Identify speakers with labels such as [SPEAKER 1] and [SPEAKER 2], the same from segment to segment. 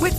[SPEAKER 1] With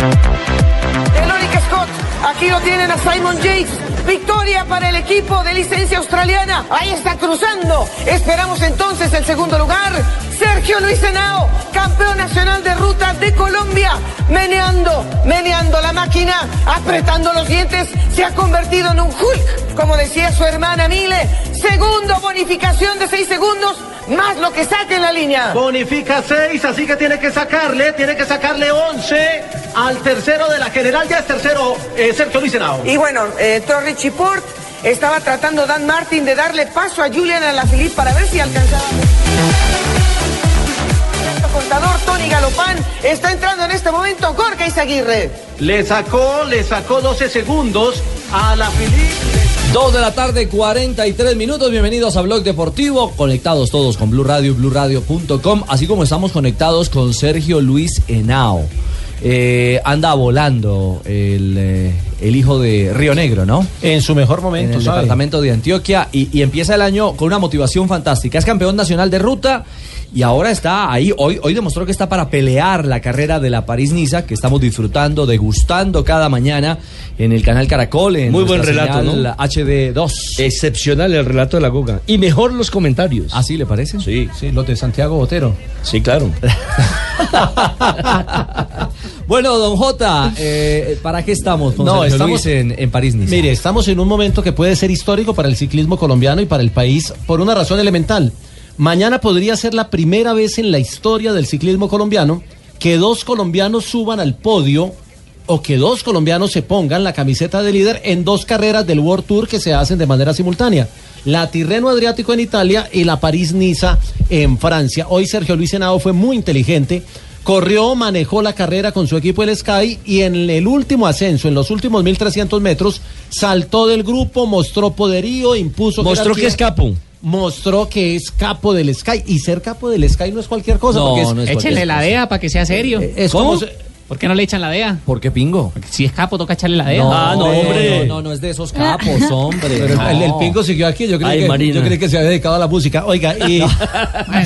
[SPEAKER 2] El Oric Scott, aquí lo tienen a Simon Yates. Victoria para el equipo de licencia australiana. Ahí está cruzando. Esperamos entonces el segundo lugar. Sergio Luis Henao, campeón nacional de ruta de Colombia. Meneando, meneando la máquina, apretando los dientes. Se ha convertido en un Hulk, como decía su hermana Mile. Segundo, bonificación de seis segundos, más lo que saque en la línea.
[SPEAKER 3] Bonifica 6, así que tiene que sacarle, tiene que sacarle 11 al tercero de la general, ya es tercero eh, Sergio Licenao.
[SPEAKER 2] Y bueno, eh, Torre Chiport estaba tratando Dan Martin de darle paso a Julian Alaphilippe para ver si alcanzaba. El Contador Tony Galopán está entrando en este momento Gorka Izaguirre.
[SPEAKER 3] Le sacó, le sacó 12 segundos a la Filipe.
[SPEAKER 4] 2 de la tarde, 43 minutos. Bienvenidos a Blog Deportivo. Conectados todos con Blue Radio, bluradio.com, así como estamos conectados con Sergio Luis Henao. Eh, anda volando el, eh, el hijo de Río Negro, ¿no?
[SPEAKER 5] En su mejor
[SPEAKER 4] En
[SPEAKER 5] momento,
[SPEAKER 4] el
[SPEAKER 5] ¿sabe?
[SPEAKER 4] departamento de Antioquia y, y empieza el año con una motivación fantástica. Es campeón nacional de ruta y ahora está ahí. Hoy, hoy demostró que está para pelear la carrera de la París-Niza, que estamos disfrutando, degustando cada mañana en el canal Caracol. En
[SPEAKER 5] Muy buen
[SPEAKER 4] nuestra
[SPEAKER 5] relato,
[SPEAKER 4] señal
[SPEAKER 5] ¿no?
[SPEAKER 4] HD2.
[SPEAKER 5] Excepcional el relato de la Goga. Y mejor los comentarios.
[SPEAKER 4] ¿Así ¿Ah, le parece?
[SPEAKER 5] Sí,
[SPEAKER 6] Sí, los de Santiago Botero.
[SPEAKER 5] sí, claro.
[SPEAKER 4] Ah, Bueno, don Jota, eh, ¿para qué estamos con
[SPEAKER 6] No,
[SPEAKER 4] Sergio
[SPEAKER 6] estamos-
[SPEAKER 4] Luis en, en París-Niza?
[SPEAKER 6] Mire, estamos en un momento que puede ser histórico para el ciclismo colombiano y para el país por una razón elemental. Mañana podría ser la primera vez en la historia del ciclismo colombiano que dos colombianos suban al podio o que dos colombianos se pongan la camiseta de líder en dos carreras del World Tour que se hacen de manera simultánea. La Tirreno Adriático en Italia y la París-Niza en Francia. Hoy Sergio Luis Henao fue muy inteligente. Corrió, manejó la carrera con su equipo el Sky y en el último ascenso, en los últimos 1300 metros, saltó del grupo, mostró poderío, impuso.
[SPEAKER 5] Mostró que es
[SPEAKER 6] jerarquía,
[SPEAKER 5] capo.
[SPEAKER 6] Mostró que es capo del Sky y ser capo del Sky no es cualquier cosa.
[SPEAKER 4] No,
[SPEAKER 6] porque es,
[SPEAKER 4] no es cualquier
[SPEAKER 7] Échenle la
[SPEAKER 4] cosa.
[SPEAKER 7] DEA para que sea serio.
[SPEAKER 6] eh, es
[SPEAKER 4] ¿Cómo?
[SPEAKER 6] como se-
[SPEAKER 7] ¿Por qué no le echan la DEA?
[SPEAKER 4] ¿Por qué pingo?
[SPEAKER 7] Si es capo, toca echarle la DEA.
[SPEAKER 5] Ah, no, hombre.
[SPEAKER 4] No, no, no es de esos capos, hombre.
[SPEAKER 6] Pero
[SPEAKER 4] no.
[SPEAKER 6] el, el pingo siguió aquí, yo
[SPEAKER 5] Ay,
[SPEAKER 6] creí, que,
[SPEAKER 5] Marina.
[SPEAKER 6] yo creí que se había dedicado a la música. Oiga, y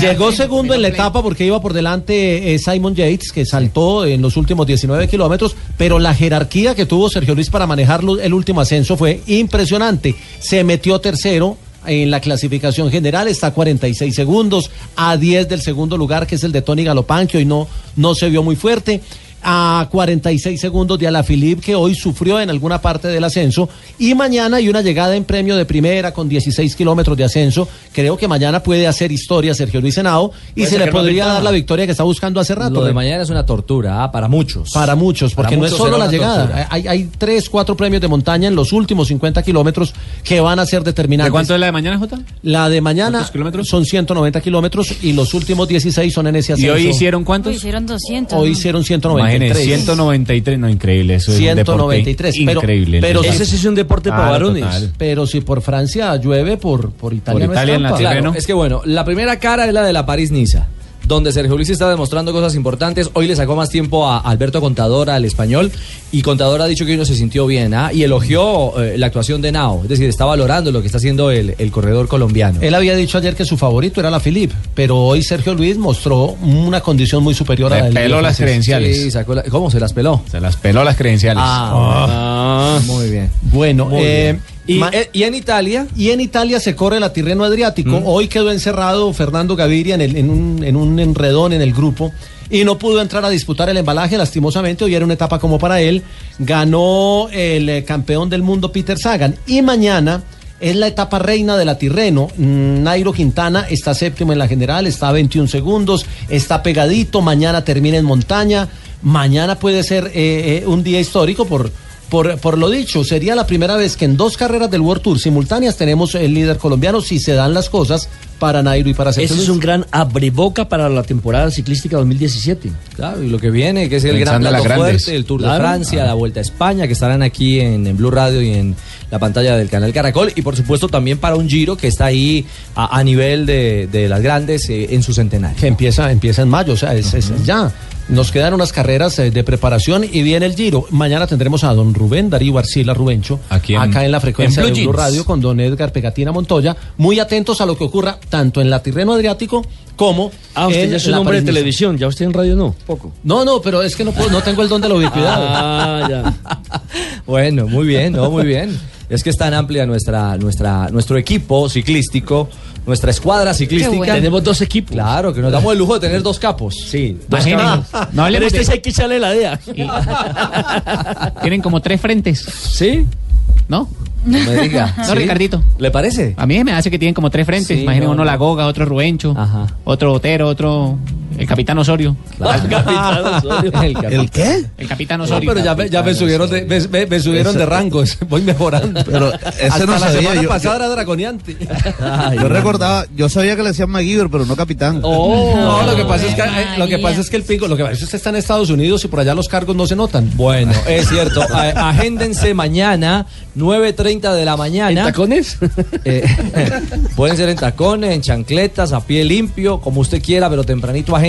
[SPEAKER 6] llegó
[SPEAKER 7] Bueno,
[SPEAKER 6] segundo en la
[SPEAKER 7] pero-
[SPEAKER 6] etapa porque iba por delante eh, Simon Yates, que saltó en los últimos 19 kilómetros, pero la jerarquía que tuvo Sergio Luis para manejar lo- el último ascenso fue impresionante. Se metió tercero. En la clasificación general está a 46 segundos, a 10 del segundo lugar, que es el de Tony Galopán, que hoy no, no se vio muy fuerte a 46 segundos de Alaphilippe que hoy sufrió en alguna parte del ascenso y mañana hay una llegada en premio de primera con 16 kilómetros de ascenso creo que mañana puede hacer historia Sergio Luis Henao y
[SPEAKER 5] Puede
[SPEAKER 6] se le
[SPEAKER 5] sacar una
[SPEAKER 6] podría
[SPEAKER 5] ventaja.
[SPEAKER 6] dar la victoria que está buscando hace rato
[SPEAKER 4] Lo de mañana es una tortura, ah, para muchos.
[SPEAKER 6] para muchos,
[SPEAKER 4] Para
[SPEAKER 6] porque no es
[SPEAKER 4] muchos
[SPEAKER 6] solo
[SPEAKER 4] será
[SPEAKER 6] la
[SPEAKER 4] una
[SPEAKER 6] llegada
[SPEAKER 4] tortura.
[SPEAKER 6] hay, hay tres, cuatro premios de montaña en los últimos 50 kilómetros que van a ser determinantes
[SPEAKER 7] ¿De cuánto es la de mañana, Jota?
[SPEAKER 6] la de mañana
[SPEAKER 7] ¿Cuántos kilómetros?
[SPEAKER 6] son 190 kilómetros y los últimos 16 son en
[SPEAKER 7] ¿Y
[SPEAKER 6] ese ascenso
[SPEAKER 7] hoy hicieron cuántos?
[SPEAKER 8] hicieron 200.
[SPEAKER 6] hoy hicieron 193
[SPEAKER 9] Imagínense, 193, no, increíble. Eso es un deporte
[SPEAKER 6] 193, pero-
[SPEAKER 9] increíble.
[SPEAKER 6] pero
[SPEAKER 9] Entonces,
[SPEAKER 5] Ese sí es un deporte para
[SPEAKER 9] Claro,
[SPEAKER 5] varones.
[SPEAKER 9] total.
[SPEAKER 6] Pero si por Francia llueve, por, por Italia
[SPEAKER 9] Por Italia en la
[SPEAKER 6] no es trampa.
[SPEAKER 9] tierra.
[SPEAKER 4] Claro,
[SPEAKER 9] Bueno.
[SPEAKER 4] es que bueno, la primera cara es la de la París-Niza, donde Sergio Luis está demostrando cosas importantes. Hoy le sacó más tiempo a Alberto Contador, al español, y Contador ha dicho que hoy no se sintió bien, ¿ah? y elogió eh, la actuación de Nao, es decir, está valorando lo que está haciendo el, el corredor colombiano.
[SPEAKER 6] Él había dicho ayer que su favorito era la Philippe, pero hoy Sergio Luis mostró una condición muy superior a
[SPEAKER 9] Le
[SPEAKER 6] la del
[SPEAKER 9] peló las
[SPEAKER 6] líder francés.
[SPEAKER 9] credenciales.
[SPEAKER 4] Sí, sacó la- ¿Cómo se las peló?
[SPEAKER 9] Se las peló las credenciales.
[SPEAKER 4] Ah, muy bien.
[SPEAKER 6] Bueno,
[SPEAKER 4] Muy
[SPEAKER 6] eh,
[SPEAKER 4] bien. Y,
[SPEAKER 6] ma-
[SPEAKER 4] eh, y en Italia, Mm.
[SPEAKER 6] y en Italia se corre la Tirreno Adriático. Hoy quedó encerrado Fernando Gaviria en, el- en un, en un enredón en el grupo y no pudo entrar a disputar el embalaje, lastimosamente. Hoy era una etapa como para él. Ganó el eh, campeón del mundo Peter Sagan. Y mañana Es la etapa reina de la Tirreno. Mm, Nairo Quintana está séptimo en la general, está a 21 segundos, está pegadito. Mañana termina en montaña. Mañana puede ser eh, eh, un día histórico por, por, por lo dicho. Sería la primera vez que en dos carreras del World Tour simultáneas tenemos el líder colombiano si se dan las cosas para Nairo y para Sergio
[SPEAKER 5] Ese es
[SPEAKER 6] Luis.
[SPEAKER 5] un gran abreboca para la temporada ciclística 2017.
[SPEAKER 4] Claro, y lo que viene, que es el gran
[SPEAKER 5] Pensando en
[SPEAKER 4] plato
[SPEAKER 5] las grandes.
[SPEAKER 4] fuerte, el Tour de
[SPEAKER 5] Claro.
[SPEAKER 4] Francia,
[SPEAKER 5] Ah.
[SPEAKER 4] la Vuelta a España, que estarán aquí en, en Blue Radio y en la pantalla del canal Caracol. Y por supuesto también para un Giro que está ahí a, a nivel de, de las grandes eh, en su centenario.
[SPEAKER 6] que empieza, empieza en mayo, o sea, es, es ya. Nos quedan unas carreras eh, de preparación y viene el giro. Mañana tendremos a don Rubén Darío Arcila Rubencho
[SPEAKER 9] Aquí en-
[SPEAKER 6] acá en la frecuencia
[SPEAKER 9] en Blue
[SPEAKER 6] de Blue
[SPEAKER 9] Jeans.
[SPEAKER 6] Radio con don Edgar Pegatina Montoya, muy atentos a lo que ocurra tanto en la Tirreno Adriático como
[SPEAKER 5] Ah, usted
[SPEAKER 6] en
[SPEAKER 5] ya es un
[SPEAKER 6] la
[SPEAKER 5] hombre de
[SPEAKER 6] París-Niza.
[SPEAKER 5] televisión, ya usted en radio no. Poco.
[SPEAKER 6] No, no, pero es que no, puedo- Oh, no tengo el don de la ubicuidad.
[SPEAKER 5] Ah, ya.
[SPEAKER 4] Bueno, muy bien, ¿no? Muy bien. Es que es tan amplia nuestra, nuestra, nuestro equipo ciclístico, nuestra escuadra ciclística.
[SPEAKER 5] bueno. Tenemos
[SPEAKER 4] dos equipos. Claro, que nos damos el lujo de tener dos capos. Sí,
[SPEAKER 5] dos capos. No hablemos Pero este de- sí hay
[SPEAKER 7] que echarle la DEA. Tienen como tres frentes.
[SPEAKER 4] ¿Sí?
[SPEAKER 7] ¿No?
[SPEAKER 4] No me diga.
[SPEAKER 7] No,
[SPEAKER 4] ¿Sí?
[SPEAKER 7] Ricardito.
[SPEAKER 4] ¿Le parece?
[SPEAKER 7] A mí me hace que tienen como tres frentes.
[SPEAKER 4] Sí,
[SPEAKER 7] Imaginen
[SPEAKER 4] no,
[SPEAKER 7] uno
[SPEAKER 4] no.
[SPEAKER 7] La Goga, otro Rubencho, otro Otero, otro... El Capitán Osorio.
[SPEAKER 4] El Capitán Osorio. ¿El qué?
[SPEAKER 7] El Capitán
[SPEAKER 4] No,
[SPEAKER 7] Osorio.
[SPEAKER 4] pero ya, me- ya me subieron de, me, me- me subieron de rangos. Voy mejorando.
[SPEAKER 10] Pero ese
[SPEAKER 4] Hasta
[SPEAKER 10] no
[SPEAKER 4] la
[SPEAKER 10] sabía,
[SPEAKER 4] semana
[SPEAKER 10] yo-
[SPEAKER 4] pasada
[SPEAKER 10] yo-
[SPEAKER 4] era dragoneante.
[SPEAKER 10] yo recordaba, yo sabía que le decían MacGyver, pero no capitán.
[SPEAKER 5] Oh,
[SPEAKER 10] Oh.
[SPEAKER 6] No, lo que pasa es que eh, lo que pasa es que el pingo, lo que pasa es que usted está en Estados Unidos y por allá los cargos no se notan.
[SPEAKER 4] Bueno, es cierto. A- agéndense mañana, 9.30 de la mañana. ¿En tacones? pueden ser en tacones, en chancletas, a pie limpio, como usted quiera, pero tempranito agéndese.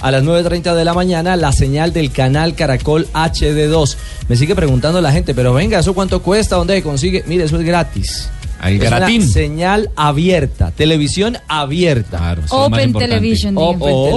[SPEAKER 4] A las 9.30 de la mañana, la señal del canal Caracol HD2. Me sigue preguntando la gente, pero venga, ¿eso cuánto cuesta? ¿Dónde se consigue? Mire, eso es gratis.
[SPEAKER 9] Al
[SPEAKER 4] Es
[SPEAKER 9] gratín.
[SPEAKER 4] Una señal abierta, televisión abierta.
[SPEAKER 9] es lo más Open importante. television, diga.
[SPEAKER 4] Open
[SPEAKER 9] Oh.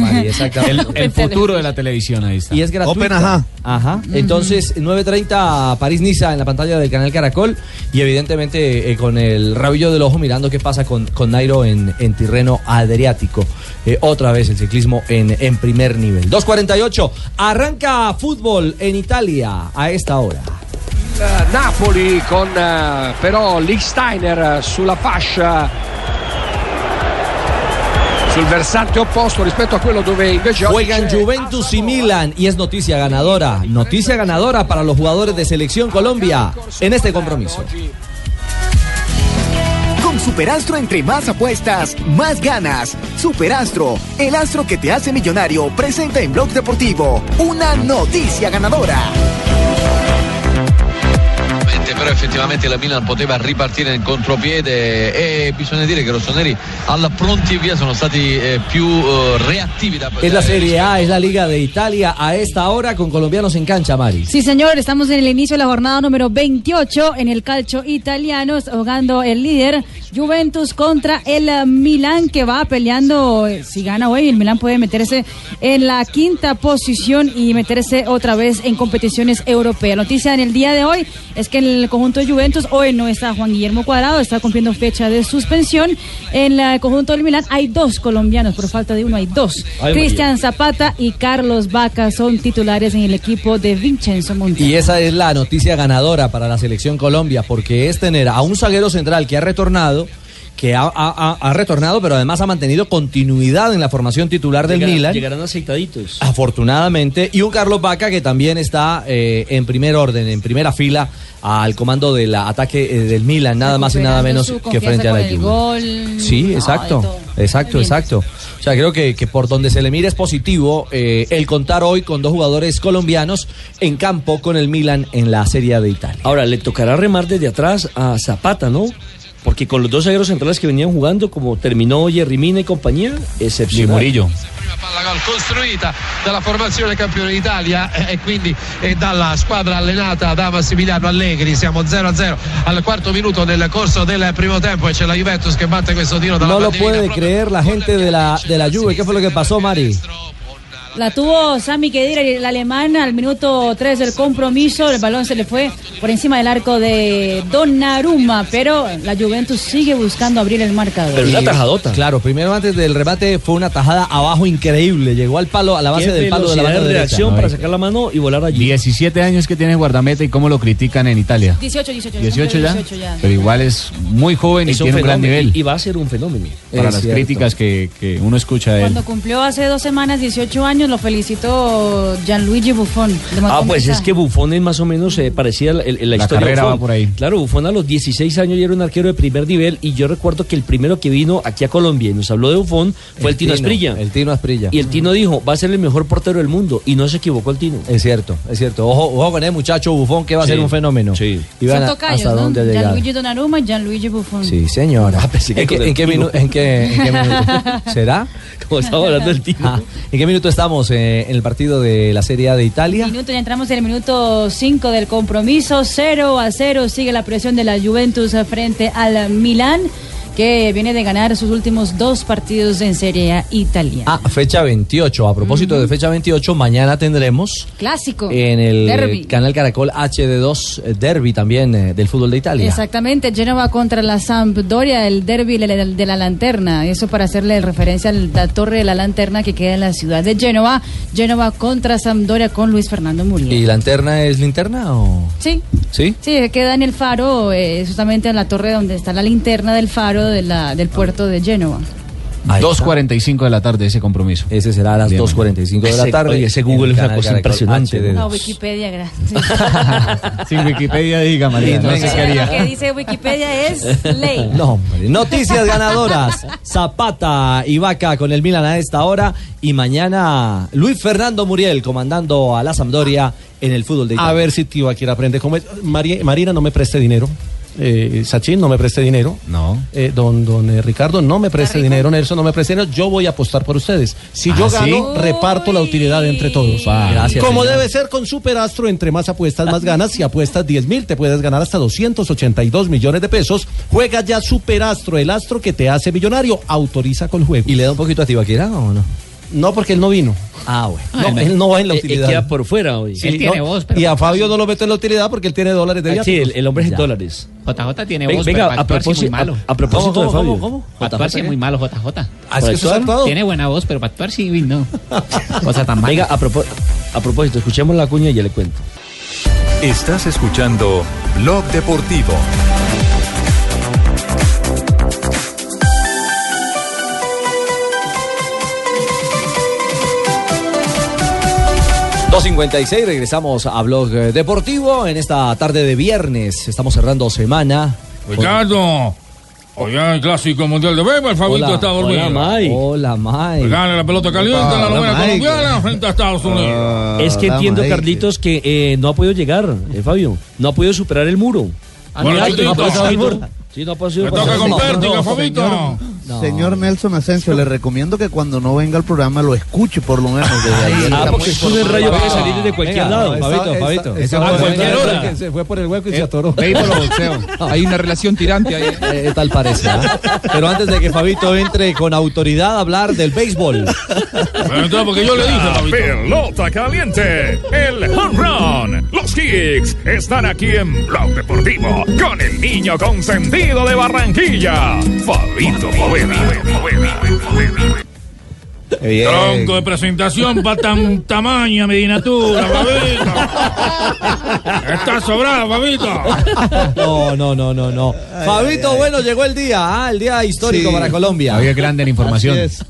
[SPEAKER 4] Mari, exactamente.
[SPEAKER 9] El- el futuro de la televisión ahí está.
[SPEAKER 4] Y es gratuita.
[SPEAKER 9] Open, ajá.
[SPEAKER 4] Ajá. Entonces, 9.30 París-Niza en la pantalla del canal Caracol. Y evidentemente eh, con el rabillo del ojo mirando qué pasa con, con Nairo en, en Tirreno Adriático. Eh, otra vez el ciclismo en, en primer nivel. 2.48. Arranca fútbol en Italia a esta hora.
[SPEAKER 11] Eh, Napoli con eh, però Lichsteiner eh, sulla fascia sul versante opposto rispetto a quello dove invece oggi
[SPEAKER 4] Juegan
[SPEAKER 11] c'è-
[SPEAKER 4] Juventus y Milan y es noticia ganadora. Noticia ganadora para los jugadores de Selección Colombia en este compromiso.
[SPEAKER 2] Con Superastro entre más apuestas, más ganas. Superastro, el astro que te hace millonario, presenta en Blog Deportivo una noticia ganadora.
[SPEAKER 12] Effettivamente, però effettivamente la Milan poteva ripartire nel contropiede e bisogna dire che i rossoneri alla pronti via sono stati eh, più eh, reattivi da
[SPEAKER 4] Es la Serie A, es la Liga de Italia a esta hora con colombianos en cancha, Mari.
[SPEAKER 13] Sí, señor, estamos en el inicio de la jornada número 28 en el calcio italiano, está jugando el líder Juventus contra el eh, Milán que va peleando, eh, si gana hoy el Milán puede meterse en la quinta posición y meterse otra vez en competiciones europeas. Noticia en el día de hoy es que en el conjunto de Juventus hoy no está Juan Guillermo Cuadrado, está cumpliendo fecha de suspensión. En la- el conjunto del Milán hay dos colombianos, por falta de uno hay dos.
[SPEAKER 4] Ay, María.
[SPEAKER 13] Cristian Zapata y Carlos Vaca son titulares en el equipo de Vincenzo Montero.
[SPEAKER 4] Y esa es la noticia ganadora para la selección Colombia, porque es tener a un zaguero central que ha retornado, que ha, ha- ha- ha retornado, pero además ha mantenido continuidad en la formación titular del
[SPEAKER 5] Llegarán-
[SPEAKER 4] Milan.
[SPEAKER 5] Llegarán aceitaditos.
[SPEAKER 4] Afortunadamente, y un Carlos Vaca que también está eh, en primer orden, en primera fila al comando del ataque eh, del Milan, nada más y nada menos que frente a la Juve. Sí, exacto, exacto, exacto. O sea, creo que, que por donde se le mira es positivo eh, el contar hoy con dos jugadores colombianos en campo con el Milan en la Serie A de Italia.
[SPEAKER 5] Ahora, le tocará remar desde atrás a Zapata, ¿no? Porque con los dos zagueros centrales que venían jugando, como terminó Jerry Mina y compañía, excepcional.
[SPEAKER 9] Y Murillo.
[SPEAKER 12] palla gol costruita dalla formazione campione d'Italia eh, e quindi eh, dalla squadra allenata da Massimiliano Allegri siamo 0-0 al quarto minuto nel corso del primo tempo e c'è la Juventus che batte questo tiro dalla
[SPEAKER 4] No lo
[SPEAKER 12] bandierina
[SPEAKER 4] puede creer la gente de la, de la Juve. ¿Qué fue lo que pasó, Mari?
[SPEAKER 13] La tuvo Sami Khedira, el alemán, al minuto 3 del compromiso. El balón se le fue por encima del arco de Donnarumma, pero la Juventus sigue buscando abrir el marcador.
[SPEAKER 4] Y- Claro, primero antes del remate fue una tajada abajo increíble. Llegó al palo, a la base
[SPEAKER 9] Qué
[SPEAKER 4] del palo de la
[SPEAKER 9] velocidad
[SPEAKER 4] banda
[SPEAKER 9] de
[SPEAKER 4] derecha.
[SPEAKER 9] reacción para
[SPEAKER 4] sacar la mano y volar
[SPEAKER 9] 17 años que tiene guardameta y cómo lo critican en Italia.
[SPEAKER 13] 18, 18.
[SPEAKER 9] 18 ya,
[SPEAKER 13] 18 ya.
[SPEAKER 9] pero igual es muy joven y
[SPEAKER 5] Es un
[SPEAKER 9] tiene un gran
[SPEAKER 5] fenómeno,
[SPEAKER 9] nivel
[SPEAKER 5] Y va a ser un fenómeno.
[SPEAKER 9] para
[SPEAKER 5] Es
[SPEAKER 9] las
[SPEAKER 5] cierto.
[SPEAKER 9] críticas que, que uno escucha de él.
[SPEAKER 13] Cuando cumplió hace dos semanas 18 años, lo felicitó Gianluigi Buffon. Le mandó
[SPEAKER 5] Ah,
[SPEAKER 13] un
[SPEAKER 5] pues es
[SPEAKER 13] mensaje.
[SPEAKER 5] que Bufón es más o menos eh, parecida la, el-
[SPEAKER 9] La
[SPEAKER 5] la historia. de
[SPEAKER 9] carrera
[SPEAKER 5] Buffon.
[SPEAKER 9] va por ahí.
[SPEAKER 5] Claro, Bufón a los 16 años ya era un arquero de primer nivel y yo recuerdo que el primero que vino aquí a Colombia y nos habló de Bufón fue el, Tino, Asprilla.
[SPEAKER 4] El Tino Asprilla.
[SPEAKER 5] Y el Tino dijo, va a ser el mejor portero del mundo y no se equivocó el Tino.
[SPEAKER 4] Es cierto, es cierto. Ojo, ojo con el muchacho bufón que va a
[SPEAKER 5] Sí.
[SPEAKER 4] ser un fenómeno. Sí. Y
[SPEAKER 13] Son
[SPEAKER 4] vean a-
[SPEAKER 13] tocayos,
[SPEAKER 4] hasta
[SPEAKER 13] ¿no?
[SPEAKER 4] dónde ha llegado.
[SPEAKER 13] Gianluigi Donnarumma y Gianluigi Buffon.
[SPEAKER 4] Sí, señora. ¿En, qué,
[SPEAKER 5] Ah, con el
[SPEAKER 4] en qué
[SPEAKER 5] Tino.
[SPEAKER 4] minu- en qué- en qué minuto? ¿Será?
[SPEAKER 5] Como estaba hablando el Tino.
[SPEAKER 4] ¿En qué minuto estamos eh, en el partido de la Serie A de Italia?
[SPEAKER 13] Minuto, ya entramos en el minuto 5 del compromiso, 0 a 0, sigue la presión de la Juventus frente al Milán, que viene de ganar sus últimos dos partidos en Serie A Italia.
[SPEAKER 4] Ah, fecha 28. A propósito de fecha 28, mañana tendremos
[SPEAKER 13] Clásico.
[SPEAKER 4] en el
[SPEAKER 13] Derby.
[SPEAKER 4] canal Caracol HD2 eh, Derby también eh, del fútbol de Italia.
[SPEAKER 13] Exactamente, Genova contra la Sampdoria, el derby de la lanterna. Eso para hacerle referencia a la torre de la lanterna que queda en la ciudad de Genova. Genova contra Sampdoria con Luis Fernando Muriel.
[SPEAKER 4] ¿Y lanterna es linterna o
[SPEAKER 13] Sí,
[SPEAKER 4] sí?
[SPEAKER 13] sí, queda en el faro, eh, justamente en la torre donde está la linterna del faro de la, del puerto de Genova.
[SPEAKER 9] 2.45 de la tarde ese compromiso.
[SPEAKER 4] Ese será a las 2.45 de la tarde.
[SPEAKER 9] Oye, ese Google es
[SPEAKER 4] en
[SPEAKER 9] una
[SPEAKER 4] Canal
[SPEAKER 9] cosa
[SPEAKER 4] Caracol
[SPEAKER 9] impresionante.
[SPEAKER 4] HD2.
[SPEAKER 13] No, Wikipedia, gracias.
[SPEAKER 9] Sin Wikipedia diga, María.
[SPEAKER 4] Sí,
[SPEAKER 9] no sé
[SPEAKER 4] entonces-
[SPEAKER 9] qué haría.
[SPEAKER 13] Lo que dice Wikipedia es ley.
[SPEAKER 4] No, hombre. Noticias ganadoras. Zapata y Vaca con el Milan a esta hora. Y mañana Luis Fernando Muriel comandando a la Sampdoria en el fútbol de Italia.
[SPEAKER 6] A ver si tío aquí aprende cómo es. Mari- Marina no me preste dinero. Eh, Sachin no me preste dinero.
[SPEAKER 9] No.
[SPEAKER 6] Eh, don don eh, Ricardo no me preste dinero. Nelson no me preste dinero. Yo voy a apostar por ustedes. Si yo
[SPEAKER 4] ¿Ah,
[SPEAKER 6] gano,
[SPEAKER 4] sí?
[SPEAKER 6] reparto la utilidad entre todos. Ah,
[SPEAKER 4] Gracias,
[SPEAKER 6] Como
[SPEAKER 4] señor.
[SPEAKER 6] debe ser con Superastro, entre más apuestas, más ganas. Si apuestas 10 mil, te puedes ganar hasta 282 millones de pesos. Juega ya Superastro, el astro que te hace millonario. Autoriza con juego. ¿Y
[SPEAKER 4] le da un poquito a Tibaquira o no?
[SPEAKER 6] No, porque él no vino.
[SPEAKER 4] Ah, bueno.
[SPEAKER 6] No, él no va en la
[SPEAKER 5] Eh, eh,
[SPEAKER 6] utilidad.
[SPEAKER 5] queda por fuera hoy.
[SPEAKER 6] Sí, no, Y a Fabio no lo meto en la utilidad porque él tiene dólares de
[SPEAKER 5] Ah, sí,
[SPEAKER 6] viáticos.
[SPEAKER 5] el, el hombre es en dólares.
[SPEAKER 7] JJ tiene
[SPEAKER 5] Ve-
[SPEAKER 7] voz,
[SPEAKER 5] venga,
[SPEAKER 7] pero para
[SPEAKER 5] a
[SPEAKER 7] actuar sí es
[SPEAKER 5] propósito-
[SPEAKER 7] muy malo.
[SPEAKER 5] a- a propósito ¿Cómo, de cómo, Fabio. cómo, cómo?
[SPEAKER 7] Para actuar sí
[SPEAKER 5] ¿JJ
[SPEAKER 7] es
[SPEAKER 5] qué?
[SPEAKER 7] muy malo, JJ.
[SPEAKER 5] Ah, es que usted es actuado.
[SPEAKER 7] Tiene buena voz, pero para actuar sí, uy, no.
[SPEAKER 5] Cosa tan Venga, a, propó- a propósito, escuchemos la cuña y ya le cuento.
[SPEAKER 14] Estás escuchando Blog Deportivo.
[SPEAKER 4] dos 2.56, regresamos a Blog eh, Deportivo en esta tarde de viernes. Estamos cerrando semana.
[SPEAKER 15] Ricardo, oye, Pues el clásico mundial de béisbol, Fabito está dormido.
[SPEAKER 4] Hola, Mike.
[SPEAKER 15] Gana la pelota caliente,
[SPEAKER 4] Hola,
[SPEAKER 15] la novena
[SPEAKER 4] Mike.
[SPEAKER 15] colombiana frente a Estados
[SPEAKER 4] Ah,
[SPEAKER 15] Unidos.
[SPEAKER 5] Ah, Es que
[SPEAKER 15] hola,
[SPEAKER 5] entiendo,
[SPEAKER 15] Mike.
[SPEAKER 5] Carlitos, que eh, no ha podido llegar, eh, Fabio. No ha podido superar el muro.
[SPEAKER 15] Bueno,
[SPEAKER 5] Ay,
[SPEAKER 15] Tito.
[SPEAKER 5] no ha pasado el muro.
[SPEAKER 15] Tito.
[SPEAKER 5] Sí, no ha podido
[SPEAKER 15] Me
[SPEAKER 5] pasar
[SPEAKER 15] toca
[SPEAKER 5] el
[SPEAKER 15] con
[SPEAKER 5] muro.
[SPEAKER 15] Pértiga,
[SPEAKER 5] No,
[SPEAKER 15] Fabito.
[SPEAKER 5] señor. No.
[SPEAKER 10] Señor Nelson Asensio, le recomiendo que cuando no venga al programa lo escuche por lo menos. Desde
[SPEAKER 5] Ay,
[SPEAKER 10] ayer.
[SPEAKER 5] ah,
[SPEAKER 10] Está
[SPEAKER 5] porque
[SPEAKER 10] muy
[SPEAKER 5] es un
[SPEAKER 10] informado.
[SPEAKER 5] rayo, puede
[SPEAKER 10] Ah,
[SPEAKER 5] salir de cualquier
[SPEAKER 10] venga,
[SPEAKER 5] lado.
[SPEAKER 10] no,
[SPEAKER 5] Fabito,
[SPEAKER 10] esa-
[SPEAKER 5] Fabito.
[SPEAKER 10] esa-
[SPEAKER 5] A
[SPEAKER 7] Ah,
[SPEAKER 10] esa-
[SPEAKER 5] cualquier
[SPEAKER 10] esa-
[SPEAKER 5] hora.
[SPEAKER 10] que Se fue por el hueco y se atoró.
[SPEAKER 4] béisbol o boxeo.
[SPEAKER 16] Hay una relación tirante ahí.
[SPEAKER 4] Eh, tal parece. ¿ah? Pero antes de que Fabito entre con autoridad a hablar del béisbol.
[SPEAKER 15] entonces, porque yo le dije,
[SPEAKER 17] La
[SPEAKER 15] Fabito.
[SPEAKER 17] pelota caliente, el home run, los kicks están aquí en Blog Deportivo con el niño consentido de Barranquilla, Fabito Poveda.
[SPEAKER 15] Tronco de presentación para tan tamaña medinatura, Fabito. Está sobrado, Fabito.
[SPEAKER 4] No, no, no, no, no. Fabito, bueno, llegó el día, ¿ah? el día histórico
[SPEAKER 10] Sí.
[SPEAKER 4] para Colombia.
[SPEAKER 9] Hoy es grande la información.
[SPEAKER 10] Así es,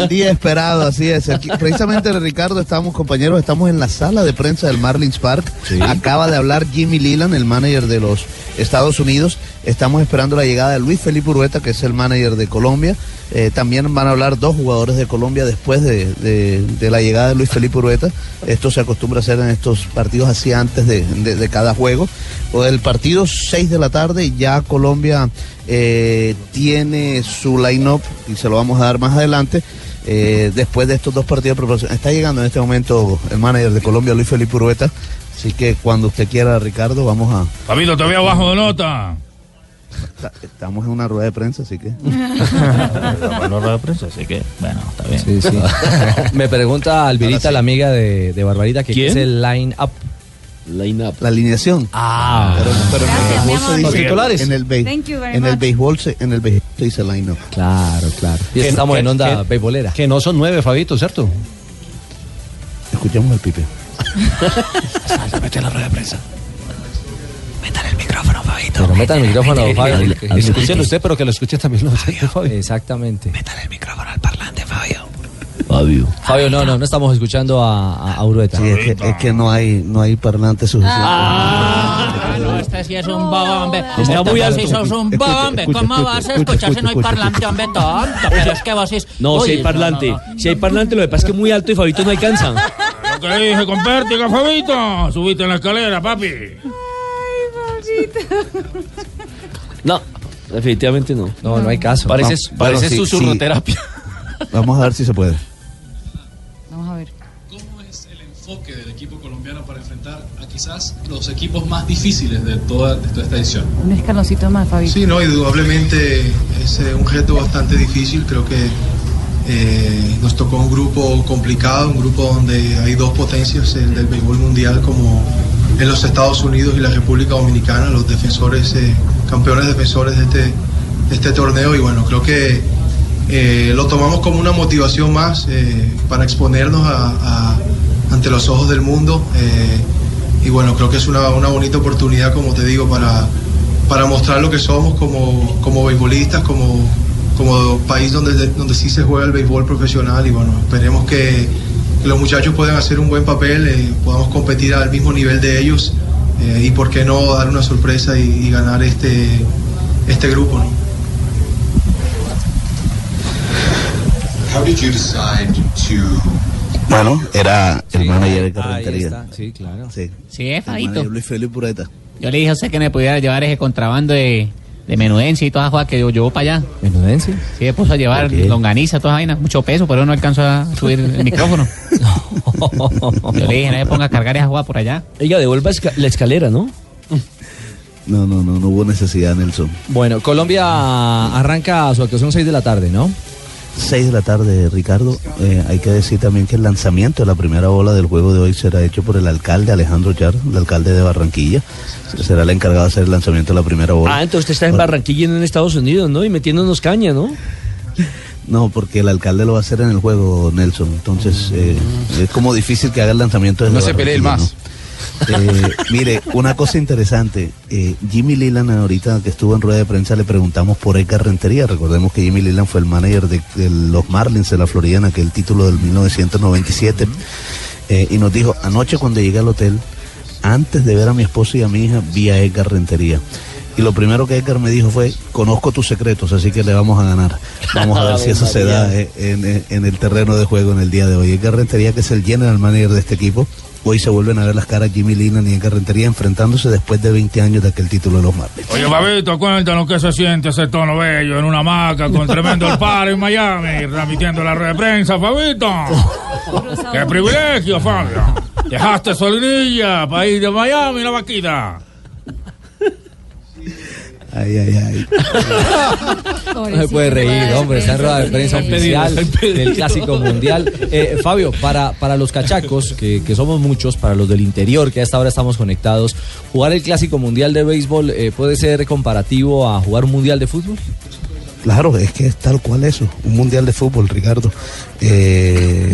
[SPEAKER 10] El día esperado, así es. Aquí, precisamente, Ricardo, estamos, compañeros, estamos en la sala de prensa del Marlins Park. Acaba de hablar Jimmy Leland, el manager de los Estados Unidos. Estamos esperando la llegada de Luis Felipe Urueta, que es el manager de Colombia. Eh, también van a hablar dos jugadores de Colombia después de, de- de la llegada de Luis Felipe Urueta. Esto se acostumbra a hacer en estos partidos así antes de, de- de cada juego. O del partido 6 de la tarde y ya Colombia eh, tiene su line-up y se lo vamos a dar más adelante. eh, después de estos dos partidos de preparación, está llegando en este momento el manager de Colombia, Luis Felipe Urueta. Así que cuando usted quiera, Ricardo, vamos a.
[SPEAKER 15] Fabito, te veo abajo de nota.
[SPEAKER 10] Está- Estamos en una rueda de prensa, así que.
[SPEAKER 4] así que, bueno, está bien. Me pregunta Alvirita, la amiga de, de Barbarita, que qué es el line up.
[SPEAKER 5] Line up.
[SPEAKER 10] La alineación.
[SPEAKER 4] Ah.
[SPEAKER 10] Pero, pero
[SPEAKER 4] Gracias,
[SPEAKER 10] en
[SPEAKER 4] mi
[SPEAKER 10] el béisbol se
[SPEAKER 4] amor.
[SPEAKER 10] dice-
[SPEAKER 4] Los titulares.
[SPEAKER 10] En el, béis-
[SPEAKER 18] Thank you very
[SPEAKER 10] en el
[SPEAKER 18] much.
[SPEAKER 10] béisbol se, en el béisbol se dice line up.
[SPEAKER 4] Claro, claro. Y
[SPEAKER 6] Que-
[SPEAKER 4] estamos
[SPEAKER 6] que-
[SPEAKER 4] en onda
[SPEAKER 6] que-
[SPEAKER 4] beisbolera.
[SPEAKER 6] Que no son nueve, Fabito, ¿cierto?
[SPEAKER 10] Escuchemos al Pipe.
[SPEAKER 6] Mete la rueda de prensa.
[SPEAKER 4] Pero metan el micrófono,
[SPEAKER 6] Mete-
[SPEAKER 4] Fabio.
[SPEAKER 6] mete- mete- Escúchelo usted, pero que lo escuche también los
[SPEAKER 4] Exactamente. Metan el micrófono al parlante, Fabio. Fabio. Fabio, no, no, no estamos escuchando a, a Urueta.
[SPEAKER 10] Sí, es que, es que no hay, no hay parlante suficiente.
[SPEAKER 19] Ah, no, este sí es un bobo, hombre.
[SPEAKER 10] Está
[SPEAKER 19] Este
[SPEAKER 10] muy
[SPEAKER 19] vos
[SPEAKER 10] alto.
[SPEAKER 19] sí sos un
[SPEAKER 10] Escucha,
[SPEAKER 19] bobo, hombre.
[SPEAKER 10] escucha,
[SPEAKER 19] ¿Cómo
[SPEAKER 10] escucha,
[SPEAKER 19] vas a
[SPEAKER 10] escucha,
[SPEAKER 19] escuchar si no hay
[SPEAKER 10] escucha,
[SPEAKER 19] parlante, hombre, tonto? Pero es que vos sí...
[SPEAKER 5] No, si
[SPEAKER 19] Uy,
[SPEAKER 5] hay parlante. Si hay parlante, lo que pasa es que es muy alto y Fabito no alcanza.
[SPEAKER 15] Lo que le dije con pértiga, Fabito. Subiste en la escalera, papi.
[SPEAKER 5] No, definitivamente no.
[SPEAKER 4] No, no hay caso.
[SPEAKER 5] Pareces,
[SPEAKER 10] No,
[SPEAKER 5] pareces
[SPEAKER 10] bueno, sí, sí.
[SPEAKER 5] susurroterapia.
[SPEAKER 10] Vamos a ver si se puede.
[SPEAKER 18] Vamos a ver.
[SPEAKER 20] ¿Cómo es el enfoque del equipo colombiano para enfrentar a quizás los equipos más difíciles de toda, de toda esta edición?
[SPEAKER 18] Un escaloncito más, Fabito.
[SPEAKER 20] Sí, no, indudablemente es eh, un reto bastante difícil. Creo que eh, nos tocó un grupo complicado, un grupo donde hay dos potencias, el del béisbol mundial como en los Estados Unidos y la República Dominicana, los defensores, eh, campeones defensores de este, de este torneo. Y bueno, creo que eh, lo tomamos como una motivación más eh, para exponernos a- a- ante los ojos del mundo. eh, y bueno, creo que es una, una bonita oportunidad, como te digo, para para mostrar lo que somos como, como beisbolistas, como, como país donde, donde sí se juega el béisbol profesional y bueno, esperemos que, que los muchachos puedan hacer un buen papel, eh, podamos competir al mismo nivel de ellos eh, y por qué no dar una sorpresa y, y ganar este, este grupo. ¿no?
[SPEAKER 10] Bueno, era el manager de
[SPEAKER 20] ahí
[SPEAKER 10] carretería.
[SPEAKER 20] está.
[SPEAKER 4] Sí, claro.
[SPEAKER 10] Sí.
[SPEAKER 7] Sí, es
[SPEAKER 10] El
[SPEAKER 7] Fabito.
[SPEAKER 10] manager Luis Felipe Ureta.
[SPEAKER 7] Yo le dije a usted que me pudiera llevar ese contrabando de, de menudencia y toda esa que yo llevo para allá.
[SPEAKER 4] ¿Menudencia?
[SPEAKER 7] Sí, me puso a llevar longaniza, toda esa vaina. Mucho peso, pero no alcanzó a subir el micrófono. Yo le dije, no me ponga a cargar esa agua por allá.
[SPEAKER 5] Oiga, devuelva esca- la escalera, ¿no?
[SPEAKER 10] No, no, no, no hubo necesidad, Nelson.
[SPEAKER 4] Bueno, Colombia arranca su actuación 6 de la tarde, ¿no?
[SPEAKER 10] 6 de la tarde, Ricardo. Eh, hay que decir también que el lanzamiento de la primera bola del juego de hoy será hecho por el alcalde Alejandro Yar, el alcalde de Barranquilla. Será el encargado de hacer el lanzamiento de la primera bola.
[SPEAKER 5] Ah, entonces usted está en Barranquilla en Estados Unidos, ¿no? Y metiéndonos caña, ¿no?
[SPEAKER 10] No, porque el alcalde lo va a hacer en el juego, Nelson. Entonces, eh, es como difícil que haga el lanzamiento. desde
[SPEAKER 21] Mm. No se pelee el
[SPEAKER 10] Barranquilla, ¿no? Eh, mire, una cosa interesante. eh, Jimmy Leland, ahorita que estuvo en rueda de prensa, le preguntamos por Edgar Rentería. Recordemos que Jimmy Leland fue el manager de, de los Marlins de la Florida en aquel título del 1997. Eh, y nos dijo, anoche cuando llegué al hotel, antes de ver a mi esposo y a mi hija, vi a Edgar Rentería. Y lo primero que Edgar me dijo fue, conozco tus secretos, así que le vamos a ganar. Vamos a ver si eso se da eh, en, en el terreno de juego en el día de hoy. Edgar Rentería, que es el general manager de este equipo, hoy se vuelven a ver las caras Jimmy Linan y Edgar Rentería enfrentándose después de 20 años de aquel título de los Marlins.
[SPEAKER 15] Oye, Fabito, cuéntanos qué se siente ese tono bello en una hamaca con tremendo el paro en Miami, remitiendo la red de prensa, Fabito. ¡Qué privilegio, Fabio! Dejaste Solinilla, país de Miami, la vaquita.
[SPEAKER 10] Ay, ay, ay.
[SPEAKER 4] No se puede reír, hombre, está en rueda de prensa oficial del Clásico Mundial. Eh, Fabio, para, para los cachacos, que, que somos muchos, para los del interior, que hasta ahora estamos conectados, ¿jugar el Clásico Mundial de Béisbol eh, puede ser comparativo a jugar un Mundial de Fútbol?
[SPEAKER 10] Claro, es que es tal cual eso, un mundial de fútbol, Ricardo. Eh,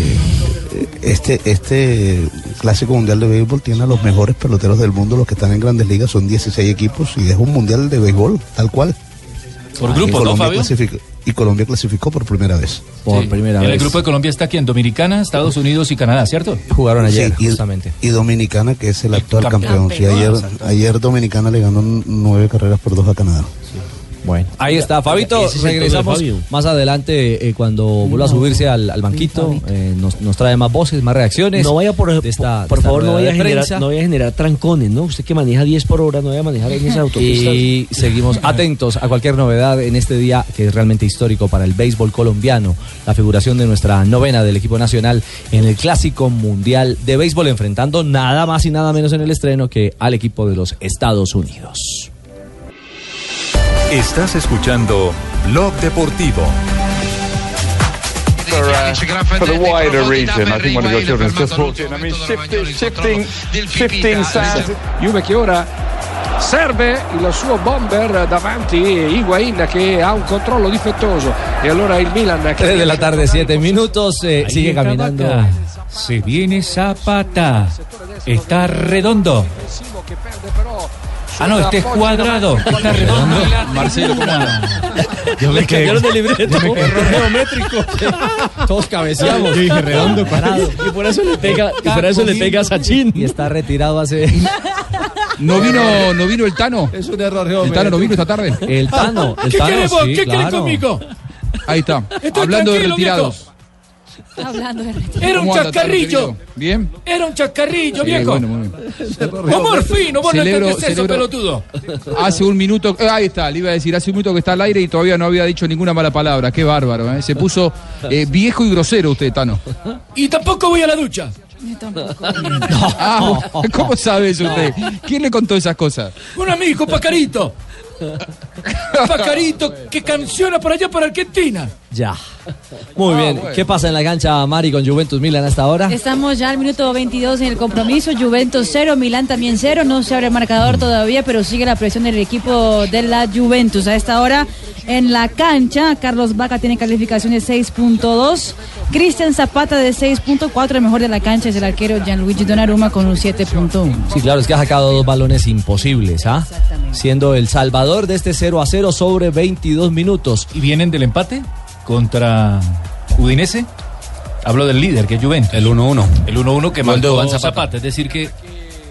[SPEAKER 10] este, este clásico mundial de béisbol tiene a los mejores peloteros del mundo, los que están en grandes ligas, son 16 equipos y es un mundial de béisbol, tal cual. Ah,
[SPEAKER 21] Por
[SPEAKER 10] Y
[SPEAKER 21] grupos, ¿no,
[SPEAKER 10] Colombia
[SPEAKER 21] Fabio?
[SPEAKER 10] clasificó- y Colombia clasificó por primera vez.
[SPEAKER 4] Por primera
[SPEAKER 21] El grupo de Colombia está aquí en Dominicana, Estados Unidos y Canadá, ¿cierto?
[SPEAKER 4] Jugaron
[SPEAKER 21] ayer,
[SPEAKER 10] y, y Dominicana, que es el actual campeón. Sí, ayer, ayer Dominicana le ganó nueve carreras por dos a Canadá.
[SPEAKER 4] Bueno, ahí está, Fabito.
[SPEAKER 10] Ese es el tono de
[SPEAKER 4] Regresamos
[SPEAKER 10] Fabio.
[SPEAKER 4] más adelante eh, cuando vuelva a subirse al, al banquito. eh, nos, nos trae más voces, más reacciones.
[SPEAKER 5] No vaya por,
[SPEAKER 4] de esta-
[SPEAKER 5] por
[SPEAKER 4] de esta
[SPEAKER 5] favor, no
[SPEAKER 4] rueda
[SPEAKER 5] vaya, a
[SPEAKER 4] de
[SPEAKER 5] generar,
[SPEAKER 4] prensa.
[SPEAKER 5] no vaya a generar trancones, ¿no? Usted que maneja 10 por hora, no vaya a manejar en esa autopista.
[SPEAKER 4] Y seguimos atentos a cualquier novedad en este día que es realmente histórico para el béisbol colombiano. La figuración de nuestra novena del equipo nacional en el Clásico Mundial de Béisbol, enfrentando nada más y nada menos en el estreno que al equipo de los Estados Unidos.
[SPEAKER 14] Estás escuchando Blog Deportivo.
[SPEAKER 12] for, uh, for the wider region. I think one of your children has just walked in. I mean, shifting, shifting, shifting sands. Juve che ora serve il suo bomber davanti Higuain che ha un controllo difettoso e allora il Milan che
[SPEAKER 4] 3 de la tarde, 7 minutos, eh, sigue caminando.
[SPEAKER 17] Se viene Zapata. Está redondo. Ah, no, este es cuadrado. Está redondo. Marcelo, ¿cómo
[SPEAKER 4] Yo me quedé-
[SPEAKER 9] cambiaron de libreto.
[SPEAKER 4] yo me quedé-
[SPEAKER 9] Error geométrico.
[SPEAKER 4] Todos cabeceamos.
[SPEAKER 9] Yo dije redondo, cuadrado.
[SPEAKER 4] Y por eso le pega, y por eso le pega a Sachin. Y está retirado hace.
[SPEAKER 22] No vino, no vino el Tano.
[SPEAKER 4] Es un error,
[SPEAKER 22] El Tano no vino esta tarde. Eh,
[SPEAKER 4] El Tano, el ¿Qué Tano, queremos? sí, ¿Qué querés claro. conmigo?
[SPEAKER 22] Ahí está. Hablando de
[SPEAKER 15] tranquilo,
[SPEAKER 22] retirados.
[SPEAKER 13] Hablando de
[SPEAKER 15] Era un
[SPEAKER 22] ¿Cómo anda, Tano,
[SPEAKER 15] chascarrillo.
[SPEAKER 22] querido? Bien.
[SPEAKER 15] Era un chascarrillo,
[SPEAKER 22] Sí,
[SPEAKER 15] viejo.
[SPEAKER 22] bueno, muy
[SPEAKER 15] O morfino, vos
[SPEAKER 22] Celebro-
[SPEAKER 15] no entendés eso,
[SPEAKER 22] celebro-
[SPEAKER 15] pelotudo.
[SPEAKER 22] Hace un minuto, eh, ahí está, le iba a decir, hace un minuto que está al aire y todavía no había dicho ninguna mala palabra. Qué bárbaro, ¿eh? Se puso eh, viejo y grosero usted, Tano.
[SPEAKER 15] Y tampoco voy a la ducha.
[SPEAKER 22] Ah, ¿Cómo sabe eso usted? ¿Quién le contó esas cosas?
[SPEAKER 15] Un amigo, Pacarito. Pacarito, que canciona para allá, para Argentina.
[SPEAKER 4] Ya. Muy
[SPEAKER 21] Ah,
[SPEAKER 4] bien. ¿Qué pasa en la cancha, Mari, con Juventus Milan hasta ahora?
[SPEAKER 13] Estamos ya al minuto 22 en el compromiso. Juventus 0, Milán también 0. No se abre el marcador todavía, pero sigue la presión del equipo de la Juventus. A esta hora en la cancha, Carlos Vaca tiene calificación de 6.2. Cristian Zapata de 6.4. El mejor de la cancha es el arquero Gianluigi Donnarumma con un 7.1.
[SPEAKER 4] Sí, claro, es que ha sacado dos balones imposibles, ¿ah? Siendo el salvador de este 0 a 0 sobre 22 minutos.
[SPEAKER 21] ¿Y vienen del empate contra Udinese? Hablo del líder, que es Juventus. El 1-1. El 1-1 que
[SPEAKER 23] Gol de
[SPEAKER 21] mandó
[SPEAKER 23] Duván
[SPEAKER 21] Zapata. Es decir, que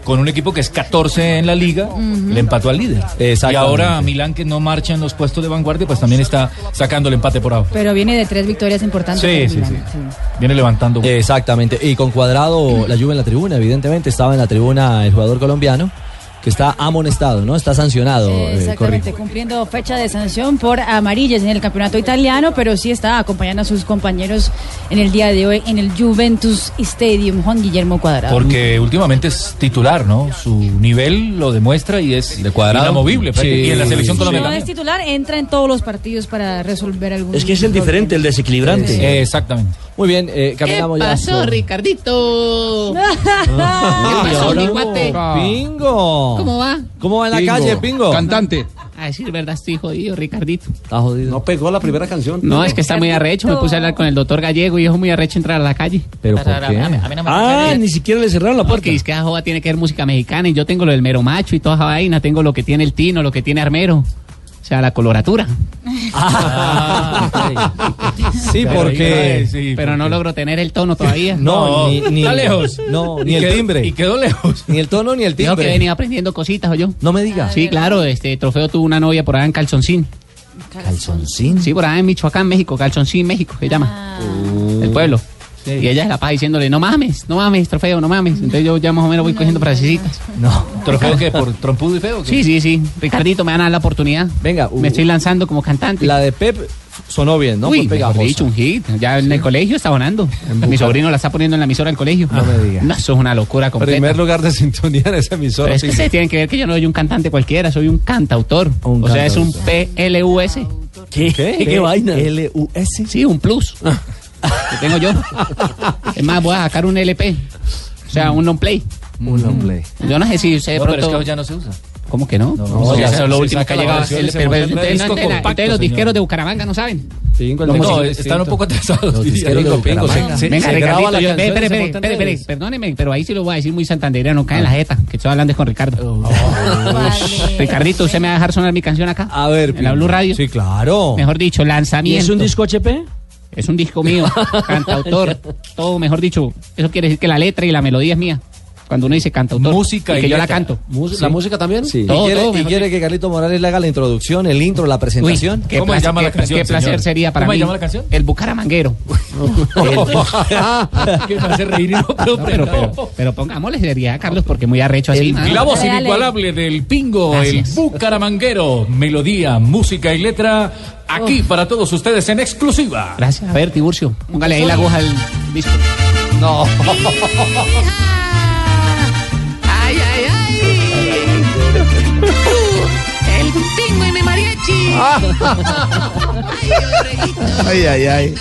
[SPEAKER 21] con un equipo que es 14 en la liga, le empató al líder. Y ahora Milán, que no marcha en los puestos de vanguardia, pues también está sacando el empate por abajo.
[SPEAKER 13] Pero viene de tres victorias importantes.
[SPEAKER 21] Sí,
[SPEAKER 13] para
[SPEAKER 21] sí,
[SPEAKER 13] Milán.
[SPEAKER 21] Viene levantando.
[SPEAKER 4] Exactamente. Y con Cuadrado, la lluvia en la tribuna, evidentemente. Estaba en la tribuna el jugador colombiano, que está amonestado, ¿no? Está sancionado, eh, Corri.
[SPEAKER 13] Exactamente, cumpliendo fecha de sanción por amarillas en el campeonato italiano, pero sí está acompañando a sus compañeros en el día de hoy en el Juventus Stadium, Juan Guillermo Cuadrado.
[SPEAKER 21] Porque últimamente es titular, ¿no? Su nivel lo demuestra y es inamovible.
[SPEAKER 9] Sí.
[SPEAKER 21] Y en la selección
[SPEAKER 13] Si no
[SPEAKER 21] colombiana.
[SPEAKER 13] es titular, entra en todos los partidos para resolver algún
[SPEAKER 9] Es que es el diferente, el desequilibrante.
[SPEAKER 13] Sí.
[SPEAKER 21] exactamente.
[SPEAKER 4] Muy bien, eh, caminamos ya.
[SPEAKER 7] Ricardito?
[SPEAKER 4] Ah,
[SPEAKER 7] ¿Qué pasó,
[SPEAKER 4] ahora
[SPEAKER 7] mi
[SPEAKER 4] no.
[SPEAKER 7] guate?
[SPEAKER 21] Ah.
[SPEAKER 4] Pingo.
[SPEAKER 7] ¿Cómo va?
[SPEAKER 4] ¿Cómo va en la
[SPEAKER 7] Pingo,
[SPEAKER 4] calle, Pingo?
[SPEAKER 22] Cantante.
[SPEAKER 7] A decir verdad, estoy jodido, Ricardito.
[SPEAKER 4] Está jodido. No
[SPEAKER 7] pegó la primera
[SPEAKER 9] canción.
[SPEAKER 7] No, es que está muy arrecho. Me puse a hablar con el doctor Gallego y es muy arrecho entrar a la calle.
[SPEAKER 9] ¿Pero por
[SPEAKER 7] A- a- a-
[SPEAKER 9] qué?
[SPEAKER 7] a mí- a mí no me
[SPEAKER 9] Ah,
[SPEAKER 7] gusta.
[SPEAKER 9] ni siquiera le cerraron la puerta.
[SPEAKER 7] Porque es que a Joa tiene que ver música mexicana y yo tengo lo del mero macho y toda esa vaina. Tengo lo que tiene el Tino, lo que tiene Armero. O sea, la coloratura.
[SPEAKER 4] Sí,
[SPEAKER 7] Pero
[SPEAKER 4] porque-
[SPEAKER 7] yo- Pero no logro tener el tono todavía.
[SPEAKER 4] No, ni, ni- No, ni el timbre.
[SPEAKER 7] Y
[SPEAKER 21] quedó lejos.
[SPEAKER 4] Ni el tono ni el
[SPEAKER 7] Tengo que
[SPEAKER 4] timbre.
[SPEAKER 7] venía aprendiendo cositas, yo.
[SPEAKER 4] No me digas.
[SPEAKER 7] Sí, claro, este trofeo tuvo una novia por allá en Calzoncín.
[SPEAKER 4] ¿Calzoncín?
[SPEAKER 7] Sí, por allá en Michoacán, México. Calzoncín, México, se llama. El pueblo. Y ella se la pasa diciéndole, no mames, no mames, trofeo, no mames. Entonces yo ya más o menos voy cogiendo frasecitas.
[SPEAKER 4] No.
[SPEAKER 7] ¿Trofeo
[SPEAKER 21] qué? ¿Por trompudo y feo?
[SPEAKER 7] Sí, sí, sí. Ricardito, me van a dar la oportunidad.
[SPEAKER 4] Venga.
[SPEAKER 7] me estoy lanzando como cantante.
[SPEAKER 4] La de Pep sonó bien, ¿no?
[SPEAKER 7] Uy,
[SPEAKER 4] Fue
[SPEAKER 7] mejor
[SPEAKER 4] pegajosa.
[SPEAKER 7] dicho, un hit. Ya en el colegio está sonando. Mi sobrino la está poniendo en la emisora del colegio. No
[SPEAKER 4] me digas.
[SPEAKER 7] eso es una locura completa.
[SPEAKER 9] Primer lugar de sintonía en esa
[SPEAKER 7] Pero
[SPEAKER 9] emisora.
[SPEAKER 7] es que
[SPEAKER 9] sí.
[SPEAKER 7] se Pues tienen que ver que yo no soy un cantante cualquiera, soy un cantautor. o sea, es un PLUS.
[SPEAKER 9] ¿Qué? ¿Qué? ¿Qué vaina? Ah.
[SPEAKER 7] ¿LUS? Sí, un plus. que tengo yo. Es más, voy a sacar un LP. O sea, un long play.
[SPEAKER 4] Un
[SPEAKER 21] Mm.
[SPEAKER 4] long play.
[SPEAKER 7] Yo no sé si usted de
[SPEAKER 21] No, pero
[SPEAKER 7] pronto-
[SPEAKER 21] es que ya no se usa.
[SPEAKER 7] ¿Cómo que no?
[SPEAKER 21] No,
[SPEAKER 7] ya
[SPEAKER 21] ya
[SPEAKER 7] eso
[SPEAKER 21] se-
[SPEAKER 7] es lo
[SPEAKER 21] se
[SPEAKER 7] último que
[SPEAKER 21] saca
[SPEAKER 7] ha
[SPEAKER 21] la
[SPEAKER 7] llegado.
[SPEAKER 21] versión,
[SPEAKER 7] Ustedes
[SPEAKER 21] se monta en
[SPEAKER 7] ustedes no
[SPEAKER 21] disco
[SPEAKER 7] entienden,
[SPEAKER 21] compacto,
[SPEAKER 7] ustedes los
[SPEAKER 21] señor.
[SPEAKER 7] disqueros de Bucaramanga no saben.
[SPEAKER 21] No, están un poco atrasados. diría yo.
[SPEAKER 7] Venga, Ricardito, yo- espere, espere, espere,
[SPEAKER 21] monta en
[SPEAKER 7] espere,
[SPEAKER 21] redes.
[SPEAKER 7] perdóneme, pero ahí sí lo voy a decir muy santandereano, cae en la jeta, que estoy hablando es con Ricardo.
[SPEAKER 21] Oh,
[SPEAKER 7] Ricardito, Eh, ¿usted me va a dejar sonar mi canción acá? A ver. En la Blue Radio. Sí,
[SPEAKER 4] claro.
[SPEAKER 7] Mejor dicho,
[SPEAKER 9] ¿Y
[SPEAKER 7] lanzamiento.
[SPEAKER 9] es un disco
[SPEAKER 7] HP? Es un disco mío, cantautor, todo, mejor dicho, eso quiere decir que la letra y la melodía es mía. Cuando uno dice cantautor,
[SPEAKER 4] Música
[SPEAKER 7] y
[SPEAKER 4] y
[SPEAKER 7] que yo la
[SPEAKER 4] letra.
[SPEAKER 7] canto.
[SPEAKER 4] Mus- ¿la música
[SPEAKER 7] también? Sí.
[SPEAKER 4] ¿Y
[SPEAKER 7] Todo,
[SPEAKER 4] quiere,
[SPEAKER 7] todo,
[SPEAKER 4] y
[SPEAKER 7] mejor
[SPEAKER 4] quiere que Carlito Morales le haga la introducción, el intro, la presentación?
[SPEAKER 7] Uy, qué placer, qué- qué placer sería para mí. El Bucaramanguero.
[SPEAKER 21] Que me hace reír y no, pero,
[SPEAKER 7] No, pero, pero, pero pongámosle seriedad, Carlos, porque muy arrecho así. ¿no?
[SPEAKER 21] Y la voz inigualable del Pingo, el Bucaramanguero. Melodía, música y letra.
[SPEAKER 7] Oh.
[SPEAKER 21] Aquí para todos ustedes en exclusiva.
[SPEAKER 7] Gracias. A ver, Tiburcio, póngale ahí la aguja al disco.
[SPEAKER 21] No.
[SPEAKER 7] ay, ay, ay. El tingo y mi mariachi.
[SPEAKER 24] Ay, ay, ay.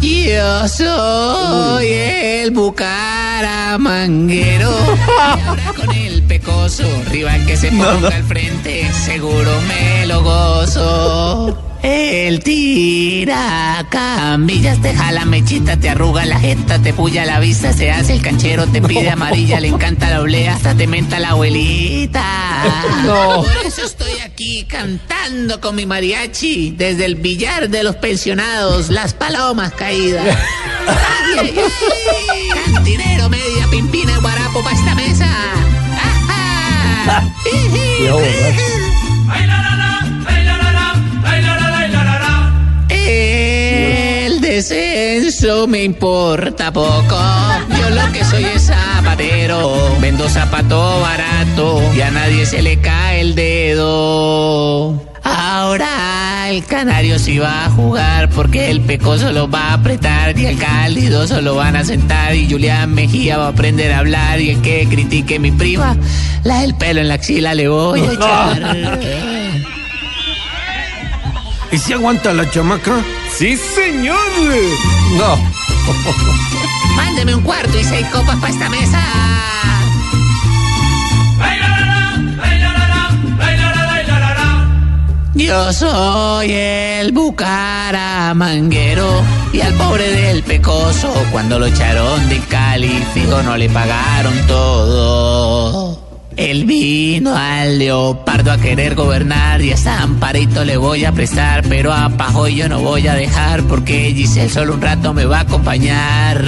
[SPEAKER 7] Yo soy el bucaramanguero. Y ahora con el pecoso, rival que se ponga al frente, seguro me lo gozo. El tira cambillas, te jala mechita, te arruga la jeta, te puya la vista, se hace el canchero, te pide amarilla, le encanta la oblea, hasta te menta la abuelita.
[SPEAKER 8] No.
[SPEAKER 7] Por eso estoy aquí cantando con mi mariachi desde el billar de los pensionados, las palomas caídas. Ay, ay, ay. Cantinero, media pimpina, guarapo para esta mesa. Ajá.
[SPEAKER 25] Ya, borracho.
[SPEAKER 7] El descenso me importa poco. Yo lo que soy es zapatero. Vendo zapato barato y a nadie se le cae el dedo. Ahora el canario sí va a jugar porque el pecoso lo va a apretar y el cálido solo van a sentar y Julián Mejía va a aprender a hablar y el que critique a mi prima, la del pelo en la axila le voy a echar.
[SPEAKER 2] ¿Y si aguanta la chamaca? Sí, señor. No.
[SPEAKER 7] Mándeme un cuarto y seis copas para esta mesa. Yo soy el bucaramanguero y al pobre del pecoso cuando lo echaron de Cali, fijo no le pagaron todo. Él vino al leopardo a querer gobernar y a Zamparito le voy a prestar, pero a Pajoy yo no voy a dejar porque Giselle solo un rato me va a acompañar.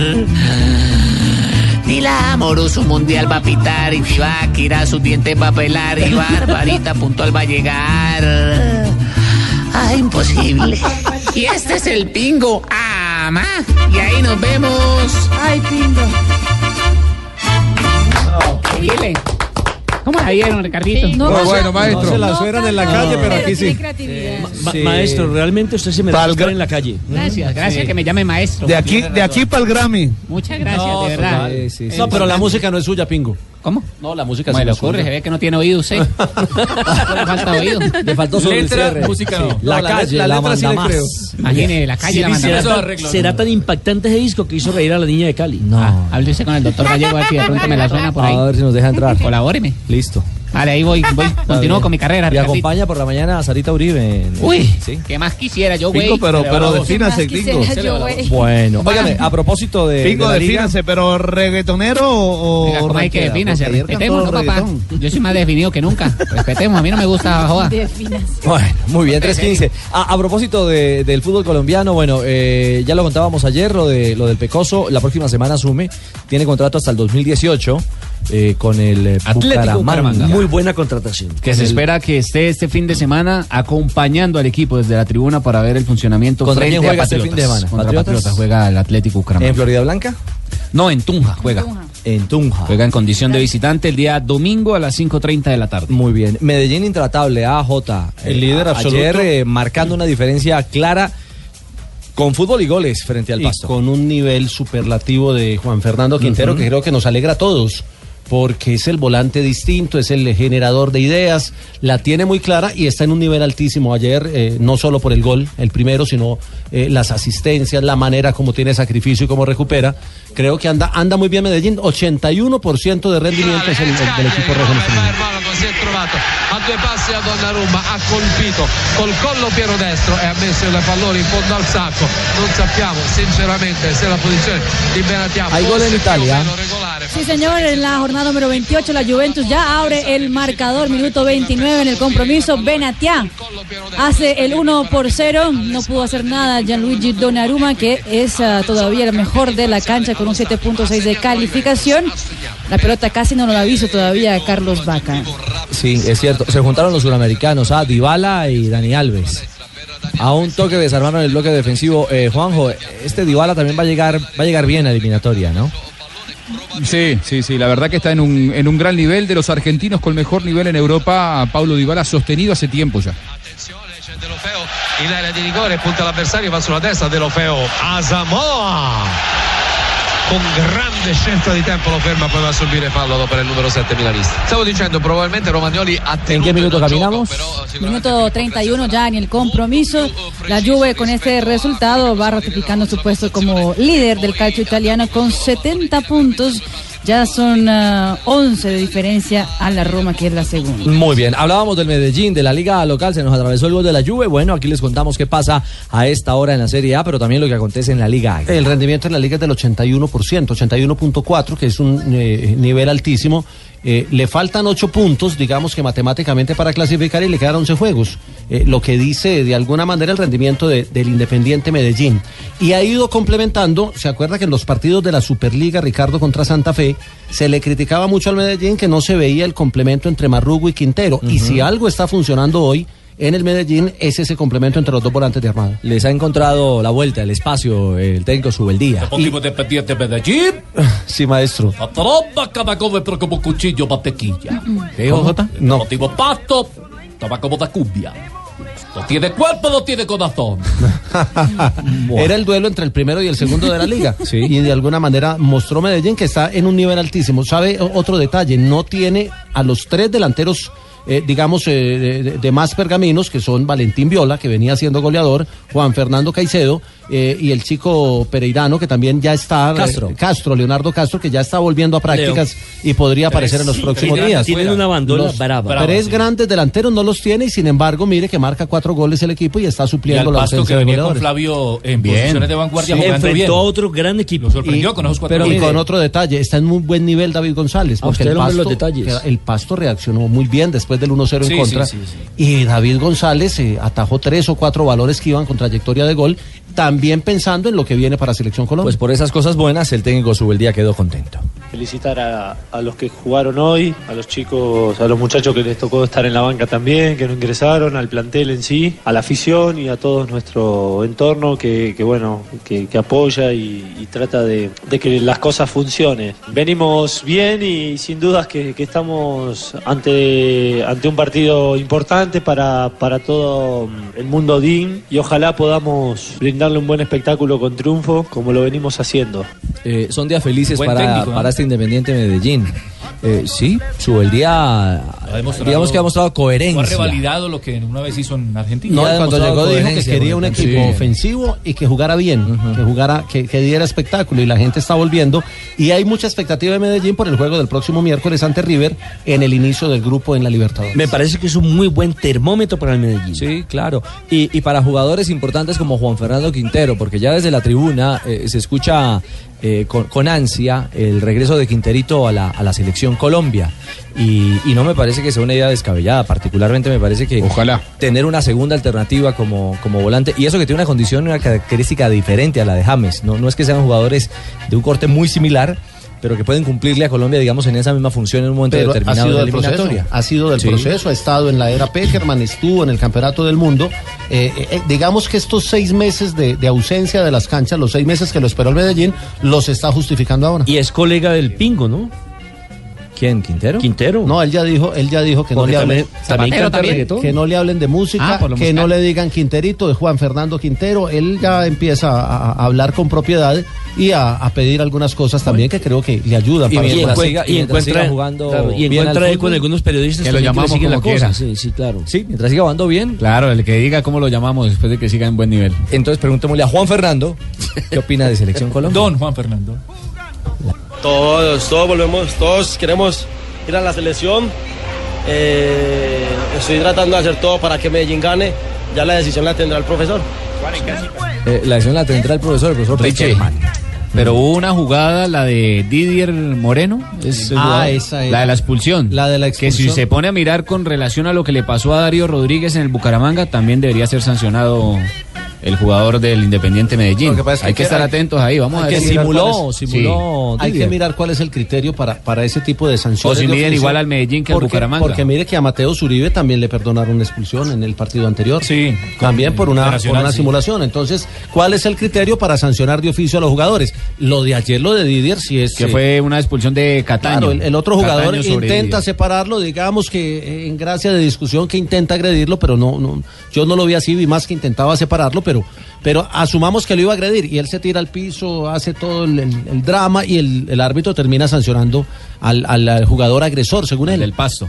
[SPEAKER 7] Ni la amoroso mundial va a pitar y Tibaquira sus dientes va a pelar y Barbarita puntual va a llegar. Ah, imposible. Y este es el pingo. Ah, ma. Y ahí nos vemos. Ay, pingo. Dile. ¿Cómo la vieron, Ricardito?
[SPEAKER 6] No, Muy bueno, maestro. No se la suenan en la calle, pero aquí sí.
[SPEAKER 4] Ma- Maestro, realmente usted se me va a buscar en la calle.
[SPEAKER 7] Gracias, gracias
[SPEAKER 4] Sí.
[SPEAKER 7] que me llame maestro.
[SPEAKER 4] De aquí- de aquí
[SPEAKER 24] para el Grammy.
[SPEAKER 7] Muchas gracias, de verdad. Eh,
[SPEAKER 6] No, pero la música no es suya, Pingo.
[SPEAKER 7] ¿Cómo?
[SPEAKER 6] No, la música
[SPEAKER 7] Me
[SPEAKER 6] sí
[SPEAKER 7] lo
[SPEAKER 6] es
[SPEAKER 7] ocurre,
[SPEAKER 6] suya.
[SPEAKER 7] se ve que no tiene oído usted. Le falta oído.
[SPEAKER 6] Le faltó solo el Letra, cierre. música no.
[SPEAKER 4] La calle, la,
[SPEAKER 7] letra sí le
[SPEAKER 4] manda más.
[SPEAKER 7] creo. Imagine, la calle la manda
[SPEAKER 4] será,
[SPEAKER 7] más.
[SPEAKER 4] tan-
[SPEAKER 7] Eso arreglo,
[SPEAKER 4] será
[SPEAKER 7] no.
[SPEAKER 4] tan impactante ese disco que hizo reír a la niña de Cali. No.
[SPEAKER 7] háblese con el doctor Gallego a ver si de pronto me la suena por ahí.
[SPEAKER 4] A ver si nos deja entrar.
[SPEAKER 7] Colabóreme.
[SPEAKER 4] Listo.
[SPEAKER 7] Vale, ahí voy, voy. Continúo con mi carrera,
[SPEAKER 4] Y
[SPEAKER 7] Ricardito.
[SPEAKER 4] acompaña por la mañana a Sarita Uribe. en-
[SPEAKER 7] Uy, ¿qué más quisiera yo, güey?
[SPEAKER 4] Pingo, pero-
[SPEAKER 7] Se le va
[SPEAKER 4] pero
[SPEAKER 7] la voz.
[SPEAKER 4] defínase,
[SPEAKER 7] ¿Qué más
[SPEAKER 4] Pingo.
[SPEAKER 7] quisiera yo, güey?
[SPEAKER 4] Bueno, óigame, a propósito de.
[SPEAKER 24] Pingo,
[SPEAKER 4] de la liga-
[SPEAKER 24] defínase, pero reggaetonero o.
[SPEAKER 7] Venga, ¿cómo hay que
[SPEAKER 24] ranchera?
[SPEAKER 7] definirse?
[SPEAKER 24] Porque ayer cantó
[SPEAKER 7] Respetemos, ¿no, papá?
[SPEAKER 24] reggaetón.
[SPEAKER 7] Yo soy más definido que nunca. Respetemos, a mí no me gusta joda.
[SPEAKER 4] Bueno, muy bien, 3.15. A, a propósito de- del fútbol colombiano, bueno, eh, ya lo contábamos ayer, lo, de, lo del Pecoso, la próxima semana asume, tiene contrato hasta el 2018 eh, con el eh,
[SPEAKER 26] Atlético Bucaramanga.
[SPEAKER 4] Muy buena contratación.
[SPEAKER 26] Que se
[SPEAKER 4] Con el-
[SPEAKER 26] espera que esté este fin de semana acompañando al equipo desde la tribuna para ver el funcionamiento
[SPEAKER 4] ¿Contra
[SPEAKER 26] frente
[SPEAKER 4] quién juega
[SPEAKER 26] a
[SPEAKER 4] este
[SPEAKER 26] Patriotas.
[SPEAKER 4] fin de semana?
[SPEAKER 26] Contra
[SPEAKER 4] ¿Patriotas?
[SPEAKER 26] Patriotas, juega el Atlético Bucaramanga.
[SPEAKER 4] ¿En Florida Blanca?
[SPEAKER 26] No, en Tunja juega.
[SPEAKER 4] En Tunja.
[SPEAKER 26] Juega en condición de visitante el día domingo a las 5.30 de la tarde.
[SPEAKER 4] Muy bien. Medellín intratable, AJ.
[SPEAKER 26] El líder
[SPEAKER 4] a-
[SPEAKER 26] absoluto.
[SPEAKER 4] Ayer eh, marcando una diferencia clara con fútbol y goles frente al
[SPEAKER 6] Y
[SPEAKER 4] Pasto.
[SPEAKER 6] con un nivel superlativo de Juan Fernando Quintero
[SPEAKER 4] Ujú.
[SPEAKER 6] que creo que nos alegra a todos. Porque es el volante distinto, es el generador de ideas, la tiene muy clara y está en un nivel altísimo. Ayer, eh, no solo por el gol, el primero, sino eh, las asistencias, la manera como tiene sacrificio y cómo recupera. Creo que anda anda muy bien Medellín, 81% de rendimiento es el, el del equipo rojo. en este momento.
[SPEAKER 12] si è trovato a due passi a Donnarumma ha colpito col collo pieno destro e ha messo il pallone in fondo al sacco non sappiamo sinceramente se la posizione di Benatia
[SPEAKER 4] Hay gol en Italia.
[SPEAKER 13] Sí, señor, en la jornada número 28 la Juventus ya abre el marcador, minuto 29 en el compromiso, Benatia hace el 1 por 0, no pudo hacer nada Gianluigi Donnarumma que es ah, todavía el mejor de la cancha con un 7.6 de calificación, la pelota casi no lo aviso todavía a Carlos Vaca.
[SPEAKER 4] Sí, es cierto. Se juntaron los suramericanos, a Dybala y Dani Alves. A un toque desarmaron el bloque defensivo. Eh, Juanjo, este Dybala también va a llegar, va a llegar bien a eliminatoria, ¿no?
[SPEAKER 22] Sí, sí, sí. La verdad que está en un, en un gran nivel de los argentinos con mejor nivel en Europa. Paulo Dybala sostenido hace tiempo ya.
[SPEAKER 12] in area di rigore punta l'avversario va sulla testa Delofeo a Samoa con grande scelta di tempo lo ferma poi va a subire fallo ad opera il numero 7 milanista stavo dicendo probabilmente Romagnoli ha
[SPEAKER 4] ¿En
[SPEAKER 12] tenuto
[SPEAKER 4] qué minuto caminamos?
[SPEAKER 13] Minuto 31 ya en el compromiso. La Juve con este resultado va ratificando su puesto como líder del calcio italiano con 70 puntos. Ya son ah, 11 de diferencia a la Roma que es la segunda.
[SPEAKER 4] Muy bien, hablábamos del Medellín, de la liga local, se nos atravesó el gol de la Juve. Bueno, aquí les contamos qué pasa a esta hora en la Serie A, pero también lo que acontece en la Liga A.
[SPEAKER 6] El rendimiento en la liga es del 81%, 81.4, que es un eh, nivel altísimo. Eh, le faltan 8 puntos, digamos que matemáticamente para clasificar y le quedan 11 juegos. Eh, lo que dice de alguna manera el rendimiento de- del Independiente Medellín. Y ha ido complementando, se acuerda que en los partidos de la Superliga Ricardo contra Santa Fe, se le criticaba mucho al Medellín que no se veía el complemento entre Marrugo y Quintero. Y si algo está funcionando hoy en el Medellín es ese complemento entre los dos volantes de armada.
[SPEAKER 4] Les ha encontrado la vuelta, el espacio, el técnico sube el día.
[SPEAKER 8] Deportivo Independiente Medellín,
[SPEAKER 6] Sí, maestro.
[SPEAKER 8] la tromba caracoles, pero como cuchillo mantequilla.
[SPEAKER 6] ¿Cómo, Jota?
[SPEAKER 8] El Deportivo Pasto, estaba como de cumbia. No tiene cuerpo, no tiene corazón.
[SPEAKER 6] Era el duelo entre el primero y el segundo de la liga. Y de alguna manera mostró Medellín que está en un nivel altísimo. ¿Sabe o- otro detalle? No tiene a los tres delanteros. eh, digamos, eh, de, de más pergaminos, que son Valentín Viola, que venía siendo goleador, Juan Fernando Caicedo eh, y el chico Pereirano, que también ya está. eh,
[SPEAKER 5] Castro.
[SPEAKER 6] Castro, Leonardo Castro, que ya está volviendo a prácticas y podría aparecer en los
[SPEAKER 5] Tres
[SPEAKER 6] próximos
[SPEAKER 5] grandes
[SPEAKER 6] días.
[SPEAKER 5] tienen una bandola
[SPEAKER 6] Los
[SPEAKER 5] brava.
[SPEAKER 6] Tres
[SPEAKER 5] Brava, sí.
[SPEAKER 6] grandes delanteros no los tiene y, sin embargo, mire que marca cuatro goles el equipo y está
[SPEAKER 8] Y al
[SPEAKER 6] supliendo la
[SPEAKER 8] pasto que
[SPEAKER 6] ausencia de
[SPEAKER 8] venía con
[SPEAKER 6] goleadores.
[SPEAKER 8] Flavio en
[SPEAKER 6] Bien.
[SPEAKER 8] posiciones de vanguardia
[SPEAKER 6] Sí.
[SPEAKER 8] jugando
[SPEAKER 6] Enfrentó
[SPEAKER 8] bien.
[SPEAKER 6] a
[SPEAKER 8] otro gran equipo. Lo sorprendió con esos cuatro
[SPEAKER 6] y
[SPEAKER 8] goles.
[SPEAKER 6] con otro detalle, está en muy buen nivel David González.
[SPEAKER 8] A
[SPEAKER 6] Porque
[SPEAKER 8] usted
[SPEAKER 6] el
[SPEAKER 8] no ve
[SPEAKER 6] pasto,
[SPEAKER 8] los detalles.
[SPEAKER 6] El pasto reaccionó muy bien después del 1-0
[SPEAKER 8] Sí,
[SPEAKER 6] en contra.
[SPEAKER 8] sí, sí, sí.
[SPEAKER 6] Y David González eh, atajó tres o cuatro valores que iban con trayectoria de gol, también pensando en lo que viene para Selección Colombia.
[SPEAKER 4] Pues por esas cosas buenas, el técnico sube el día quedó contento.
[SPEAKER 27] Felicitar a, a los que jugaron hoy, a los chicos, a los muchachos que les tocó estar en la banca también, que no ingresaron, al plantel en sí, a la afición y a todo nuestro entorno que, que, bueno, que, que apoya y, y trata de, de que las cosas funcionen. Venimos bien y sin dudas que, que estamos ante, ante un partido importante para, para todo el mundo DIN y ojalá podamos brindarle un buen espectáculo con triunfo como lo venimos haciendo.
[SPEAKER 4] Eh, son días felices
[SPEAKER 27] Buen
[SPEAKER 4] para,
[SPEAKER 27] técnico, ¿eh?
[SPEAKER 4] para este Independiente Medellín. Eh, sí, su el día,
[SPEAKER 8] demostrado-
[SPEAKER 4] digamos que ha mostrado
[SPEAKER 8] O ha
[SPEAKER 4] coherencia.
[SPEAKER 8] revalidado lo que una vez hizo en Argentina.
[SPEAKER 6] No, cuando llegó dijo que quería un equipo ofensivo y que jugara bien, que jugara, que, que diera espectáculo y la gente está volviendo y hay mucha expectativa de Medellín por el juego del próximo miércoles ante River en el inicio del grupo en la Libertadores.
[SPEAKER 5] Me parece que es un muy buen termómetro para el Medellín.
[SPEAKER 4] Sí, claro. Y, y para jugadores importantes como Juan Fernando Quintero, porque ya desde la tribuna eh, se escucha eh, con, con ansia el regreso de Quinterito a la, a la selección Colombia. Y, y no me parece que sea una idea descabellada, particularmente me parece que Ojalá. tener una segunda alternativa como, como volante, y eso que tiene una condición, una característica diferente a la de James, no, no es que sean jugadores de un corte muy similar, pero que pueden cumplirle a Colombia, digamos, en esa misma función en un momento
[SPEAKER 6] Pero ha
[SPEAKER 4] determinado
[SPEAKER 6] sido
[SPEAKER 4] de
[SPEAKER 6] del proceso,
[SPEAKER 4] eliminatoria.
[SPEAKER 6] ha sido del
[SPEAKER 4] Sí.
[SPEAKER 6] proceso, ha estado en la era Peckerman, estuvo en el campeonato del mundo. Eh, eh, eh, digamos que estos seis meses de, de ausencia de las canchas, los seis meses que lo esperó el Medellín, los está justificando ahora.
[SPEAKER 5] Y es colega del Pingo, ¿no?
[SPEAKER 4] ¿Quién? ¿Quintero?
[SPEAKER 5] Quintero.
[SPEAKER 6] No, él ya dijo, él ya dijo que no
[SPEAKER 5] Porque
[SPEAKER 6] le hablen,
[SPEAKER 5] también- también Zapatero canta también. reggaetón.
[SPEAKER 6] que no le hablen de música,
[SPEAKER 5] Ah, por lo
[SPEAKER 6] que
[SPEAKER 5] musical.
[SPEAKER 6] no le digan Quinterito de Juan Fernando Quintero. Él ya empieza a, a hablar con propiedad y a, a pedir algunas cosas también que creo que le ayudan.
[SPEAKER 5] Y
[SPEAKER 6] para
[SPEAKER 5] mientras
[SPEAKER 6] jugar.
[SPEAKER 5] siga- y mientras siga jugando
[SPEAKER 6] claro,
[SPEAKER 5] bien al fútbol,
[SPEAKER 6] también le siguen la cosa.
[SPEAKER 5] Sí, sí, claro.
[SPEAKER 4] Sí, mientras siga jugando bien.
[SPEAKER 9] Claro, el que diga cómo lo llamamos después de que siga en buen nivel.
[SPEAKER 4] Entonces preguntémosle a Juan Fernando qué opina de Selección Colombia.
[SPEAKER 8] Don Juan Fernando.
[SPEAKER 28] Todos, todos volvemos, todos queremos ir a la selección. Eh, estoy tratando de hacer todo para que Medellín gane. Ya la decisión la tendrá el profesor.
[SPEAKER 4] Eh, la decisión la tendrá el profesor, el profesor
[SPEAKER 9] Richie.
[SPEAKER 4] Peckerman.
[SPEAKER 9] Pero hubo una jugada, la de Didier Moreno, es el
[SPEAKER 6] Ah,
[SPEAKER 9] jugador,
[SPEAKER 6] esa era.
[SPEAKER 9] la de la expulsión. La de la Que si
[SPEAKER 6] expulsión.
[SPEAKER 9] se pone a mirar con relación a lo que le pasó a Darío Rodríguez en el Bucaramanga, también debería ser sancionado el jugador del Independiente Medellín. hay que estar atentos ahí, vamos a ver. si- Sí.
[SPEAKER 6] Hay que mirar cuál es el criterio para, para ese tipo de sanciones.
[SPEAKER 9] O si
[SPEAKER 6] de
[SPEAKER 9] miden
[SPEAKER 6] ofensiva.
[SPEAKER 9] igual al Medellín que al
[SPEAKER 6] Porque-
[SPEAKER 9] Bucaramanga.
[SPEAKER 6] Porque mire que a Mateo Zuribe también le perdonaron una expulsión en el partido anterior. Sí. También por una, por
[SPEAKER 9] Internacional,
[SPEAKER 6] una
[SPEAKER 9] sí.
[SPEAKER 6] simulación. Entonces, ¿cuál es el criterio para sancionar de oficio a los jugadores? Lo de ayer, lo de Didier, si es.
[SPEAKER 9] Que
[SPEAKER 6] eh,
[SPEAKER 9] fue una expulsión de Cataño.
[SPEAKER 6] Claro, el, el otro jugador
[SPEAKER 9] Cataño sobre
[SPEAKER 6] intenta separarlo, digamos que eh, en gracia de discusión que intenta agredirlo, pero no, no, Yo no lo vi así, vi más que intentaba separarlo, pero, pero asumamos que lo iba a agredir y él se tira al piso, hace todo el, el- el drama y el, el árbitro termina sancionando al, al- al jugador agresor, según él. El
[SPEAKER 9] paso.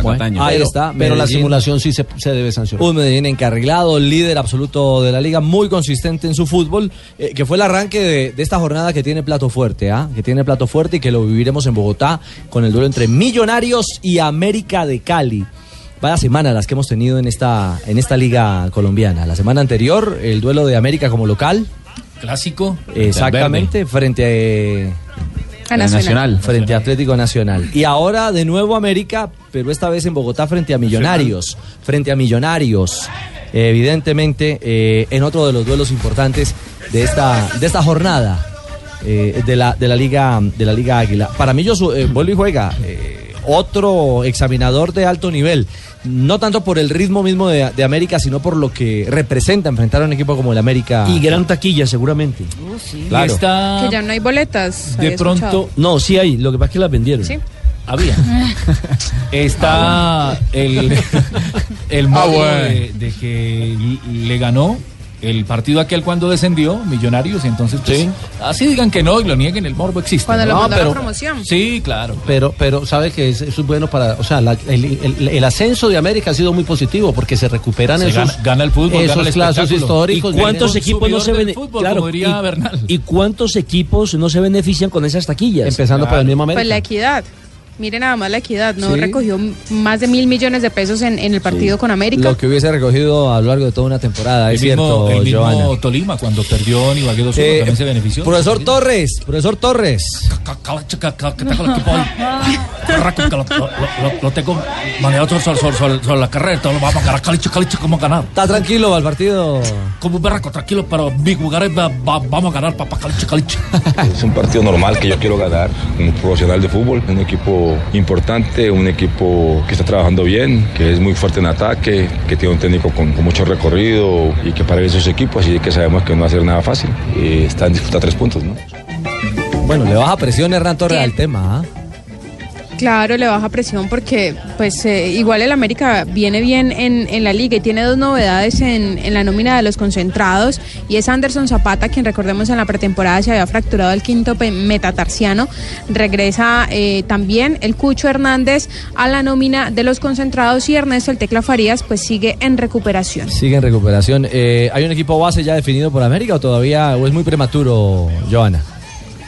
[SPEAKER 4] Bueno, ahí
[SPEAKER 6] pero,
[SPEAKER 4] está,
[SPEAKER 6] Pero la
[SPEAKER 4] Medellín.
[SPEAKER 6] simulación sí se, se debe sancionar.
[SPEAKER 4] Un Medellín encarrilado, líder absoluto de la liga, muy consistente en su fútbol, eh, que fue el arranque de, de esta jornada que tiene plato fuerte, ¿ah? que tiene plato fuerte y que lo viviremos en Bogotá con el duelo entre Millonarios y América de Cali. Vaya semana las que hemos tenido en esta, en esta liga colombiana. La semana anterior, el duelo de América como local.
[SPEAKER 21] Clásico.
[SPEAKER 4] Exactamente, frente eh, a...
[SPEAKER 21] A Nacional. Nacional.
[SPEAKER 4] Frente a Atlético Nacional. Y ahora de nuevo América, pero esta vez en Bogotá frente a Millonarios. Frente a Millonarios. Evidentemente, eh, en otro de los duelos importantes de esta, de esta jornada eh, de, la, de, la Liga, de la Liga Águila. Para mí, yo su- eh, vuelvo y juega. eh, otro examinador de alto nivel. No tanto por el ritmo mismo de, de América, sino por lo que representa enfrentar a un equipo como el América.
[SPEAKER 5] Y gran taquilla, seguramente.
[SPEAKER 29] Oh,
[SPEAKER 4] Claro.
[SPEAKER 29] Que ya no hay boletas. había escuchado.
[SPEAKER 5] No, sí hay. Lo que pasa es que las vendieron.
[SPEAKER 29] Sí.
[SPEAKER 21] Había. Está el, el modo de, de que le ganó el partido aquel cuando descendió, Millonarios, entonces pues, así digan que no y lo nieguen, el morbo existe.
[SPEAKER 29] Cuando
[SPEAKER 21] ¿no?
[SPEAKER 29] lo mandó a
[SPEAKER 21] pero-
[SPEAKER 29] la promoción.
[SPEAKER 21] Sí, claro.
[SPEAKER 6] Pero, pero sabe que es- eso es bueno para, o sea, la- el, el- el ascenso de América ha sido muy positivo porque se recuperan
[SPEAKER 21] Se
[SPEAKER 6] esos,
[SPEAKER 21] gana- gana el fútbol, gana
[SPEAKER 6] esos
[SPEAKER 21] el
[SPEAKER 6] lazos
[SPEAKER 21] espectáculo.
[SPEAKER 6] históricos.
[SPEAKER 5] ¿Y cuántos
[SPEAKER 6] Viene un
[SPEAKER 5] equipos no se
[SPEAKER 6] subidor del
[SPEAKER 5] bene- claro, y- y cuántos equipos no se benefician con esas taquillas?
[SPEAKER 6] Empezando por el mismo
[SPEAKER 29] Pues la equidad. Mire nada más la equidad, ¿no?
[SPEAKER 4] Sí.
[SPEAKER 29] Recogió m- más de mil millones de pesos en, en el partido con América.
[SPEAKER 4] Lo que hubiese recogido a lo largo de toda una temporada,
[SPEAKER 21] El
[SPEAKER 4] es
[SPEAKER 21] mismo,
[SPEAKER 4] cierto,
[SPEAKER 21] el mismo
[SPEAKER 4] Giovanna.
[SPEAKER 21] Tolima cuando perdió en Ibagué 2
[SPEAKER 4] Eh,
[SPEAKER 21] también se benefició.
[SPEAKER 4] Profesor Torres, profesor Torres.
[SPEAKER 21] Lo tengo manejado sobre, sobre- sobre- sobre la carrera, todo lo vamos a ganar. Calicho, calicho, ¿cómo ganar?
[SPEAKER 4] Está tranquilo al partido.
[SPEAKER 21] Como un berraco, tranquilo, pero mi jugar es va- va- vamos a ganar, papá, calicho, calicho.
[SPEAKER 15] Es un partido normal que yo quiero ganar como profesional de fútbol. Un equipo importante, un equipo que está trabajando bien, que es muy fuerte en ataque, que tiene un técnico con, con mucho recorrido y que para esos equipos, así que sabemos que no va a ser nada fácil. Y está en disputa tres puntos, ¿no?
[SPEAKER 4] Bueno, le baja presión Hernán Torres al tema. ¿ah?
[SPEAKER 29] Claro, le baja presión porque pues eh, igual el América viene bien en, en la liga y tiene dos novedades en, en la nómina de los concentrados y es Anderson Zapata, quien recordemos en la pretemporada se había fracturado el quinto pe- metatarsiano, regresa eh, también el Cucho Hernández a la nómina de los concentrados y Ernesto el Tecla Farías pues sigue en recuperación.
[SPEAKER 4] Sigue en recuperación. Eh, ¿Hay un equipo base ya definido por América o todavía o es muy prematuro, Joana?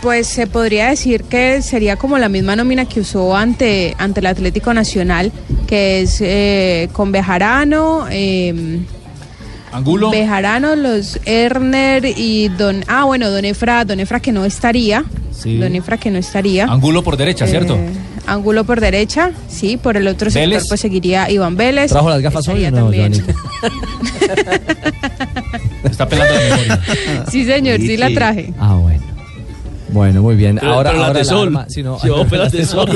[SPEAKER 29] Pues se podría decir que sería como la misma nómina que usó ante, ante el Atlético Nacional, que es eh, con Bejarano, eh,
[SPEAKER 21] Angulo.
[SPEAKER 29] Bejarano, los Erner y Don... Ah, bueno, Don Efra, Don Efra que no estaría.
[SPEAKER 21] Sí.
[SPEAKER 29] Don Efra que no estaría.
[SPEAKER 21] Angulo por derecha,
[SPEAKER 29] Eh,
[SPEAKER 21] ¿cierto?
[SPEAKER 29] Ángulo por derecha, sí, por el otro sector
[SPEAKER 21] Vélez.
[SPEAKER 29] pues seguiría Iván Vélez.
[SPEAKER 4] ¿Trajo las gafas hoy o
[SPEAKER 29] Pues, Estaría
[SPEAKER 4] no,
[SPEAKER 29] también.
[SPEAKER 4] Joanita?
[SPEAKER 21] Está pelando la memoria.
[SPEAKER 29] Sí, señor, sí la traje.
[SPEAKER 4] Ah, bueno. Bueno, muy bien.
[SPEAKER 21] Pero-
[SPEAKER 4] ahora
[SPEAKER 21] pero las
[SPEAKER 4] ahora
[SPEAKER 21] de
[SPEAKER 4] la
[SPEAKER 21] sol.
[SPEAKER 4] arma- sí, no,
[SPEAKER 21] Sí, oh, pero las de sol.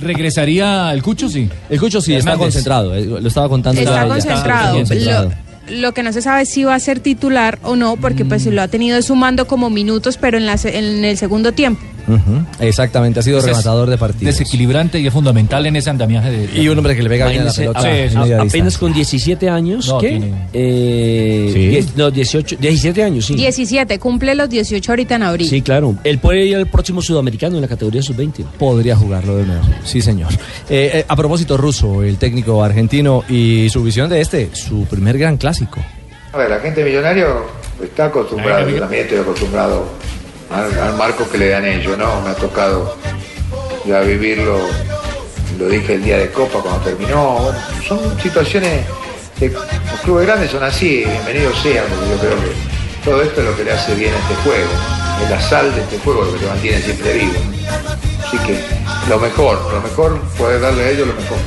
[SPEAKER 4] ¿Regresaría el Cucho, sí? El Cucho sí, está
[SPEAKER 29] Hernández.
[SPEAKER 4] concentrado. eh, Lo estaba contando.
[SPEAKER 29] Está
[SPEAKER 4] ya- ya
[SPEAKER 29] concentrado.
[SPEAKER 4] concentrado.
[SPEAKER 29] Lo que no se sabe es si va a ser titular o no, porque pues lo ha tenido sumando como minutos, pero en, la se- en el segundo tiempo.
[SPEAKER 4] Ujú, Exactamente, ha sido
[SPEAKER 21] Ese es
[SPEAKER 4] rematador de partidos.
[SPEAKER 21] Desequilibrante y es fundamental en ese andamiaje de.
[SPEAKER 4] Y un hombre que le pega bien a la
[SPEAKER 21] Imagínese,
[SPEAKER 4] pelota.
[SPEAKER 21] sí, sí.
[SPEAKER 4] en media
[SPEAKER 21] A-
[SPEAKER 4] distancia.
[SPEAKER 5] Apenas con 17 años,
[SPEAKER 21] No,
[SPEAKER 5] ¿qué?
[SPEAKER 21] tiene-
[SPEAKER 5] Eh,
[SPEAKER 21] Sí.
[SPEAKER 5] diez- no, 18, 17 años, sí.
[SPEAKER 29] 17, cumple los 18 ahorita en abril.
[SPEAKER 5] Sí, claro. Él puede ir al próximo sudamericano en la categoría sub-20.
[SPEAKER 4] Podría jugarlo de nuevo. Sí, señor. Eh, eh, a propósito, Russo, el técnico argentino, y su visión de este, su primer gran clásico.
[SPEAKER 30] A ver, la gente millonario está acostumbrada, yo también estoy acostumbrado al, al marco que le dan ellos, ¿no? Me ha tocado ya vivirlo, lo dije el día de Copa cuando terminó, bueno, son situaciones, de- los clubes grandes son así, bienvenidos sean, porque yo creo que todo esto es lo que le hace bien a este juego, ¿no? es la sal de este juego lo que te mantiene siempre vivo. ¿no? Así que lo mejor, lo mejor, poder darle a ellos lo mejor.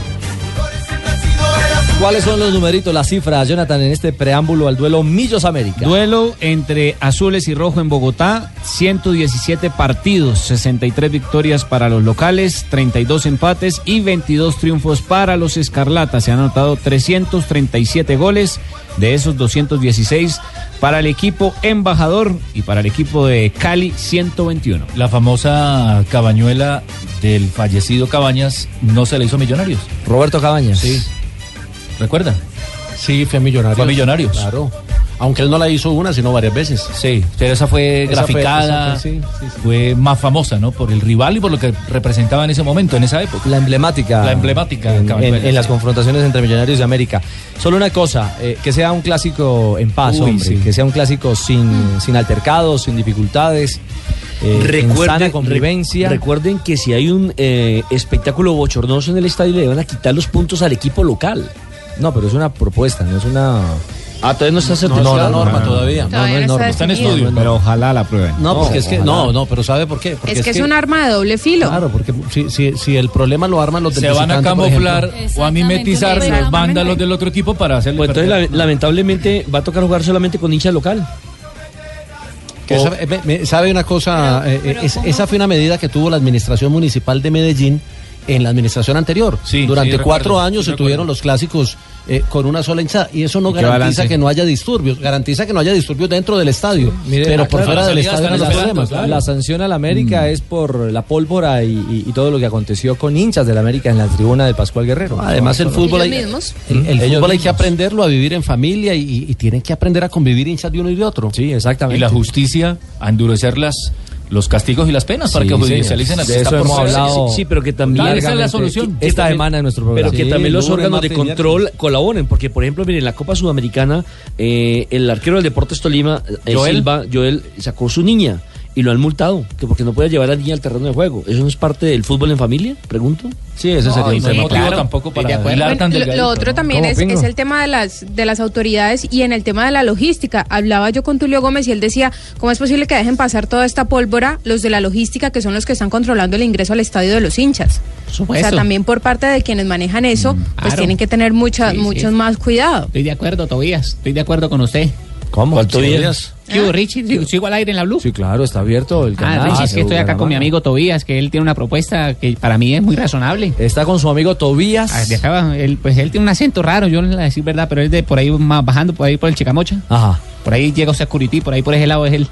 [SPEAKER 4] ¿Cuáles son los numeritos, las cifras, Jonathan, en este preámbulo al duelo Millos América?
[SPEAKER 9] Duelo entre azules y rojo en Bogotá, 117 partidos, 63 victorias para los locales, 32 empates y 22 triunfos para los escarlatas. Se han anotado 337 goles, de esos 216 para el equipo embajador y para el equipo de Cali 121.
[SPEAKER 21] La famosa cabañuela del fallecido Cabañas no se le hizo a Millonarios.
[SPEAKER 4] Roberto Cabañas.
[SPEAKER 21] Sí. ¿Recuerda?
[SPEAKER 6] Sí, fue a Millonarios.
[SPEAKER 21] Fue a Millonarios.
[SPEAKER 6] Claro. Aunque él no la hizo una, sino varias veces.
[SPEAKER 21] Sí, pero esa fue Eh, graficada, fue, más famosa, ¿no? Por el rival y por lo que representaba en ese momento, en esa época.
[SPEAKER 4] La emblemática.
[SPEAKER 21] La emblemática.
[SPEAKER 4] En,
[SPEAKER 21] Cabal
[SPEAKER 4] en-
[SPEAKER 21] Pérez,
[SPEAKER 4] en las
[SPEAKER 21] sí.
[SPEAKER 4] confrontaciones entre Millonarios de América. Solo una cosa, eh, que sea un clásico en paz,
[SPEAKER 21] Uy,
[SPEAKER 4] hombre.
[SPEAKER 21] sí.
[SPEAKER 4] Que sea un clásico sin, sin altercados, sin dificultades. eh, en sana convivencia.
[SPEAKER 5] re- recuerden que si hay un eh, espectáculo bochornoso en el estadio, le van a quitar los puntos al equipo local.
[SPEAKER 4] No, pero es una propuesta, no es una.
[SPEAKER 5] Ah, todavía no está
[SPEAKER 6] No,
[SPEAKER 5] certificado.
[SPEAKER 6] la norma todavía.
[SPEAKER 29] Todavía no está definido.
[SPEAKER 6] Pero ojalá la prueben. No,
[SPEAKER 29] No,
[SPEAKER 6] porque es que, no,
[SPEAKER 29] ojalá.
[SPEAKER 6] no, pero ¿sabe por qué? Porque
[SPEAKER 29] es que es un arma de doble filo.
[SPEAKER 6] Claro, porque si, si, si el problema lo arman los del
[SPEAKER 21] Se van a
[SPEAKER 6] visitante, por ejemplo.
[SPEAKER 21] camuflar o a mimetizar los vándalos del otro equipo para hacerle
[SPEAKER 5] Pues entonces,
[SPEAKER 21] perder.
[SPEAKER 5] la- lamentablemente, va a tocar jugar solamente con hincha local.
[SPEAKER 6] Que sabe, eh, me- me- sabe una cosa, eh, eh, es- esa fue una medida que tuvo la administración municipal de Medellín en la administración anterior. Durante
[SPEAKER 4] recuerdo,
[SPEAKER 6] cuatro
[SPEAKER 4] sí,
[SPEAKER 6] años se
[SPEAKER 4] recuerdo.
[SPEAKER 6] tuvieron los clásicos eh, con una sola hinchada y eso no
[SPEAKER 4] ¿Y qué
[SPEAKER 6] garantiza
[SPEAKER 4] balance?
[SPEAKER 6] que no haya disturbios, garantiza que no haya disturbios dentro del estadio,
[SPEAKER 4] Mire,
[SPEAKER 6] pero
[SPEAKER 4] ah,
[SPEAKER 6] por
[SPEAKER 4] claro,
[SPEAKER 6] fuera
[SPEAKER 4] la
[SPEAKER 6] del
[SPEAKER 4] salida
[SPEAKER 6] estadio no
[SPEAKER 4] están
[SPEAKER 6] hay
[SPEAKER 4] esperando,
[SPEAKER 6] problemas.
[SPEAKER 4] claro. Mm. La sanción a la América es por la pólvora y, y- y todo lo que aconteció con hinchas de la América en la tribuna de Pascual Guerrero.
[SPEAKER 6] Además, el fútbol hay,
[SPEAKER 4] ¿Mm?
[SPEAKER 6] el, el fútbol hay que aprenderlo a vivir en familia y, y- y tienen que aprender a convivir hinchas de uno y de otro.
[SPEAKER 4] Sí, exactamente.
[SPEAKER 21] Y la justicia a endurecer las, los castigos y las penas para
[SPEAKER 4] Sí,
[SPEAKER 21] que
[SPEAKER 4] señor.
[SPEAKER 21] judicialicen al que
[SPEAKER 4] De
[SPEAKER 21] está
[SPEAKER 4] eso
[SPEAKER 21] por
[SPEAKER 4] hemos
[SPEAKER 21] fuera.
[SPEAKER 4] hablado
[SPEAKER 5] Sí, sí, pero que también.
[SPEAKER 21] Esa es la solución.
[SPEAKER 5] Que
[SPEAKER 4] Esta
[SPEAKER 5] también-
[SPEAKER 4] semana en nuestro programa.
[SPEAKER 5] Pero que
[SPEAKER 4] Sí,
[SPEAKER 5] también los
[SPEAKER 4] lunes,
[SPEAKER 5] órganos de
[SPEAKER 4] martes,
[SPEAKER 5] control colaboren, porque, por ejemplo, miren, en la Copa Sudamericana, eh, el arquero del Deportes Tolima, eh,
[SPEAKER 21] Joel.
[SPEAKER 5] Silva, Joel, sacó su niña y lo han multado, que porque no puede llevar a la niña al terreno de juego. ¿Eso no es parte del fútbol en familia? Pregunto.
[SPEAKER 4] Sí,
[SPEAKER 21] ese sería un tema. Claro. De acuerdo.
[SPEAKER 29] Bueno, lo, lo otro también es, es el tema de las de las autoridades y en el tema de la logística. Hablaba yo con Tulio Gómez y él decía, ¿cómo es posible que dejen pasar toda esta pólvora los de la logística que son los que están controlando el ingreso al estadio de los hinchas? O sea,
[SPEAKER 26] supuesto.
[SPEAKER 29] también por parte de quienes manejan eso, pues
[SPEAKER 26] claro.
[SPEAKER 29] tienen que tener mucha,
[SPEAKER 26] Sí, sí.
[SPEAKER 29] muchos más cuidado.
[SPEAKER 26] Estoy de acuerdo, Tobías. Estoy de acuerdo con usted.
[SPEAKER 4] ¿Cómo?
[SPEAKER 26] ¿Qué hubo, Richie? ¿Sigo- ¿Sigo al aire en la Blue?
[SPEAKER 4] Sí, claro, está abierto el
[SPEAKER 26] Ah,
[SPEAKER 4] canal.
[SPEAKER 26] Richie, es que
[SPEAKER 4] de
[SPEAKER 26] estoy acá con mi
[SPEAKER 4] Bucaramanga.
[SPEAKER 26] amigo Tobías, que él tiene una propuesta que para mí es muy razonable.
[SPEAKER 4] Está con su amigo Tobías.
[SPEAKER 26] Ah, de acá, él, pues él tiene un acento raro, yo no le voy a decir verdad, pero es de por ahí más bajando, por ahí por el Chicamocha.
[SPEAKER 4] Ajá.
[SPEAKER 26] Por ahí llega usted a Curití, por ahí por ese lado es él.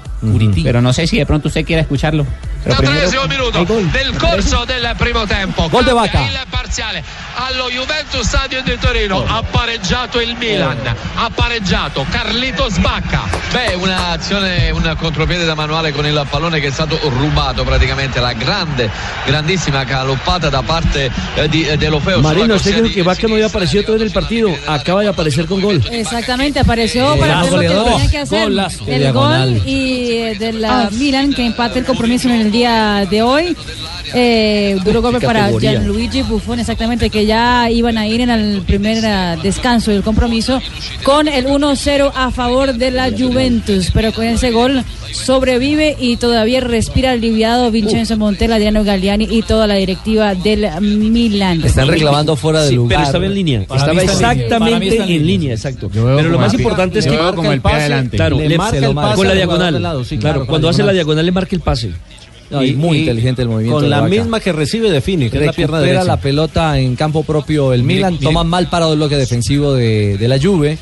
[SPEAKER 26] Pero no sé si de pronto usted quiera escucharlo. Pero primero,
[SPEAKER 12] Tredicesimo minuto del corso del primo tempo.
[SPEAKER 26] Gol de
[SPEAKER 12] Cambia
[SPEAKER 26] Vaca.
[SPEAKER 12] Il parziale allo Juventus Stadio di Torino. Ha pareggiato il Milan.
[SPEAKER 26] Eh.
[SPEAKER 12] Ha pareggiato Carlito Sbacca.
[SPEAKER 1] Beh, un'azione, un contropiede da manuale con il pallone che è stato rubato praticamente. La grande, grandissima galoppata da parte eh, di, eh, dell'Ofeo. sulla
[SPEAKER 5] Marino, usted
[SPEAKER 1] corsia
[SPEAKER 5] dijo que Vaca no había aparecido todo en el partido. Acaba de aparecer con gol.
[SPEAKER 13] Exactamente, apareció para hacer lo que
[SPEAKER 5] goleador.
[SPEAKER 13] tenía que hacer.
[SPEAKER 5] Golazo.
[SPEAKER 13] El
[SPEAKER 5] Diagonal.
[SPEAKER 13] gol y eh, de la Milan que empata el compromiso en el día de hoy. Eh, duro golpe
[SPEAKER 31] qué
[SPEAKER 13] para
[SPEAKER 31] categoría.
[SPEAKER 13] Gianluigi Buffon, exactamente, que ya iban a ir en el primer eh, descanso del compromiso con el 1-0 a favor de la Juventus. Pero con ese gol sobrevive y todavía respira aliviado Vincenzo Montella, Diano Galliani y toda la directiva del Milan.
[SPEAKER 4] Están reclamando fuera de
[SPEAKER 5] Sí,
[SPEAKER 4] lugar.
[SPEAKER 5] Pero estaba en línea.
[SPEAKER 4] Para mí
[SPEAKER 5] estaba
[SPEAKER 4] está en línea. Para mí
[SPEAKER 5] exactamente
[SPEAKER 4] está en
[SPEAKER 5] en
[SPEAKER 4] línea.
[SPEAKER 5] línea, exacto. Pero lo
[SPEAKER 4] como
[SPEAKER 5] más
[SPEAKER 4] el pie-
[SPEAKER 5] importante es
[SPEAKER 4] yo
[SPEAKER 5] que
[SPEAKER 4] veo como el pie adelante.
[SPEAKER 5] Claro,
[SPEAKER 4] Le
[SPEAKER 5] le
[SPEAKER 4] marca
[SPEAKER 5] marca
[SPEAKER 4] el
[SPEAKER 5] con
[SPEAKER 4] pase
[SPEAKER 5] la
[SPEAKER 4] al jugador
[SPEAKER 5] diagonal.
[SPEAKER 4] de lado, sí,
[SPEAKER 5] claro,
[SPEAKER 4] claro,
[SPEAKER 5] cuando
[SPEAKER 4] con
[SPEAKER 5] hace
[SPEAKER 4] la
[SPEAKER 5] la diagonal le marca el pase.
[SPEAKER 4] No, y muy inteligente el movimiento
[SPEAKER 6] Con
[SPEAKER 4] de
[SPEAKER 6] la
[SPEAKER 4] Vaca.
[SPEAKER 6] misma que recibe define, que es la pierna
[SPEAKER 4] Recupera
[SPEAKER 6] derecha.
[SPEAKER 4] la pelota en campo propio el Milan,
[SPEAKER 6] mire.
[SPEAKER 4] toma mal parado el bloque defensivo de, de la Juve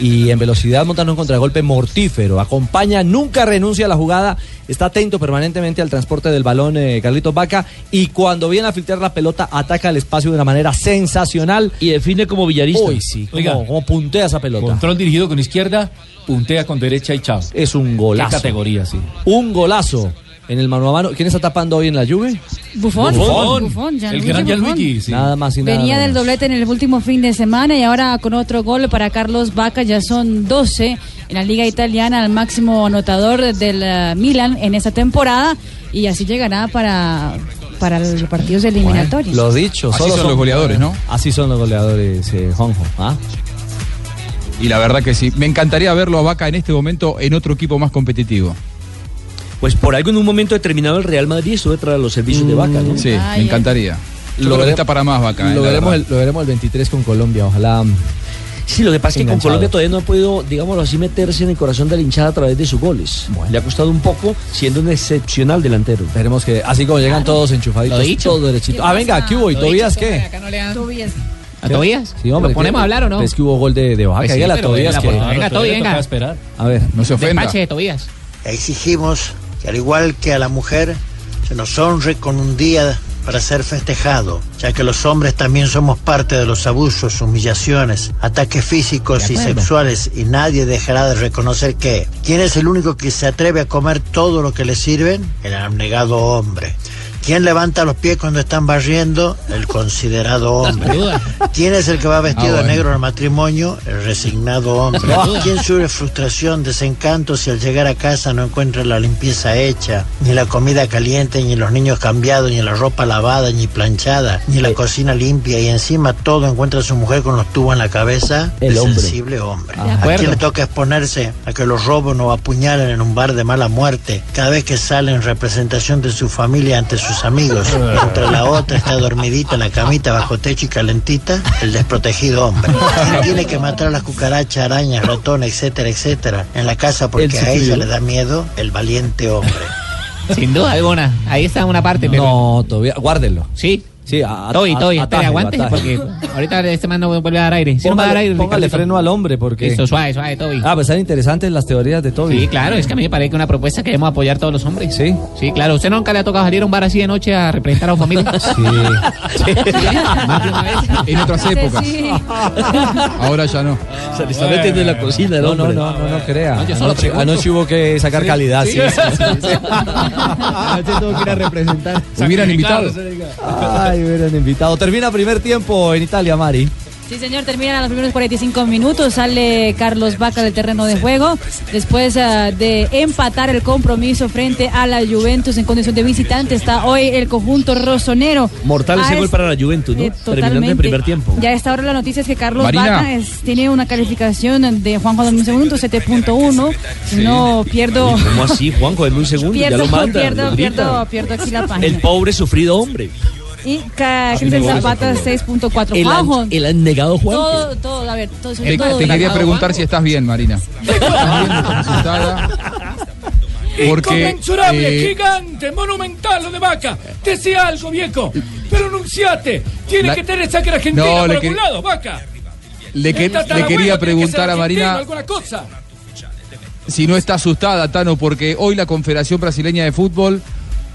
[SPEAKER 4] y en velocidad montan un contragolpe mortífero. Acompaña, nunca renuncia a la jugada, está atento permanentemente al transporte del balón eh, Carlitos Vaca y cuando viene a filtrar la pelota ataca el espacio de una manera sensacional
[SPEAKER 5] y define como villarista.
[SPEAKER 4] Uy, sí, como,
[SPEAKER 21] Oiga. Pues
[SPEAKER 4] como puntea esa pelota.
[SPEAKER 21] Control dirigido con izquierda, puntea con derecha y chao.
[SPEAKER 4] Es un golazo.
[SPEAKER 21] Qué categoría, sí.
[SPEAKER 4] Un golazo en el mano a mano. ¿Quién está tapando hoy en la Juve?
[SPEAKER 13] Buffon,
[SPEAKER 4] Buffon.
[SPEAKER 13] Buffon,
[SPEAKER 4] El
[SPEAKER 13] Gianluigi
[SPEAKER 4] gran
[SPEAKER 13] Buffon.
[SPEAKER 4] Gianluigi, sí. Nada más y nada
[SPEAKER 13] Venía del
[SPEAKER 4] menos.
[SPEAKER 13] doblete en el último fin de semana y ahora con otro gol para Carlos Vaca ya son 12 en la liga italiana, el máximo anotador del eh, Milan en esta temporada y así llegará para, para los partidos eliminatorios.
[SPEAKER 4] Lo dicho,
[SPEAKER 22] Así
[SPEAKER 4] solo
[SPEAKER 22] son los goleadores, ¿no?
[SPEAKER 4] Así son los goleadores, eh, Juanjo. ¿ah?
[SPEAKER 22] Y la verdad que sí. Me encantaría verlo a Vaca en este momento en otro equipo más competitivo.
[SPEAKER 5] Pues por algo en un momento determinado el Real Madrid estuvo tras los servicios de Vaca, ¿no?
[SPEAKER 22] Sí, me encantaría.
[SPEAKER 5] Lo
[SPEAKER 22] Lo
[SPEAKER 5] vere-
[SPEAKER 22] está para más Vaca. eh,
[SPEAKER 4] lo,
[SPEAKER 22] la
[SPEAKER 4] veremos
[SPEAKER 22] verdad.
[SPEAKER 4] el, lo veremos el 23 con Colombia, ojalá.
[SPEAKER 5] Sí, lo que pasa es que con
[SPEAKER 4] Enganchado.
[SPEAKER 5] Colombia todavía no ha podido, digámoslo así, meterse en el corazón de la hinchada a través de sus goles. Le ha costado un poco, siendo un excepcional delantero.
[SPEAKER 4] Esperemos que, así como llegan todos enchufaditos,
[SPEAKER 5] Lo dicho.
[SPEAKER 4] todo derechito.
[SPEAKER 5] ¿Qué
[SPEAKER 4] Ah, venga,
[SPEAKER 5] pasa?
[SPEAKER 4] ¿qué hubo? ¿Y
[SPEAKER 5] Lo dicho,
[SPEAKER 4] Tobías
[SPEAKER 5] Tobías,
[SPEAKER 4] qué?
[SPEAKER 26] acá no le dan- ¿A
[SPEAKER 4] ¿Qué?
[SPEAKER 26] Tobías?
[SPEAKER 4] Sí, hombre,
[SPEAKER 26] ¿Lo ponemos
[SPEAKER 4] ¿qué?
[SPEAKER 26] a hablar o no?
[SPEAKER 4] Es que hubo gol de, de Vaca.
[SPEAKER 26] Pues sí,
[SPEAKER 4] Dígale a
[SPEAKER 26] pero
[SPEAKER 4] Tobías
[SPEAKER 26] venga,
[SPEAKER 4] que.
[SPEAKER 26] por favor, Venga, Tobías, venga.
[SPEAKER 4] A ver, no se ofenda.
[SPEAKER 26] Despache de Tobías.
[SPEAKER 10] Exigimos que al igual que a la mujer se nos honre con un día
[SPEAKER 31] para ser festejado, ya que los hombres también somos parte de los abusos, humillaciones, ataques físicos
[SPEAKER 10] De
[SPEAKER 31] y
[SPEAKER 10] acuerdo.
[SPEAKER 31] sexuales y nadie dejará de reconocer que ¿quién es el único que se atreve a comer todo lo que le sirven? El abnegado hombre. ¿Quién levanta los pies cuando están barriendo? El considerado hombre. ¿Quién es el que va vestido
[SPEAKER 32] Ah, bueno.
[SPEAKER 31] de negro al matrimonio? El resignado hombre.
[SPEAKER 32] Sin duda.
[SPEAKER 31] ¿Quién sufre frustración, desencanto si al llegar a casa no encuentra la limpieza hecha, ni la comida caliente, ni los niños cambiados, ni la ropa lavada, ni planchada, ni la cocina limpia y encima todo encuentra a su mujer con los tubos en la cabeza? El hombre. sensible hombre. De ¿A acuerdo. quién le toca exponerse a que los robos o apuñalen en un bar de mala muerte cada vez que sale en representación de su familia ante sus amigos? Mientras la otra está dormidita en la camita bajo techo y calentita, el desprotegido hombre. ¿Quién tiene que matar a las cucarachas, arañas, ratones, etcétera, etcétera, en la casa
[SPEAKER 26] El
[SPEAKER 31] porque a ella
[SPEAKER 26] sufridor.
[SPEAKER 31] le da miedo? El valiente hombre.
[SPEAKER 26] Sin duda alguna. Ahí está una parte. pero-
[SPEAKER 4] No, todavía, guárdenlo.
[SPEAKER 26] Sí.
[SPEAKER 4] Sí, a,
[SPEAKER 26] Toy, toy, espere,
[SPEAKER 4] atájelo,
[SPEAKER 26] aguante
[SPEAKER 4] atájelo.
[SPEAKER 26] porque ahorita este man no vuelve a dar aire. Si no va a dar aire,
[SPEAKER 4] Póngale
[SPEAKER 26] Ricardito.
[SPEAKER 4] freno al hombre porque...
[SPEAKER 26] Listo, suave, suave, Toby.
[SPEAKER 4] Ah, pues están interesantes las teorías de Toby.
[SPEAKER 26] Sí, claro, es que a mí me parece que una propuesta que debemos apoyar todos los hombres. Sí. Sí, claro. ¿Usted nunca le ha tocado salir a un bar así de noche a representar a su familia? Sí.
[SPEAKER 22] En otras épocas. Ahora ya no.
[SPEAKER 4] Se le está metiendo en este la cocina el
[SPEAKER 22] No,
[SPEAKER 4] hombre.
[SPEAKER 22] no,
[SPEAKER 4] Ah, no, no crea.
[SPEAKER 22] yo solo
[SPEAKER 4] Anoche,
[SPEAKER 22] pregunto.
[SPEAKER 4] anoche hubo que sacar
[SPEAKER 22] Sí,
[SPEAKER 4] calidad,
[SPEAKER 22] sí.
[SPEAKER 4] sí. sí, sí.
[SPEAKER 22] tengo que ir a representar.
[SPEAKER 4] Hubieran invitado.
[SPEAKER 22] se
[SPEAKER 4] Ay, hubieran invitado. Termina primer tiempo en Italia, Mari.
[SPEAKER 13] Sí, señor, terminan los primeros 45 minutos, sale Carlos Vaca del terreno de juego, después ah, de empatar el compromiso frente a la Juventus en condición de visitante, está hoy el conjunto rosonero.
[SPEAKER 5] Mortal
[SPEAKER 13] Ah,
[SPEAKER 5] ese gol
[SPEAKER 13] es-
[SPEAKER 5] para la Juventus, ¿no?
[SPEAKER 13] eh,
[SPEAKER 5] Terminando
[SPEAKER 13] totalmente.
[SPEAKER 5] en primer tiempo.
[SPEAKER 13] Ya a esta hora la noticia es que Carlos
[SPEAKER 5] Marina.
[SPEAKER 13] Vaca es- tiene una calificación de Juanjo Domingo segundo, 7.1, Si no pierdo...
[SPEAKER 5] Uy, ¿Cómo así, Juanjo? En un segundo ya
[SPEAKER 13] Pierdo,
[SPEAKER 5] lo manda.
[SPEAKER 13] pierdo,
[SPEAKER 5] lo grita.
[SPEAKER 13] pierdo, pierdo aquí la
[SPEAKER 5] El
[SPEAKER 13] página.
[SPEAKER 5] pobre sufrido hombre.
[SPEAKER 13] Y ca-
[SPEAKER 22] Ah,
[SPEAKER 13] Cristian
[SPEAKER 5] no,
[SPEAKER 13] Zapata
[SPEAKER 5] no.
[SPEAKER 13] 6.4.
[SPEAKER 5] El,
[SPEAKER 13] Juanjo,
[SPEAKER 5] an- el anegado Juanjo.
[SPEAKER 13] todo, todo, a ver, todo,
[SPEAKER 22] Te,
[SPEAKER 13] todo-
[SPEAKER 22] te quería preguntar si estás bien, Marina. Porque,
[SPEAKER 20] Inconmensurable,
[SPEAKER 22] eh,
[SPEAKER 20] gigante, monumental, lo de vaca. Decía algo, viejo. Pronunciate. Tiene
[SPEAKER 22] La-
[SPEAKER 20] que tener sangre argentina
[SPEAKER 22] No,
[SPEAKER 20] por
[SPEAKER 22] le
[SPEAKER 20] algún
[SPEAKER 22] quer-
[SPEAKER 20] lado, vaca.
[SPEAKER 22] le, que-
[SPEAKER 20] El tatarabuelo
[SPEAKER 22] le
[SPEAKER 20] tiene
[SPEAKER 22] quería
[SPEAKER 20] que ser
[SPEAKER 22] preguntar a
[SPEAKER 20] argentino,
[SPEAKER 22] Marina
[SPEAKER 20] Alguna cosa.
[SPEAKER 22] si no está asustada, Tano, porque hoy la Confederación Brasileña de Fútbol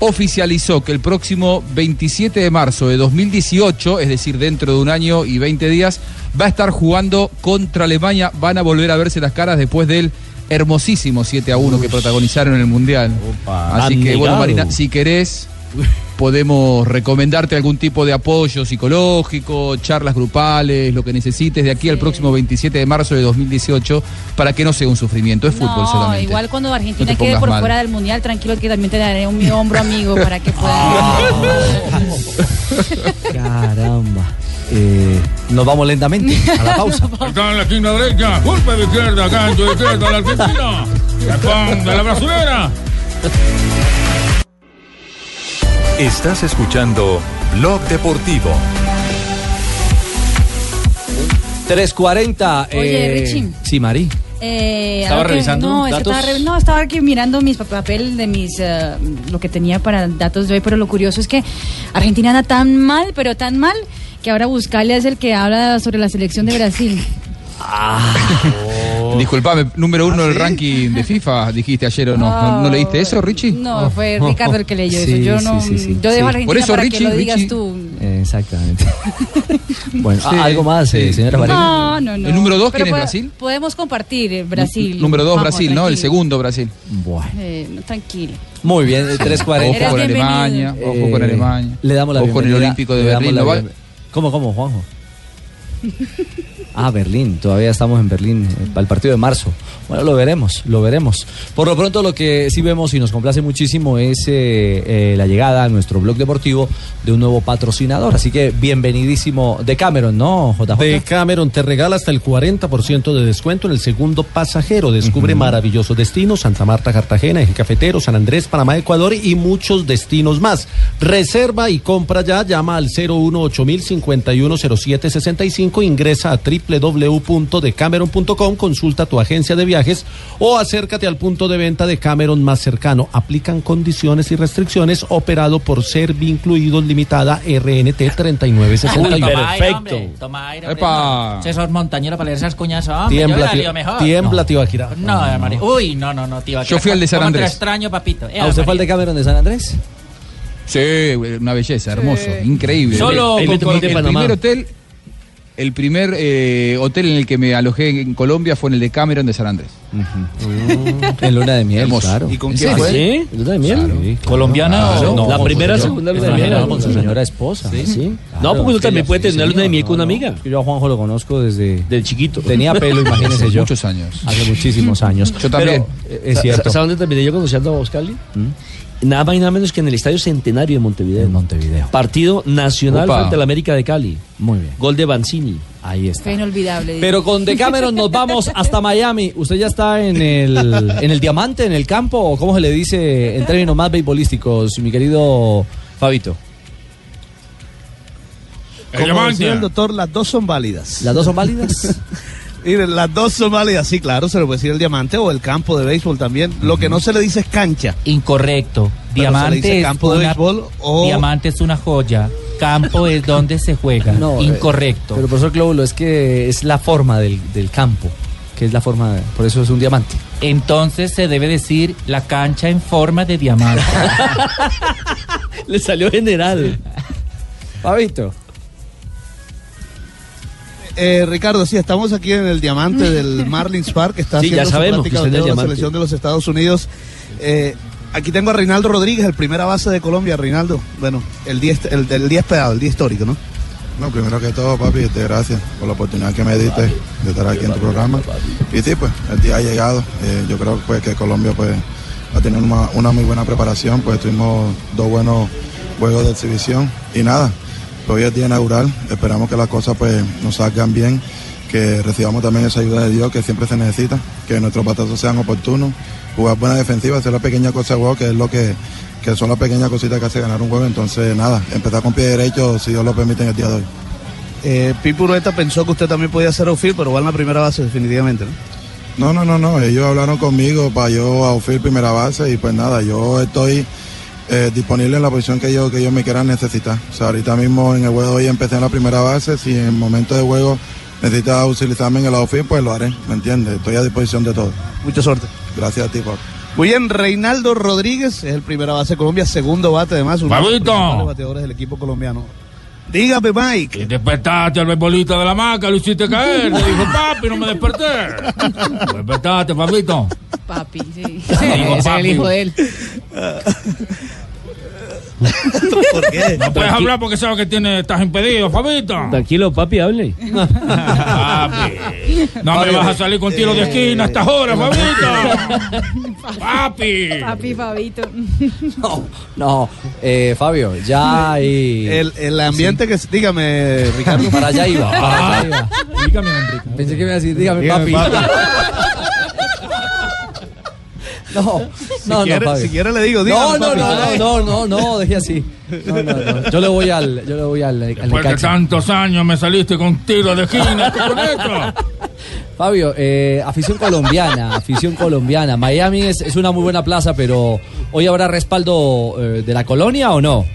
[SPEAKER 22] oficializó que el próximo 27 de marzo de 2018, es decir, dentro de un año y 20 días, va a estar jugando contra Alemania. Van a volver a verse las caras después del hermosísimo 7 a 1 que protagonizaron en el Mundial. Así que, bueno,
[SPEAKER 4] Abnegado.
[SPEAKER 22] Marina, si querés, podemos recomendarte algún tipo de apoyo psicológico, charlas grupales, lo que necesites de aquí al próximo 27 de marzo de 2018 para que no sea un sufrimiento. Es fútbol
[SPEAKER 13] No,
[SPEAKER 22] solamente.
[SPEAKER 13] igual cuando
[SPEAKER 22] No
[SPEAKER 13] Argentina
[SPEAKER 22] te
[SPEAKER 13] quede
[SPEAKER 22] pongas
[SPEAKER 13] por
[SPEAKER 22] mal.
[SPEAKER 13] fuera del mundial, tranquilo que también te daré un mi hombro amigo para que
[SPEAKER 22] Ah.
[SPEAKER 13] puedas.
[SPEAKER 4] Caramba. Eh, nos vamos lentamente a la pausa.
[SPEAKER 17] Acá en la esquina derecha, golpe de izquierda, canto de izquierda, la Argentina. Japón de la brasilera.
[SPEAKER 14] Estás escuchando Blog Deportivo.
[SPEAKER 4] 3.40.
[SPEAKER 13] Oye,
[SPEAKER 4] eh,
[SPEAKER 13] Richie.
[SPEAKER 4] Sí, Mari.
[SPEAKER 13] Eh,
[SPEAKER 4] ¿Estaba
[SPEAKER 13] algo que-
[SPEAKER 4] revisando
[SPEAKER 13] no, es que
[SPEAKER 4] datos?
[SPEAKER 13] estaba, re- no, estaba aquí mirando mis pa- papel de mis eh, lo que tenía para datos de hoy, pero lo curioso es que Argentina anda tan mal, pero tan mal que ahora Buscalia es el que habla sobre la selección de Brasil.
[SPEAKER 4] Ah,
[SPEAKER 22] Disculpame, número uno
[SPEAKER 13] ¿Ah,
[SPEAKER 22] del ranking de FIFA, dijiste ayer o no. ¿No, no leíste eso, Richie?
[SPEAKER 13] No, fue Ricardo el que leyó
[SPEAKER 22] Ah. Sí,
[SPEAKER 13] eso. Yo
[SPEAKER 22] sí,
[SPEAKER 13] no,
[SPEAKER 22] sí, sí.
[SPEAKER 13] yo dejo a
[SPEAKER 22] Sí.
[SPEAKER 13] Argentina
[SPEAKER 22] Por eso,
[SPEAKER 13] para que
[SPEAKER 22] Richie,
[SPEAKER 13] lo digas
[SPEAKER 22] Richie.
[SPEAKER 13] tú.
[SPEAKER 4] Eh, Exactamente. bueno,
[SPEAKER 22] Sí,
[SPEAKER 4] ah, algo más, eh, señora Varela.
[SPEAKER 13] No, no, no.
[SPEAKER 22] ¿El número dos
[SPEAKER 13] Pero
[SPEAKER 22] quién es,
[SPEAKER 13] po-
[SPEAKER 22] Brasil?
[SPEAKER 13] Podemos compartir eh, Brasil.
[SPEAKER 22] Número dos,
[SPEAKER 13] Vamos,
[SPEAKER 22] Brasil, ¿no? El
[SPEAKER 13] tranquilo.
[SPEAKER 22] segundo, Brasil.
[SPEAKER 13] Eh, no, tranquilo.
[SPEAKER 4] Muy bien, eh, 3.40.
[SPEAKER 13] Eres
[SPEAKER 22] Ojo con
[SPEAKER 13] bienvenido.
[SPEAKER 22] Alemania, ojo
[SPEAKER 4] Eh,
[SPEAKER 22] con Alemania.
[SPEAKER 4] Le damos la
[SPEAKER 22] Ojo con el
[SPEAKER 4] bienvenida,
[SPEAKER 22] Olímpico de
[SPEAKER 4] le damos
[SPEAKER 22] Berlín.
[SPEAKER 4] la
[SPEAKER 22] ¿no va?
[SPEAKER 4] bienven- ¿Cómo, cómo, Juanjo? Ah, Berlín, todavía estamos en Berlín, eh, para el partido de marzo. Bueno, lo veremos, lo veremos. Por lo pronto lo que sí vemos y nos complace muchísimo es eh, eh, la llegada a nuestro blog deportivo de un nuevo patrocinador. Así que bienvenidísimo de Cameron, ¿no, JJ?
[SPEAKER 6] De Cameron te regala hasta el 40% de descuento en el segundo pasajero. Descubre maravillosos destinos, Santa Marta, Cartagena, Eje Cafetero, San Andrés, Panamá, Ecuador y muchos destinos más. Reserva y compra ya, llama al 018-051-0765, ingresa a www.decameron.com, consulta tu agencia de viajes o acércate al punto de venta de Cameron más cercano. Aplican condiciones y restricciones operado por Servi Incluidos Limitada RNT 3961.
[SPEAKER 26] Toma aire.
[SPEAKER 6] Epa.
[SPEAKER 26] Hombre, sos montañero para leer esas cuñas. Hombre, yo
[SPEAKER 6] Tiembla,
[SPEAKER 26] la leo
[SPEAKER 6] tío,
[SPEAKER 26] Ah, mejor.
[SPEAKER 6] tiembla,
[SPEAKER 26] No.
[SPEAKER 6] tío Akira.
[SPEAKER 26] No, María. Uy, no, no, no, tío.
[SPEAKER 6] Yo fui al de San
[SPEAKER 26] ¿Cómo te
[SPEAKER 6] Andrés.
[SPEAKER 26] extraño, papito. Eh,
[SPEAKER 4] ¿A usted fue al de Cameron de San Andrés?
[SPEAKER 22] Sí, una belleza, hermoso, increíble.
[SPEAKER 8] Solo
[SPEAKER 22] el,
[SPEAKER 8] con
[SPEAKER 22] el-
[SPEAKER 8] Colombia.
[SPEAKER 22] el primer hotel, el primer eh, hotel en el que me alojé en Colombia fue en el de Cameron de San Andrés.
[SPEAKER 4] en luna de miel,
[SPEAKER 22] Hermoso.
[SPEAKER 4] claro.
[SPEAKER 22] ¿Y con
[SPEAKER 4] ¿En
[SPEAKER 22] quién
[SPEAKER 4] serio?
[SPEAKER 22] fue?
[SPEAKER 4] ¿Sí? ¿Luna de miel?
[SPEAKER 8] ¿Colombiana
[SPEAKER 4] Claro.
[SPEAKER 8] o no?
[SPEAKER 4] La
[SPEAKER 8] Con
[SPEAKER 4] primera,
[SPEAKER 8] su-
[SPEAKER 4] segunda luna de
[SPEAKER 8] extranjera,
[SPEAKER 4] miel.
[SPEAKER 8] no, con
[SPEAKER 4] Con
[SPEAKER 8] su
[SPEAKER 4] su
[SPEAKER 8] señora
[SPEAKER 4] señora esposa. Sí.
[SPEAKER 8] Claro,
[SPEAKER 4] no, porque uno también puede tener luna de miel con una amiga.
[SPEAKER 5] Yo a Juanjo lo conozco desde
[SPEAKER 4] del chiquito.
[SPEAKER 5] Tenía pelo, imagínese yo.
[SPEAKER 22] Muchos años.
[SPEAKER 5] Hace muchísimos años.
[SPEAKER 4] Yo también.
[SPEAKER 5] Pero, eh,
[SPEAKER 4] eh, Es
[SPEAKER 5] ¿sa-
[SPEAKER 4] cierto.
[SPEAKER 5] ¿Sabes dónde terminé yo conociendo a Boscali? Nada más y nada menos que en el Estadio Centenario de Montevideo. ¿Mm? Montevideo. Partido Nacional
[SPEAKER 4] Opa.
[SPEAKER 5] frente al América de Cali.
[SPEAKER 4] Muy bien.
[SPEAKER 5] Gol de Banzini.
[SPEAKER 4] Ahí está.
[SPEAKER 13] Fue inolvidable. dice.
[SPEAKER 4] Pero con Decameron nos vamos hasta Miami. ¿Usted ya está en el, en el diamante, en el campo? ¿O cómo se le dice en términos más beisbolísticos, mi querido Fabito?
[SPEAKER 10] Como decía el doctor, las dos son válidas.
[SPEAKER 4] ¿Las dos son válidas?
[SPEAKER 10] Miren, las dos son válidas, sí, claro, se le puede decir el diamante o el campo de béisbol también. Lo que no se le dice es cancha.
[SPEAKER 2] Incorrecto.
[SPEAKER 10] Pero se le
[SPEAKER 2] Diamante
[SPEAKER 10] dice
[SPEAKER 2] es,
[SPEAKER 10] campo de
[SPEAKER 2] una,
[SPEAKER 10] béisbol o-
[SPEAKER 2] diamante es una joya. Campo es donde se juega.
[SPEAKER 4] No, eh,
[SPEAKER 2] Incorrecto.
[SPEAKER 4] Pero profesor Glóbulo, es que es la forma del, del campo, que es la forma, de- por eso es un diamante.
[SPEAKER 2] Entonces se debe decir la cancha en forma de diamante.
[SPEAKER 5] Le salió general.
[SPEAKER 4] Fabito.
[SPEAKER 10] Eh, Ricardo, sí, estamos aquí en el diamante del Marlins Park, que está
[SPEAKER 5] Sí, ya
[SPEAKER 10] haciendo su
[SPEAKER 5] sabemos que
[SPEAKER 10] práctica
[SPEAKER 5] está en el
[SPEAKER 10] bateo de la
[SPEAKER 5] diamante.
[SPEAKER 10] selección de los Estados Unidos. Eh, aquí tengo a Reinaldo Rodríguez, el primera base de Colombia, Reinaldo. Bueno, el 10 el, el 10 pegado, el 10 histórico, ¿no?
[SPEAKER 32] No, primero que todo, papi, te gracias por la oportunidad que me diste de estar aquí en tu programa. Y sí, pues, el día ha llegado. Eh, yo creo pues, que Colombia pues, ha tenido una, una muy buena preparación, pues tuvimos dos buenos juegos de exhibición. Y nada, pues, hoy es día inaugural, esperamos que las cosas pues, nos salgan bien, que recibamos también esa ayuda de Dios que siempre se necesita, que nuestros batazos sean oportunos, jugar buena defensiva, hacer la pequeña cosa de juego, que es lo que que son las pequeñas cositas que hace ganar un juego, entonces nada, empezar con pie derecho si Dios lo permite en el día de hoy.
[SPEAKER 10] Eh, Pipo Urueta pensó que usted también podía hacer outfield, pero va en la primera base definitivamente, ¿no?
[SPEAKER 32] No, no, no, no. Ellos hablaron conmigo para yo a ofrecer primera base y pues nada, yo estoy eh, disponible en la posición que ellos, que ellos me quieran necesitar. O sea, ahorita mismo en el juego de hoy empecé en la primera base. Si en el momento de juego necesitas utilizarme en el outfield, pues lo haré. ¿Me entiendes? Estoy a disposición de todo.
[SPEAKER 10] Mucha suerte.
[SPEAKER 32] Gracias a ti, papá.
[SPEAKER 10] Muy bien, Reinaldo Rodríguez es el primera base de Colombia, segundo bate además, uno de los
[SPEAKER 17] Babito.
[SPEAKER 10] principales bateadores del equipo colombiano. Dígame, Mike.
[SPEAKER 17] Y despertaste al beisbolista de la maca, lo hiciste caer. Le dijo, papi, no me desperté. Despertaste, papito.
[SPEAKER 29] Papi, sí.
[SPEAKER 17] Digo,
[SPEAKER 26] Ese es el
[SPEAKER 17] papi.
[SPEAKER 26] hijo de él.
[SPEAKER 10] ¿Por qué?
[SPEAKER 17] No puedes hablar porque sabes que tiene, estás impedido, Fabito.
[SPEAKER 5] Tranquilo, papi, hable.
[SPEAKER 17] Papi. No me vas a salir con tiro de esquina a estas horas, Fabito. Papi.
[SPEAKER 13] Papi, Fabito.
[SPEAKER 4] No, eh, Fabio, ya hay...
[SPEAKER 10] El, el ambiente que... Dígame, Ricardo.
[SPEAKER 4] Para allá iba, para allá iba.
[SPEAKER 10] Dígame,
[SPEAKER 4] Pensé que me iba a decir, dígame,
[SPEAKER 10] Dígame,
[SPEAKER 4] papi.
[SPEAKER 10] papi.
[SPEAKER 4] No, no, no,
[SPEAKER 10] quiere-
[SPEAKER 4] Fabio.
[SPEAKER 10] si quiere le digo,
[SPEAKER 4] no,
[SPEAKER 10] dígame,
[SPEAKER 4] no,
[SPEAKER 10] papi.
[SPEAKER 4] no, no, no, no, no, dejé así. No, no, no. Yo le voy al, yo le voy al, al
[SPEAKER 17] Después de
[SPEAKER 4] Necaxa.
[SPEAKER 17] tantos años me saliste con tiro de esquina, ¿qué con esto?
[SPEAKER 4] Fabio, eh, afición colombiana, afición colombiana. Miami es, es una muy buena plaza, pero ¿hoy habrá respaldo eh, de la colonia o no?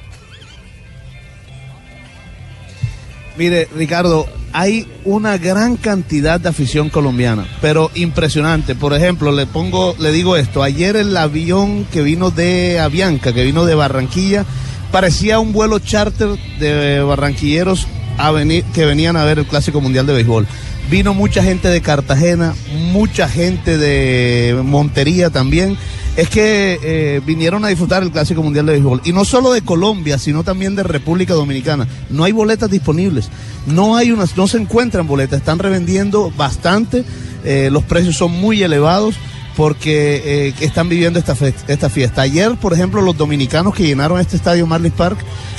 [SPEAKER 10] Mire, Ricardo, hay una gran cantidad de afición colombiana, pero impresionante. Por ejemplo, le pongo, le digo esto, ayer el avión que vino de Avianca, que vino de Barranquilla, parecía un vuelo charter de barranquilleros a veni- que venían a ver el Clásico Mundial de Béisbol. Vino mucha gente de Cartagena, mucha gente de Montería también. Es que eh, vinieron a disfrutar el Clásico Mundial de Béisbol. Y no solo de Colombia, sino también de República Dominicana. No hay boletas disponibles. No hay unas, no se encuentran boletas. Están revendiendo bastante. eh, los precios son muy elevados porque eh, están viviendo esta, fe- esta fiesta. Ayer, por ejemplo, los dominicanos que llenaron este estadio Marlins Park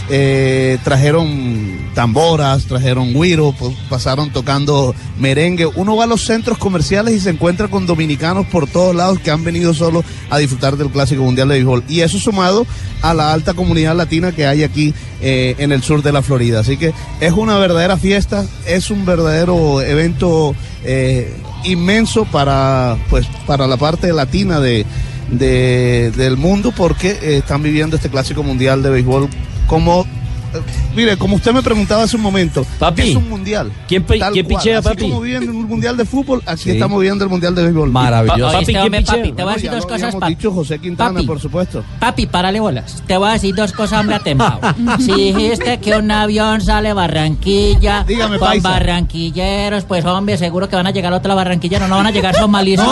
[SPEAKER 10] eh, trajeron tamboras, trajeron güiro, po- pasaron tocando merengue. Uno va a los centros comerciales y se encuentra con dominicanos por todos lados que han venido solo a disfrutar del Clásico Mundial de Béisbol. Y eso sumado a la alta comunidad latina que hay aquí eh, en el sur de la Florida. Así que es una verdadera fiesta, es un verdadero evento eh, inmenso para, pues, para la parte latina de, de- del mundo porque eh, están viviendo este clásico mundial de béisbol como eh, mire, como usted me preguntaba hace un momento, ¿qué es un mundial?
[SPEAKER 5] ¿Quién, pe-
[SPEAKER 10] Tal
[SPEAKER 5] quién
[SPEAKER 10] cual.
[SPEAKER 5] pichea,
[SPEAKER 10] Así
[SPEAKER 5] papi?
[SPEAKER 10] como viven un mundial de fútbol, así
[SPEAKER 5] Sí.
[SPEAKER 10] estamos viviendo el mundial de béisbol.
[SPEAKER 5] Maravilloso. Papi, ¿quién
[SPEAKER 27] Este hombre,
[SPEAKER 5] pichea?
[SPEAKER 27] papi, te voy a decir
[SPEAKER 10] Ya lo
[SPEAKER 27] dos cosas,
[SPEAKER 10] habíamos
[SPEAKER 27] papi.
[SPEAKER 10] dicho José Quintana,
[SPEAKER 27] Papi.
[SPEAKER 10] por supuesto.
[SPEAKER 27] Papi, párale bolas. Te voy a decir dos cosas, hombre, atempado. Si dijiste que un avión sale Barranquilla
[SPEAKER 10] Dígame,
[SPEAKER 27] con
[SPEAKER 10] paisa.
[SPEAKER 27] barranquilleros, pues hombre, seguro que van a llegar otra barranquilla, no, no van a llegar somalíes.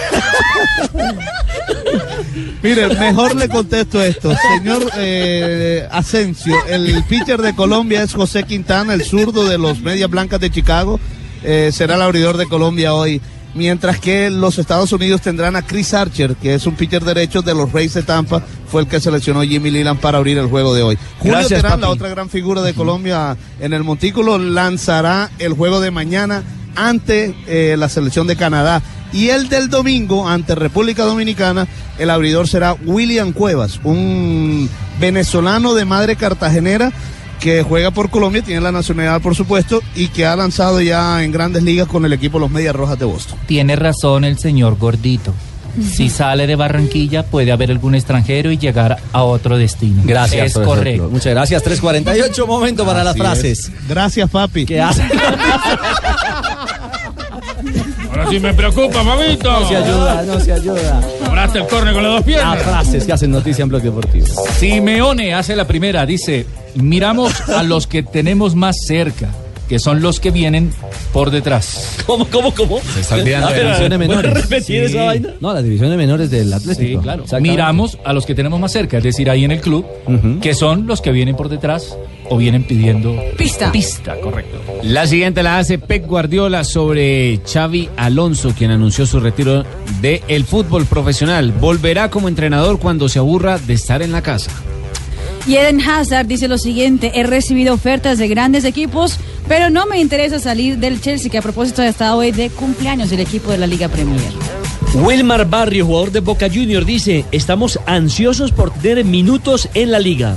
[SPEAKER 10] Mire, mejor le contesto esto. Señor eh, Asensio, el pitcher de Colombia es José Quintana, el zurdo de los Medias Blancas de Chicago. Eh, será el abridor de Colombia hoy. Mientras que los Estados Unidos tendrán a Chris Archer, que es un pitcher derecho de los Rays de Tampa. Fue el que seleccionó Jimmy Leland para abrir el juego de hoy. Julio
[SPEAKER 24] Gracias,
[SPEAKER 10] Terán,
[SPEAKER 24] papi.
[SPEAKER 10] la otra gran figura de Colombia en el Montículo, lanzará el juego de mañana ante eh, la selección de Canadá. Y el del domingo ante República Dominicana, el abridor será William Cuevas, un venezolano de madre cartagenera que juega por Colombia, tiene la nacionalidad por supuesto, y que ha lanzado ya en grandes ligas con el equipo Los Medias Rojas de Boston.
[SPEAKER 27] Tiene razón el señor gordito. Si sale de Barranquilla, puede haber algún extranjero y llegar a otro destino.
[SPEAKER 4] Gracias,
[SPEAKER 27] Es
[SPEAKER 4] por ejemplo.
[SPEAKER 27] correcto.
[SPEAKER 4] Muchas gracias. 348, momento para las
[SPEAKER 27] Así
[SPEAKER 4] frases.
[SPEAKER 10] Gracias, papi.
[SPEAKER 4] ¿Qué hace?
[SPEAKER 17] Ahora sí me preocupa, mamito.
[SPEAKER 4] No se ayuda, no se ayuda.
[SPEAKER 17] Abraste el corne con las dos piernas.
[SPEAKER 4] Las frases que hacen noticia en Bloque Deportivo.
[SPEAKER 21] Simeone hace la primera, dice, miramos a los que tenemos más cerca, que son los que vienen por detrás.
[SPEAKER 5] ¿Cómo, cómo, cómo?
[SPEAKER 21] Se
[SPEAKER 5] está olvidando de
[SPEAKER 9] ¿eh?
[SPEAKER 21] de
[SPEAKER 5] las divisiones menores. Sí.
[SPEAKER 21] No, las divisiones menores del Atlético. claro. Miramos a los que tenemos más cerca, es decir, ahí en el club, que son los que vienen por detrás o vienen pidiendo
[SPEAKER 13] Pista.
[SPEAKER 21] pista, correcto.
[SPEAKER 9] La siguiente la hace Pep Guardiola sobre Xavi Alonso, quien anunció su retiro del fútbol profesional. Volverá como entrenador cuando se aburra de estar en la casa.
[SPEAKER 13] Y Eden Hazard dice lo siguiente, he recibido ofertas de grandes equipos, pero no me interesa salir del Chelsea, que a propósito ha estado hoy de cumpleaños del equipo de la Liga Premier.
[SPEAKER 5] Wilmar Barrio, jugador de Boca Junior, dice, estamos ansiosos por tener minutos en la liga.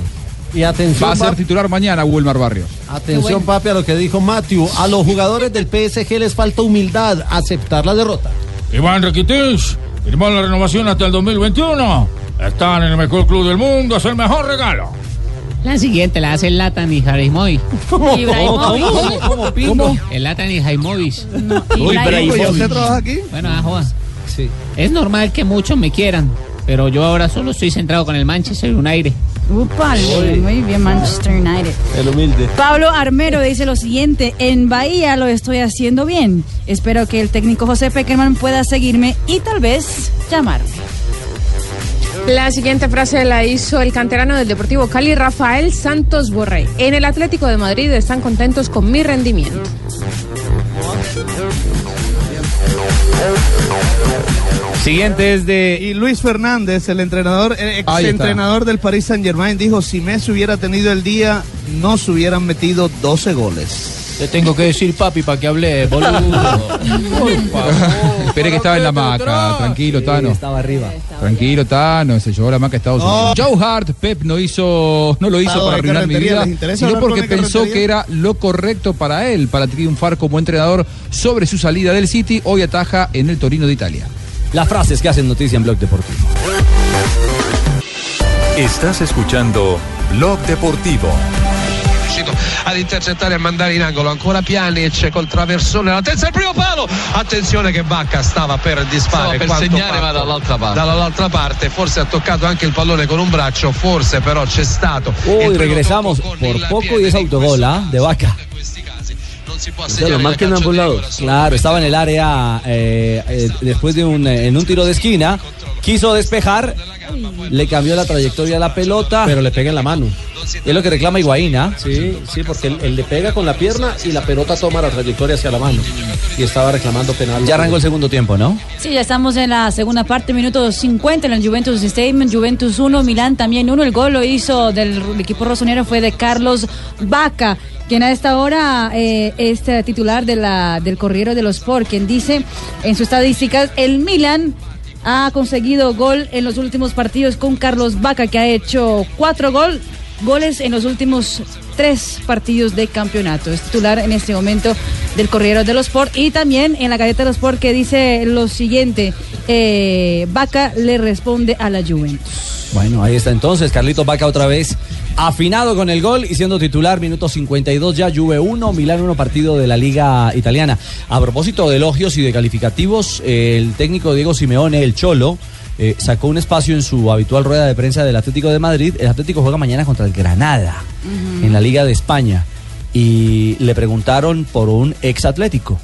[SPEAKER 6] Y atención,
[SPEAKER 22] Va a ser
[SPEAKER 6] Pap-
[SPEAKER 22] titular mañana Wilmar Barrios.
[SPEAKER 26] Ah,
[SPEAKER 6] atención papi, a lo que dijo Matthew. A los jugadores del PSG les falta humildad, aceptar la derrota.
[SPEAKER 17] Iván Requitich firmó la renovación hasta el 2021. Estar en el mejor club del mundo es el mejor regalo.
[SPEAKER 26] La siguiente la hace Latan y Jaimovic.
[SPEAKER 17] ¿Cómo? Ibrahimovic.
[SPEAKER 26] ¿Cómo?
[SPEAKER 17] ¿Cómo?
[SPEAKER 26] ¿Cómo? El Latan y Jaimovic.
[SPEAKER 17] Uy, Ibrahimovic.
[SPEAKER 10] ¿Y usted trabaja aquí?
[SPEAKER 26] Bueno, ah, joda. Es normal que muchos me quieran, pero yo ahora solo estoy centrado con el Manchester United.
[SPEAKER 13] Upale, muy bien Manchester United.
[SPEAKER 4] El humilde.
[SPEAKER 13] Pablo Armero dice lo siguiente, en Bahía lo estoy haciendo bien. Espero que el técnico José Peckerman pueda seguirme y tal vez llamarme.
[SPEAKER 29] La siguiente frase la hizo el canterano del Deportivo Cali, Rafael Santos Borré. En el Atlético de Madrid están contentos con mi rendimiento.
[SPEAKER 9] Siguiente es de...
[SPEAKER 10] Y Luis Fernández, el entrenador, el
[SPEAKER 22] está.
[SPEAKER 10] exentrenador del Paris Saint Germain, dijo, si Messi hubiera tenido el día, no se hubieran metido 12 goles.
[SPEAKER 8] Te tengo que decir, papi, para que hable, boludo.
[SPEAKER 22] Esperé que estaba en la maca, tranquilo, Tano.
[SPEAKER 4] Estaba arriba.
[SPEAKER 22] Tranquilo, Tano, se llevó la maca a Estados Unidos. Joe Hart, Pep no hizo, no lo hizo
[SPEAKER 10] Estado
[SPEAKER 22] para
[SPEAKER 10] de
[SPEAKER 22] arruinar mi
[SPEAKER 10] Carretería,
[SPEAKER 22] vida,
[SPEAKER 10] ¿les interesa
[SPEAKER 22] sino
[SPEAKER 10] hablar con
[SPEAKER 22] porque
[SPEAKER 10] el
[SPEAKER 22] pensó
[SPEAKER 10] Carretería?
[SPEAKER 22] que era lo correcto para él, para triunfar como entrenador sobre su salida del City, hoy ataja en el Torino de Italia.
[SPEAKER 4] Las frases que hacen noticia en Blog Deportivo.
[SPEAKER 14] Estás escuchando Blog Deportivo.
[SPEAKER 12] riuscito ad intercettare e mandare in angolo ancora Pjanic col traversone la terza il primo palo attenzione che Bacca stava per
[SPEAKER 1] Stava
[SPEAKER 12] disfare
[SPEAKER 1] per
[SPEAKER 12] quanto
[SPEAKER 1] segnare,
[SPEAKER 12] fatto
[SPEAKER 1] ma dall'altra parte.
[SPEAKER 12] dall'altra parte forse ha toccato anche il pallone con un braccio forse però c'è stato il
[SPEAKER 4] Uy,
[SPEAKER 12] primo
[SPEAKER 4] regresamos por poco y es autogol, ¿ah? De vaca.
[SPEAKER 1] señalar
[SPEAKER 4] lo
[SPEAKER 1] el
[SPEAKER 4] marquen en ambos lados. Claro, estaba en el área eh, eh, después de un, eh, en un tiro de esquina. quiso despejar, le cambió la trayectoria a la pelota.
[SPEAKER 6] Pero le pega en la mano.
[SPEAKER 4] Es lo que reclama Higuaín, ¿ah?
[SPEAKER 6] Sí, sí, porque él, él le pega con la pierna y la pelota toma la trayectoria hacia la mano. Y estaba reclamando penal.
[SPEAKER 4] Ya arrancó el segundo tiempo, ¿no?
[SPEAKER 13] Sí, ya estamos en la segunda parte, minuto 50 en el Juventus Stadium. Juventus 1, Milán también 1. El gol lo hizo del el equipo rosonero fue de Carlos Vaca, quien a esta hora eh, es eh, titular de la, del Corriero de los Sport, quien dice en sus estadísticas, el Milán ha conseguido gol en los últimos partidos con Carlos Vaca, que ha hecho cuatro gol, goles en los últimos tres partidos de campeonato. Es titular en este momento del Corriero de los Sport y también en la Galleta de los Sport que dice lo siguiente, eh, Vaca le responde a la Juventus.
[SPEAKER 4] Bueno, ahí está entonces. Carlitos Vaca otra vez afinado con el gol y siendo titular, minuto 52 ya, Juve 1, Milán 1 partido de la Liga Italiana. A propósito de elogios y de calificativos, eh, el técnico Diego Simeone, el Cholo, eh, sacó un espacio en su habitual rueda de prensa del Atlético de Madrid. El Atlético juega mañana contra el Granada en la Liga de España y le preguntaron por un ex Atlético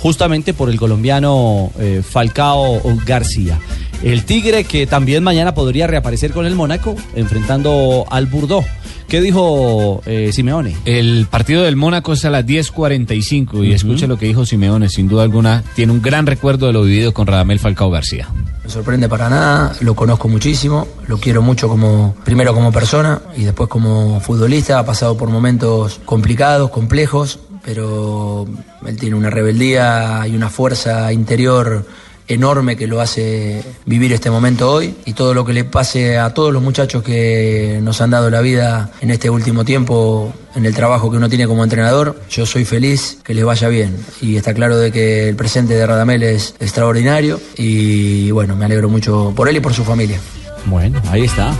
[SPEAKER 4] justamente por el colombiano eh, Falcao García. El Tigre que también mañana podría reaparecer con el Mónaco enfrentando al Burdeos. ¿Qué dijo eh, Simeone?
[SPEAKER 9] El partido del Mónaco es a las 10.45 y escuche lo que dijo Simeone. Sin duda alguna, tiene un gran recuerdo de lo vivido con Radamel Falcao García.
[SPEAKER 24] me sorprende para nada, lo conozco muchísimo, lo quiero mucho como primero como persona y después como futbolista, ha pasado por momentos complicados, complejos, pero él tiene una rebeldía y una fuerza interior enorme que lo hace vivir este momento hoy y todo lo que le pase a todos los muchachos que nos han dado la vida en este último tiempo en el trabajo que uno tiene como entrenador, yo soy feliz que les vaya bien y está claro de que el presente de Radamel es extraordinario y bueno, me alegro mucho por él y por su familia.
[SPEAKER 4] Bueno, ahí está.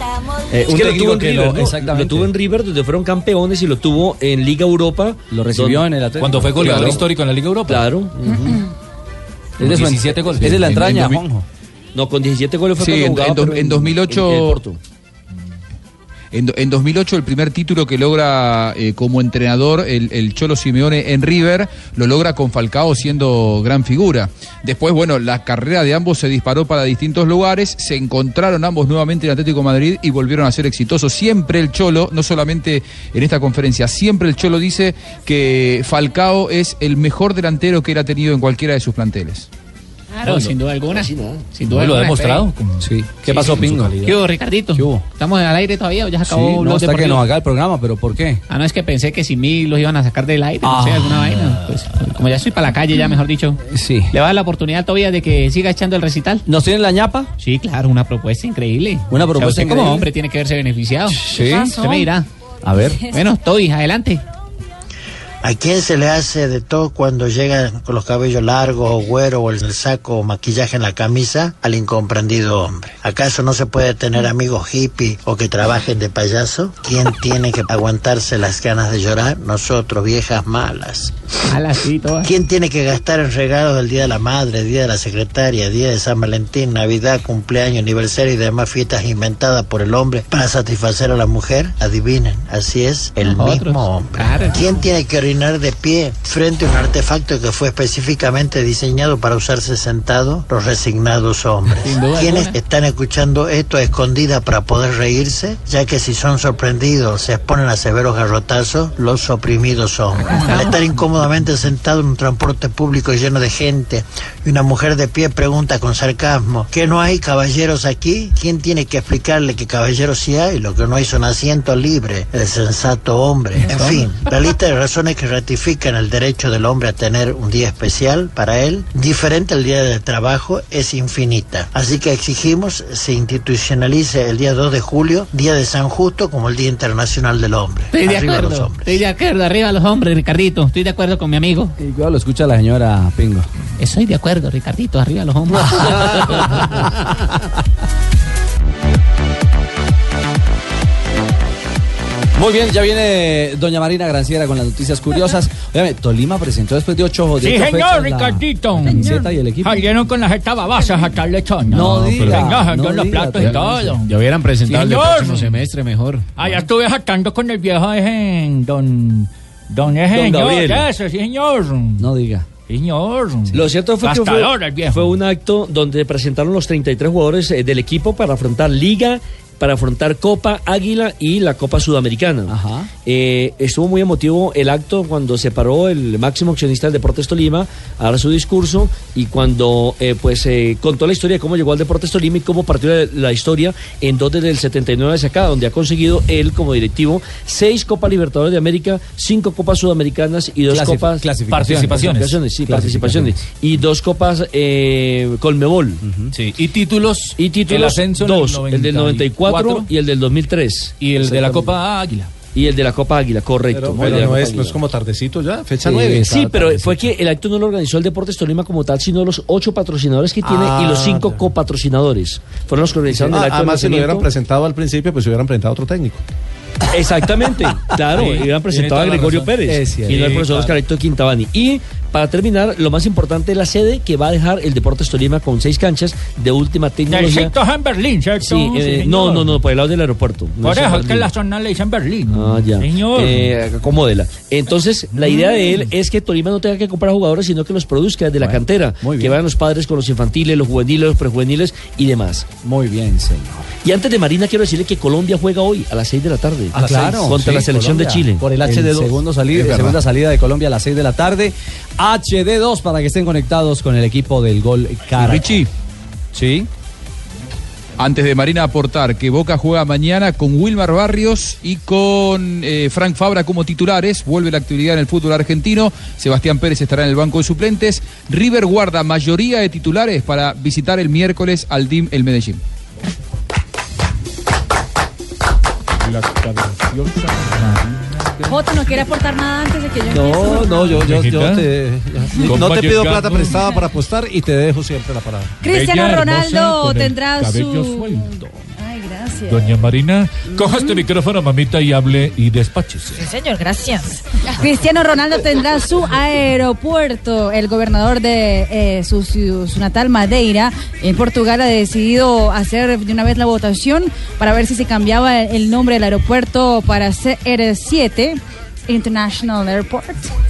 [SPEAKER 5] Es
[SPEAKER 4] un
[SPEAKER 5] Eh, que lo
[SPEAKER 4] técnico
[SPEAKER 5] tuvo en
[SPEAKER 4] que
[SPEAKER 5] River,
[SPEAKER 4] lo-
[SPEAKER 5] ¿no?
[SPEAKER 4] exactamente.
[SPEAKER 5] Lo tuvo en River, donde fueron campeones y lo tuvo en Liga Europa.
[SPEAKER 4] Lo recibió en el Atlético. Cuando fue goleador
[SPEAKER 5] histórico en la Liga Europa. Claro.
[SPEAKER 4] Con 17 goles. Es de la
[SPEAKER 5] En- en
[SPEAKER 4] entraña,
[SPEAKER 5] dos mil-
[SPEAKER 4] Juanjo.
[SPEAKER 5] No, con 17 goles Este fue
[SPEAKER 22] Sí,
[SPEAKER 5] cuando jugaba,
[SPEAKER 22] en, en do-
[SPEAKER 5] pero
[SPEAKER 22] en 2008.
[SPEAKER 5] en el Porto.
[SPEAKER 22] En, do- en 2008 el primer título que logra eh, como entrenador el, el Cholo Simeone en River lo logra con Falcao siendo gran figura. Después, bueno, la carrera de ambos se disparó para distintos lugares, se encontraron ambos nuevamente en Atlético de Madrid y volvieron a ser exitosos. Siempre el Cholo, no solamente en esta conferencia, siempre el Cholo dice que Falcao es el mejor delantero que él ha tenido en cualquiera de sus planteles.
[SPEAKER 26] Claro,
[SPEAKER 22] Bueno,
[SPEAKER 26] sin duda alguna. Sin duda
[SPEAKER 22] Hoy lo ha
[SPEAKER 26] alguna,
[SPEAKER 22] demostrado.
[SPEAKER 26] espere.
[SPEAKER 4] Sí. ¿Qué
[SPEAKER 26] Sí,
[SPEAKER 4] pasó,
[SPEAKER 26] con su
[SPEAKER 4] Pingo?
[SPEAKER 26] ¿Qué hubo, Ricardito? ¿Estamos al aire todavía o ya se
[SPEAKER 4] Sí,
[SPEAKER 26] acabó
[SPEAKER 4] no,
[SPEAKER 26] Blog
[SPEAKER 4] hasta que
[SPEAKER 26] Deportivo?
[SPEAKER 4] nos haga el programa, pero ¿por qué?
[SPEAKER 26] Ah, no, es que pensé que si mí los iban a sacar del aire, no sé, alguna vaina. Pues, como ya estoy para la calle, ya mejor dicho.
[SPEAKER 4] Ah. Sí.
[SPEAKER 26] ¿Le va a dar la oportunidad todavía de que siga echando el recital?
[SPEAKER 4] ¿Nos tienen la ñapa?
[SPEAKER 26] Sí, claro, una propuesta increíble.
[SPEAKER 4] Una propuesta
[SPEAKER 26] O sea, usted
[SPEAKER 4] increíble.
[SPEAKER 26] como hombre tiene que verse beneficiado.
[SPEAKER 4] Sí.
[SPEAKER 26] Usted me dirá.
[SPEAKER 4] A ver.
[SPEAKER 26] Bueno, Toby, adelante.
[SPEAKER 31] ¿A quién se le hace de todo cuando llegan con los cabellos largos o güero o el saco o maquillaje en la camisa? Al incomprendido hombre. ¿Acaso no se puede tener amigos hippies o que trabajen de payaso? ¿Quién tiene que aguantarse las ganas de llorar? Nosotros, viejas malas.
[SPEAKER 26] Malas, sí, todas.
[SPEAKER 31] ¿Quién tiene que gastar en regalos del Día de la Madre, Día de la Secretaria, Día de San Valentín, Navidad, cumpleaños, aniversario y demás fiestas inventadas por el hombre para satisfacer a la mujer? Adivinen, así es, el mismo hombre. ¿Quién tiene que orinar de pie frente a un artefacto que fue específicamente diseñado para usarse sentado? Los resignados hombres. ¿Quiénes están escuchando esto a escondida para poder reírse? Ya que si son sorprendidos, se exponen a severos garrotazos, los oprimidos son. Al estar incómodamente sentado en un transporte público lleno de gente y una mujer de pie pregunta con sarcasmo, ¿qué no hay caballeros aquí? ¿Quién tiene que explicarle que caballeros sí hay? Lo que no hay son asientos libres, el sensato hombre. En fin, la lista de razones que ratifican el derecho del hombre a tener un día especial para él, diferente al día de trabajo, es infinita. Así que exigimos se institucionalice el día 2 de julio, día de San Justo, como el Día Internacional del Hombre.
[SPEAKER 26] Estoy de
[SPEAKER 31] Arriba los
[SPEAKER 26] acuerdo.
[SPEAKER 31] hombres.
[SPEAKER 26] Estoy de acuerdo. Arriba los hombres, Ricardito. Estoy de acuerdo con mi amigo.
[SPEAKER 4] Y cuidado, lo escucha la señora Pingo.
[SPEAKER 26] Estoy de acuerdo, Ricardito. Arriba los hombres.
[SPEAKER 4] Muy bien, ya viene doña Marina Granciera con las noticias curiosas. Óyame, Tolima presentó después de ocho de
[SPEAKER 17] Sí,
[SPEAKER 4] ocho
[SPEAKER 17] señor,
[SPEAKER 4] fechas la
[SPEAKER 17] Ricardito.
[SPEAKER 4] camiseta y el equipo.
[SPEAKER 17] Salieron con las jeta babasas hasta el lechón.
[SPEAKER 9] No diga,
[SPEAKER 17] Venga,
[SPEAKER 9] no
[SPEAKER 17] salieron los
[SPEAKER 9] diga,
[SPEAKER 17] platos y
[SPEAKER 9] ya-
[SPEAKER 17] todo.
[SPEAKER 9] Ya hubieran presentado el del
[SPEAKER 17] Señor.
[SPEAKER 9] próximo semestre mejor.
[SPEAKER 17] Allá estuve jactando con el viejo ese, don... Don
[SPEAKER 9] Don
[SPEAKER 17] ese señor,
[SPEAKER 9] Gabriel.
[SPEAKER 17] ese, sí, señor.
[SPEAKER 4] No diga.
[SPEAKER 2] Señor.
[SPEAKER 5] Lo cierto fue que fue,
[SPEAKER 2] Gastador, el viejo.
[SPEAKER 5] fue un acto donde presentaron los 33 jugadores eh, del equipo para afrontar Liga, para afrontar Copa Águila y la Copa Sudamericana. Eh, estuvo muy emotivo el acto cuando se paró el máximo accionista del Deportes Tolima a dar su discurso y cuando eh, pues eh, contó la historia de cómo llegó al Deportes Tolima y cómo partió la, la historia en dos desde el 79 hacia acá, donde ha conseguido él como directivo seis Copas Libertadores de América, cinco Copas Sudamericanas y dos
[SPEAKER 4] Clasif-
[SPEAKER 5] Copas
[SPEAKER 4] clasificaciones.
[SPEAKER 5] participaciones, sí, participaciones y dos Copas eh, Colmebol.
[SPEAKER 8] Sí, y títulos.
[SPEAKER 5] Y títulos
[SPEAKER 8] el ascenso en el
[SPEAKER 5] dos, el, del 94 y el del 2003.
[SPEAKER 8] Y el de la Copa Águila.
[SPEAKER 5] Y el de la Copa Águila, correcto.
[SPEAKER 6] Pero,
[SPEAKER 5] el
[SPEAKER 6] pero
[SPEAKER 5] de la
[SPEAKER 6] no,
[SPEAKER 5] Copa
[SPEAKER 6] es, no
[SPEAKER 5] Águila.
[SPEAKER 6] es como tardecito ya, fecha
[SPEAKER 5] Eh,
[SPEAKER 6] nueve.
[SPEAKER 5] sí, pero fue que el acto no lo organizó el Deportes Tolima como tal, sino los ocho patrocinadores que tiene
[SPEAKER 6] Ah,
[SPEAKER 5] y los cinco copatrocinadores. Fueron los que organizaron el
[SPEAKER 6] Ah,
[SPEAKER 5] acto. de
[SPEAKER 6] además, si lo hubieran
[SPEAKER 5] lanzamiento.
[SPEAKER 6] presentado al principio, pues se hubieran presentado otro técnico.
[SPEAKER 5] Exactamente, claro,
[SPEAKER 6] Sí,
[SPEAKER 5] y
[SPEAKER 6] tiene
[SPEAKER 5] hubieran presentado
[SPEAKER 6] toda
[SPEAKER 5] a
[SPEAKER 6] la
[SPEAKER 5] Gregorio
[SPEAKER 6] razón. Es
[SPEAKER 5] Pérez
[SPEAKER 6] cierto.
[SPEAKER 5] y no al
[SPEAKER 6] Sí,
[SPEAKER 5] profesor
[SPEAKER 6] claro.
[SPEAKER 5] Oscarito Quintabani. Y para terminar, lo más importante es la sede que va a dejar el Deportes Tolima con seis canchas de última tecnología.
[SPEAKER 17] sector en Berlín, ¿cierto?
[SPEAKER 5] Sí, eh,
[SPEAKER 17] Sí,
[SPEAKER 5] no,
[SPEAKER 17] señor.
[SPEAKER 5] no, no, por el lado del aeropuerto. No
[SPEAKER 17] Por
[SPEAKER 5] es
[SPEAKER 17] eso
[SPEAKER 5] en
[SPEAKER 17] es que
[SPEAKER 5] Berlín.
[SPEAKER 17] la zona le dicen Berlín.
[SPEAKER 5] Ah, ya.
[SPEAKER 17] Señor.
[SPEAKER 5] Eh, acomódela. Entonces, la idea de
[SPEAKER 4] Mm.
[SPEAKER 6] Mm.
[SPEAKER 5] él es que Tolima no tenga que comprar jugadores, sino que los produzca desde la cantera. Que vayan los padres con los infantiles, los juveniles, los prejuveniles y demás.
[SPEAKER 4] Muy bien, señor.
[SPEAKER 5] Y antes de Marina, quiero decirle que Colombia juega hoy a las 6 de la tarde.
[SPEAKER 4] Ah, claro.
[SPEAKER 5] Contra
[SPEAKER 4] sí,
[SPEAKER 5] la selección
[SPEAKER 4] Colombia,
[SPEAKER 5] de Chile.
[SPEAKER 4] Por el HD2. segundo salida,
[SPEAKER 5] Es verdad.
[SPEAKER 4] segunda salida de Colombia a las 6 de la tarde. HD2 para que estén conectados con el equipo del Gol Cara.
[SPEAKER 22] Richie.
[SPEAKER 4] Sí.
[SPEAKER 22] Antes de Marina aportar que Boca juega mañana con Wilmar Barrios y con eh, Frank Fabra como titulares. Vuelve la actividad en el fútbol argentino. Sebastián Pérez estará en el banco de suplentes. River guarda mayoría de titulares para visitar el miércoles al DIM el Medellín.
[SPEAKER 13] Jota no quiere aportar nada antes de que yo empiece.
[SPEAKER 6] No, no, yo, yo, yo
[SPEAKER 4] Mijita.
[SPEAKER 6] te,
[SPEAKER 4] Con
[SPEAKER 6] no te
[SPEAKER 4] Mario
[SPEAKER 6] pido
[SPEAKER 4] Gago.
[SPEAKER 6] plata prestada para apostar y te dejo siempre la parada.
[SPEAKER 13] Cristiano
[SPEAKER 17] Bella, hermosa,
[SPEAKER 13] Ronaldo
[SPEAKER 17] con el
[SPEAKER 13] tendrá
[SPEAKER 17] cabello
[SPEAKER 13] su.
[SPEAKER 17] suelto.
[SPEAKER 13] Ay, gracias.
[SPEAKER 17] Doña Marina, coja este micrófono, mamita, y hable y despáchese.
[SPEAKER 13] Sí, señor, gracias. Cristiano Ronaldo tendrá su aeropuerto. El gobernador de eh, su, ciu- su natal Madeira, en Portugal, ha decidido hacer de una vez la votación para ver si se cambiaba el nombre del aeropuerto para CR7, International Airport.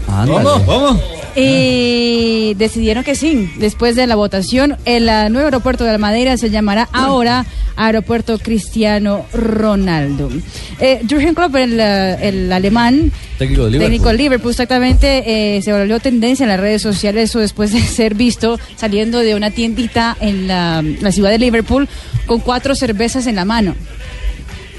[SPEAKER 4] Ándale.
[SPEAKER 17] vamos.
[SPEAKER 13] Y Eh, decidieron que sí. Después de la votación, el ah, nuevo aeropuerto de la Madeira se llamará ahora Aeropuerto Cristiano Ronaldo. Eh, Jürgen Klopp, el, ah, el alemán,
[SPEAKER 4] Técnico de Liverpool.
[SPEAKER 13] técnico de Liverpool, exactamente, eh, se volvió tendencia en las redes sociales eso después de ser visto saliendo de una tiendita en la, la ciudad de Liverpool con cuatro cervezas en la mano.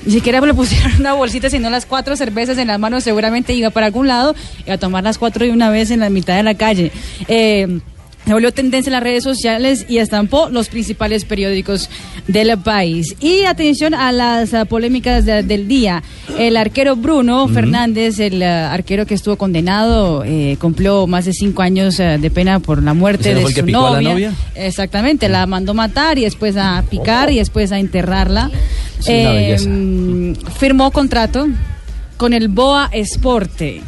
[SPEAKER 13] Ni siquiera le pusieron una bolsita, sino las cuatro cervezas en las manos. Seguramente iba para algún lado y a tomar las cuatro de una vez en la mitad de la calle. Eh, se volvió tendencia en las redes sociales y estampó los principales periódicos del país. Y atención a las ah, polémicas de- del día. El arquero Bruno Fernández, el ah, arquero que estuvo condenado, eh, cumplió más de cinco años ah, de pena por la muerte
[SPEAKER 4] ¿Ese no
[SPEAKER 13] de
[SPEAKER 4] fue el que
[SPEAKER 13] su
[SPEAKER 4] picó a la novia?
[SPEAKER 13] Exactamente, la mandó matar y después a picar y después a enterrarla.
[SPEAKER 4] Es una belleza.
[SPEAKER 13] mm, firmó contrato con el Boa Esporte.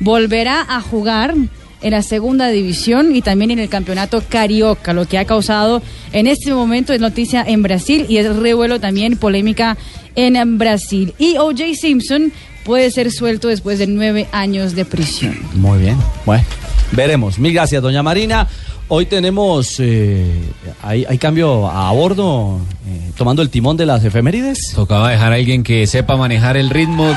[SPEAKER 13] Volverá a jugar en la segunda división y también en el campeonato carioca, lo que ha causado en este momento es noticia en Brasil y es revuelo también polémica en em, Brasil. Y O.J. Simpson puede ser suelto después de nueve años de prisión.
[SPEAKER 4] Muy bien. Bueno, veremos. Mil gracias, doña Marina. Hoy tenemos. eh, hay, hay cambio a bordo, eh, tomando el timón de las efemérides.
[SPEAKER 9] Tocaba dejar a alguien que sepa manejar el ritmo del.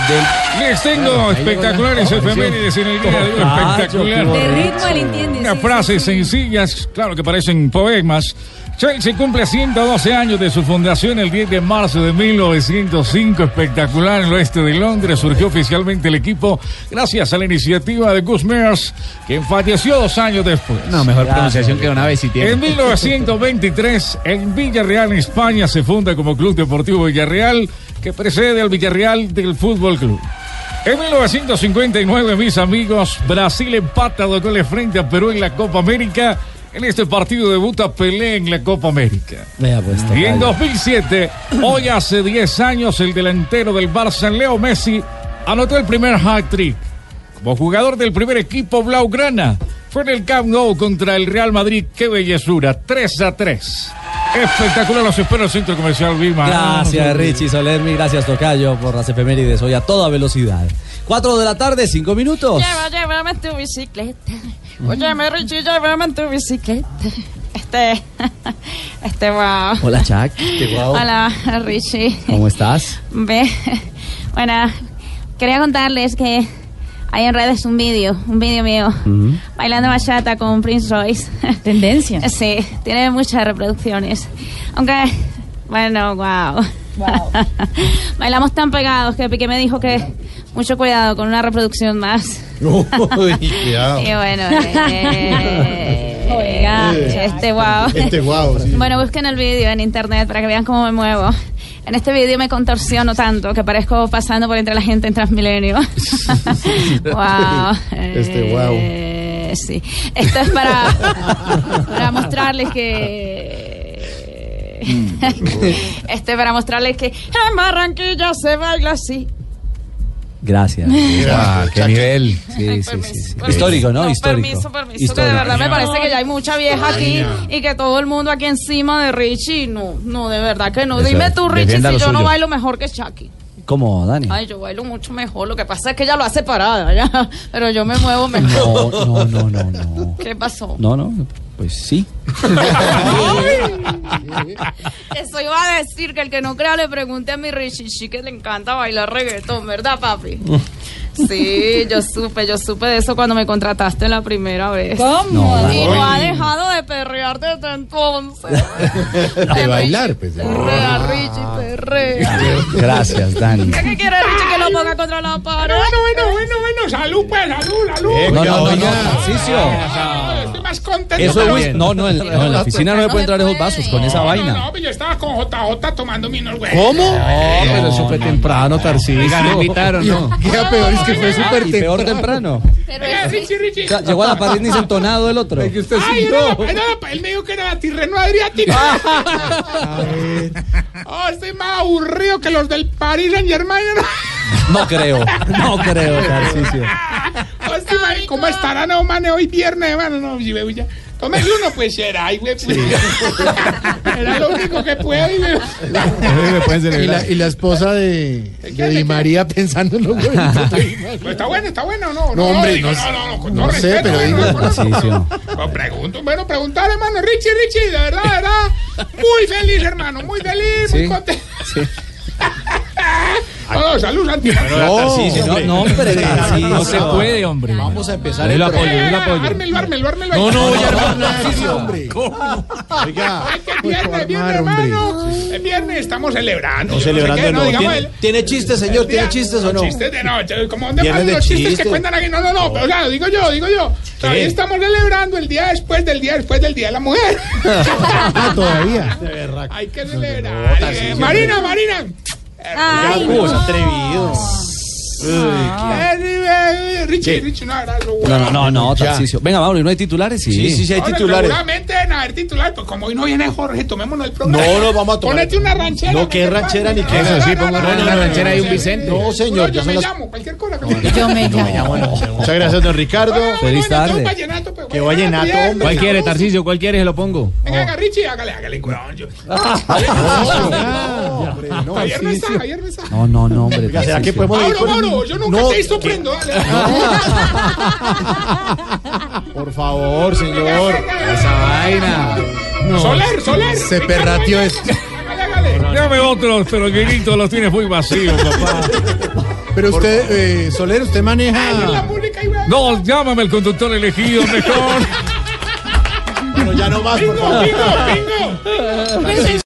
[SPEAKER 17] Les tengo espectaculares efemérides en el día de hoy.
[SPEAKER 9] Ah,
[SPEAKER 17] Espectacular.
[SPEAKER 9] yo qué De
[SPEAKER 13] ritmo él entiende,
[SPEAKER 17] Unas
[SPEAKER 13] sí,
[SPEAKER 17] frases sencillas, claro que parecen poemas. Chelsea cumple 112 años de su fundación el 10 de marzo de 1905. Espectacular en el oeste de Londres. Surgió oficialmente el equipo gracias a la iniciativa de Gus Mears, quien falleció dos años después.
[SPEAKER 26] No, mejor pronunciación que una vez si tiene.
[SPEAKER 17] En 1923, en Villarreal, España, se funda como Club Deportivo Villarreal, que precede al Villarreal del Fútbol Club. En 1959, mis amigos, Brasil empata dos goles frente a Perú en la Copa América. En este partido debuta Pelé en la Copa América.
[SPEAKER 4] Vea, pues,
[SPEAKER 17] Y en
[SPEAKER 4] tocayo.
[SPEAKER 17] 2007, hoy hace 10 años, el delantero del Barça, Leo Messi, anotó el primer hat-trick. Como jugador del primer equipo Blaugrana, fue en el Camp Nou contra el Real Madrid. ¡Qué bellezura! 3 a 3. Espectacular, los espero en el Centro Comercial Vilma.
[SPEAKER 4] Gracias Richie Solermi, gracias Tocayo por las efemérides hoy a toda velocidad. 4 de la tarde, 5 minutos.
[SPEAKER 28] Lleva, llévame en tu bicicleta. Óyeme, Richie, llévame en tu bicicleta. Este, este, wow.
[SPEAKER 4] Hola Chuck, qué guau.
[SPEAKER 28] Hola, Richie.
[SPEAKER 4] ¿Cómo estás?
[SPEAKER 28] Ve, bueno, quería contarles que hay en redes un vídeo, un vídeo mío, bailando bachata con Prince Royce.
[SPEAKER 13] Tendencia.
[SPEAKER 28] Sí, tiene muchas reproducciones. Aunque, bueno, wow. Bailamos tan pegados que Piqué me dijo que mucho cuidado con una reproducción más.
[SPEAKER 15] Uy, cuidado.
[SPEAKER 28] Y bueno, eh, oiga,
[SPEAKER 15] Eh,
[SPEAKER 28] este
[SPEAKER 31] Ah.
[SPEAKER 28] wow.
[SPEAKER 15] Este guau, sí.
[SPEAKER 28] Bueno, busquen el vídeo en internet para que vean cómo me muevo. En este vídeo me contorsiono tanto que parezco pasando por entre la gente en Transmilenio. wow.
[SPEAKER 15] Este guau.
[SPEAKER 28] Eh, sí. Esto es para, para mostrarles que.
[SPEAKER 4] Mm,
[SPEAKER 28] este para mostrarles que en Barranquilla se baila así.
[SPEAKER 4] Gracias.
[SPEAKER 28] Gracias,
[SPEAKER 4] Wow, qué nivel. Sí, sí, sí, sí. Histórico, ¿no? Histórico.
[SPEAKER 28] Permiso, permiso, que de
[SPEAKER 4] Histórico.
[SPEAKER 28] verdad me parece que ya hay mucha vieja aquí
[SPEAKER 4] Ay,
[SPEAKER 28] y que todo el mundo aquí encima de Richie. No, no, de verdad que no.
[SPEAKER 4] Eso
[SPEAKER 28] Dime
[SPEAKER 4] es,
[SPEAKER 28] tú, Richie, si
[SPEAKER 4] defienda
[SPEAKER 28] yo
[SPEAKER 4] lo
[SPEAKER 28] no
[SPEAKER 4] suyo.
[SPEAKER 28] bailo mejor que Chucky.
[SPEAKER 4] ¿Cómo, Dani?
[SPEAKER 28] Ay, yo bailo mucho mejor. Lo que pasa es que ella lo hace parada, ya. Pero yo me muevo mejor.
[SPEAKER 4] No, no, no, no.
[SPEAKER 28] ¿Qué pasó?
[SPEAKER 4] No, no. Pues sí.
[SPEAKER 28] Eso iba a decir que el que no crea le pregunte a mi Richie Chi que le encanta bailar reggaetón, ¿verdad, papi? Sí, yo supe, yo supe de eso cuando me contrataste la primera vez.
[SPEAKER 15] ¿Cómo? No,
[SPEAKER 28] y no
[SPEAKER 15] Dani.
[SPEAKER 28] ha dejado de perrear desde entonces.
[SPEAKER 15] De bailar, pues.
[SPEAKER 28] Perrea, Richie, perrea.
[SPEAKER 4] Gracias, Dani.
[SPEAKER 28] ¿Qué quiere Richie que lo ponga contra la pared?
[SPEAKER 30] Bueno, bueno, bueno, bueno, salud, pues, salud, salud.
[SPEAKER 4] No, no, no, no.
[SPEAKER 30] Ah, Estoy más contento.
[SPEAKER 4] Eso
[SPEAKER 30] pero-
[SPEAKER 4] no es. No, no, en, no, en la oficina no me pueden entrar esos vasos con esa
[SPEAKER 30] No,
[SPEAKER 4] vaina.
[SPEAKER 30] no, pero yo estaba con JJ tomando mi güey.
[SPEAKER 4] ¿Cómo? No, pero eso fue temprano, Tarcísio.
[SPEAKER 30] Oiga,
[SPEAKER 4] me
[SPEAKER 30] ¿lo invitaron, no? Ah,
[SPEAKER 4] Queda peor, es que fue
[SPEAKER 30] súper
[SPEAKER 4] Peor temprano.
[SPEAKER 30] Oiga, Richie, Richie.
[SPEAKER 4] Ya Llegó a la pared ni entonado el otro.
[SPEAKER 30] Ay, era la- era la- él me dijo que era la Tirreno Adriático. oh, estoy más aburrido que los del Paris Saint Germain.
[SPEAKER 4] No creo, no creo, Tarcicio.
[SPEAKER 30] Oh, este man, ¿Cómo estará no mane hoy viernes, hermano? No, si veo ya. Tómeme uno, pues será, ay, güey. pues. Era lo único que puedo. Y me...
[SPEAKER 15] Y la, y la esposa de, de Di María pensando en los huevos.
[SPEAKER 30] Pero Pues, está bueno, está bueno, ¿no?
[SPEAKER 15] No, hombre,
[SPEAKER 30] digo,
[SPEAKER 15] no
[SPEAKER 30] no,
[SPEAKER 15] sé-
[SPEAKER 30] no, no, con
[SPEAKER 15] no
[SPEAKER 30] todo
[SPEAKER 15] sé,
[SPEAKER 30] respeto,
[SPEAKER 15] pero
[SPEAKER 30] eh,
[SPEAKER 15] digo-
[SPEAKER 30] no, no,
[SPEAKER 15] Tarcisio.
[SPEAKER 30] no, pregunto, bueno, preguntar, hermano, Richie, Richie, de verdad, de verdad, muy feliz, hermano, muy feliz, muy
[SPEAKER 4] Sí.
[SPEAKER 30] contento. No, salud, Santi.
[SPEAKER 4] No, Tarcisio, no, no, hombre, Tarcisio.
[SPEAKER 30] No se puede,
[SPEAKER 4] hombre.
[SPEAKER 30] Vamos a empezar
[SPEAKER 4] Yo
[SPEAKER 30] el
[SPEAKER 4] lo apoyo,
[SPEAKER 30] programa.
[SPEAKER 4] yo lo apoyo.
[SPEAKER 30] Ármelo, ármelo, ármelo.
[SPEAKER 4] No, no,
[SPEAKER 30] ya
[SPEAKER 4] ya
[SPEAKER 30] hermano,
[SPEAKER 4] armando,
[SPEAKER 30] Tarcisio.
[SPEAKER 15] hombre.
[SPEAKER 30] Oiga, pues, Ay, que viernes, viernes,
[SPEAKER 15] hombre.
[SPEAKER 30] hermano. El viernes estamos celebrando. yo no
[SPEAKER 15] Estamos
[SPEAKER 30] sé
[SPEAKER 15] celebrando
[SPEAKER 30] qué,
[SPEAKER 15] de nuevo.
[SPEAKER 30] Digamos,
[SPEAKER 15] ¿Tiene-
[SPEAKER 30] el-
[SPEAKER 15] tiene chistes, señor?
[SPEAKER 30] el día-
[SPEAKER 15] ¿Tiene chistes o no?
[SPEAKER 30] Chistes de noche. Como dónde
[SPEAKER 15] Viernes
[SPEAKER 30] van
[SPEAKER 15] de
[SPEAKER 30] los chistes,
[SPEAKER 15] chistes.
[SPEAKER 30] que cuentan aquí? No, no, no. Pero, o sea, lo digo yo, digo yo. Todavía estamos celebrando el día después del día después del día de la mujer.
[SPEAKER 15] Ah, todavía.
[SPEAKER 30] Hay que celebrar. Eh, Marina, Marina.
[SPEAKER 15] Ay,
[SPEAKER 30] no.
[SPEAKER 15] atrevido.
[SPEAKER 30] Eh, Richie, Richie, un abrazo.
[SPEAKER 4] No, no, no, no,
[SPEAKER 30] Ya.
[SPEAKER 4] Tarcicio. Venga, Mauro, ¿y no hay titulares? Sí,
[SPEAKER 30] Ahora, Seguramente deben haber titulares, pues como hoy no viene Jorge, tomémonos el programa.
[SPEAKER 15] No, no, vamos a tomar.
[SPEAKER 30] Ponete una ranchera.
[SPEAKER 15] No, qué ranchera ni qué.
[SPEAKER 30] Eso sí, pongo una ranchera y un
[SPEAKER 15] Vicente. No,
[SPEAKER 30] No,
[SPEAKER 15] señor,
[SPEAKER 30] yo
[SPEAKER 15] ya
[SPEAKER 30] me
[SPEAKER 15] son las
[SPEAKER 30] llamo, cualquier cosa.
[SPEAKER 15] Yo me llamo. Muchas gracias, don Ricardo. Feliz tarde.
[SPEAKER 30] pues,
[SPEAKER 15] Que vallenato, hombre.
[SPEAKER 9] ¿Cuál quiere, Tarcicio? ¿Cuál quiere? Se lo pongo.
[SPEAKER 30] Venga, haga, Richie, hágale, hágale, cuidado. yo- Ah, Ayer no está, ayer no está.
[SPEAKER 4] No, no, no, hombre.
[SPEAKER 15] Oiga, ¿será
[SPEAKER 4] Tarcicio.
[SPEAKER 15] que podemos ir
[SPEAKER 30] Mauro,
[SPEAKER 15] con-
[SPEAKER 30] Mauro, yo nunca
[SPEAKER 15] No,
[SPEAKER 30] te he visto prendo. dale.
[SPEAKER 15] Por favor, señor. Esa vaina.
[SPEAKER 30] Soler, Soler.
[SPEAKER 15] Se perrateó esto.
[SPEAKER 17] Dame otros, pero el grito los tienes muy vacíos, papá.
[SPEAKER 15] Pero usted, eh, Soler, usted maneja.
[SPEAKER 17] No, llámame el conductor elegido, mejor.
[SPEAKER 15] Bueno, ya no más, por
[SPEAKER 30] Bingo,
[SPEAKER 15] favor.
[SPEAKER 30] bingo, bingo.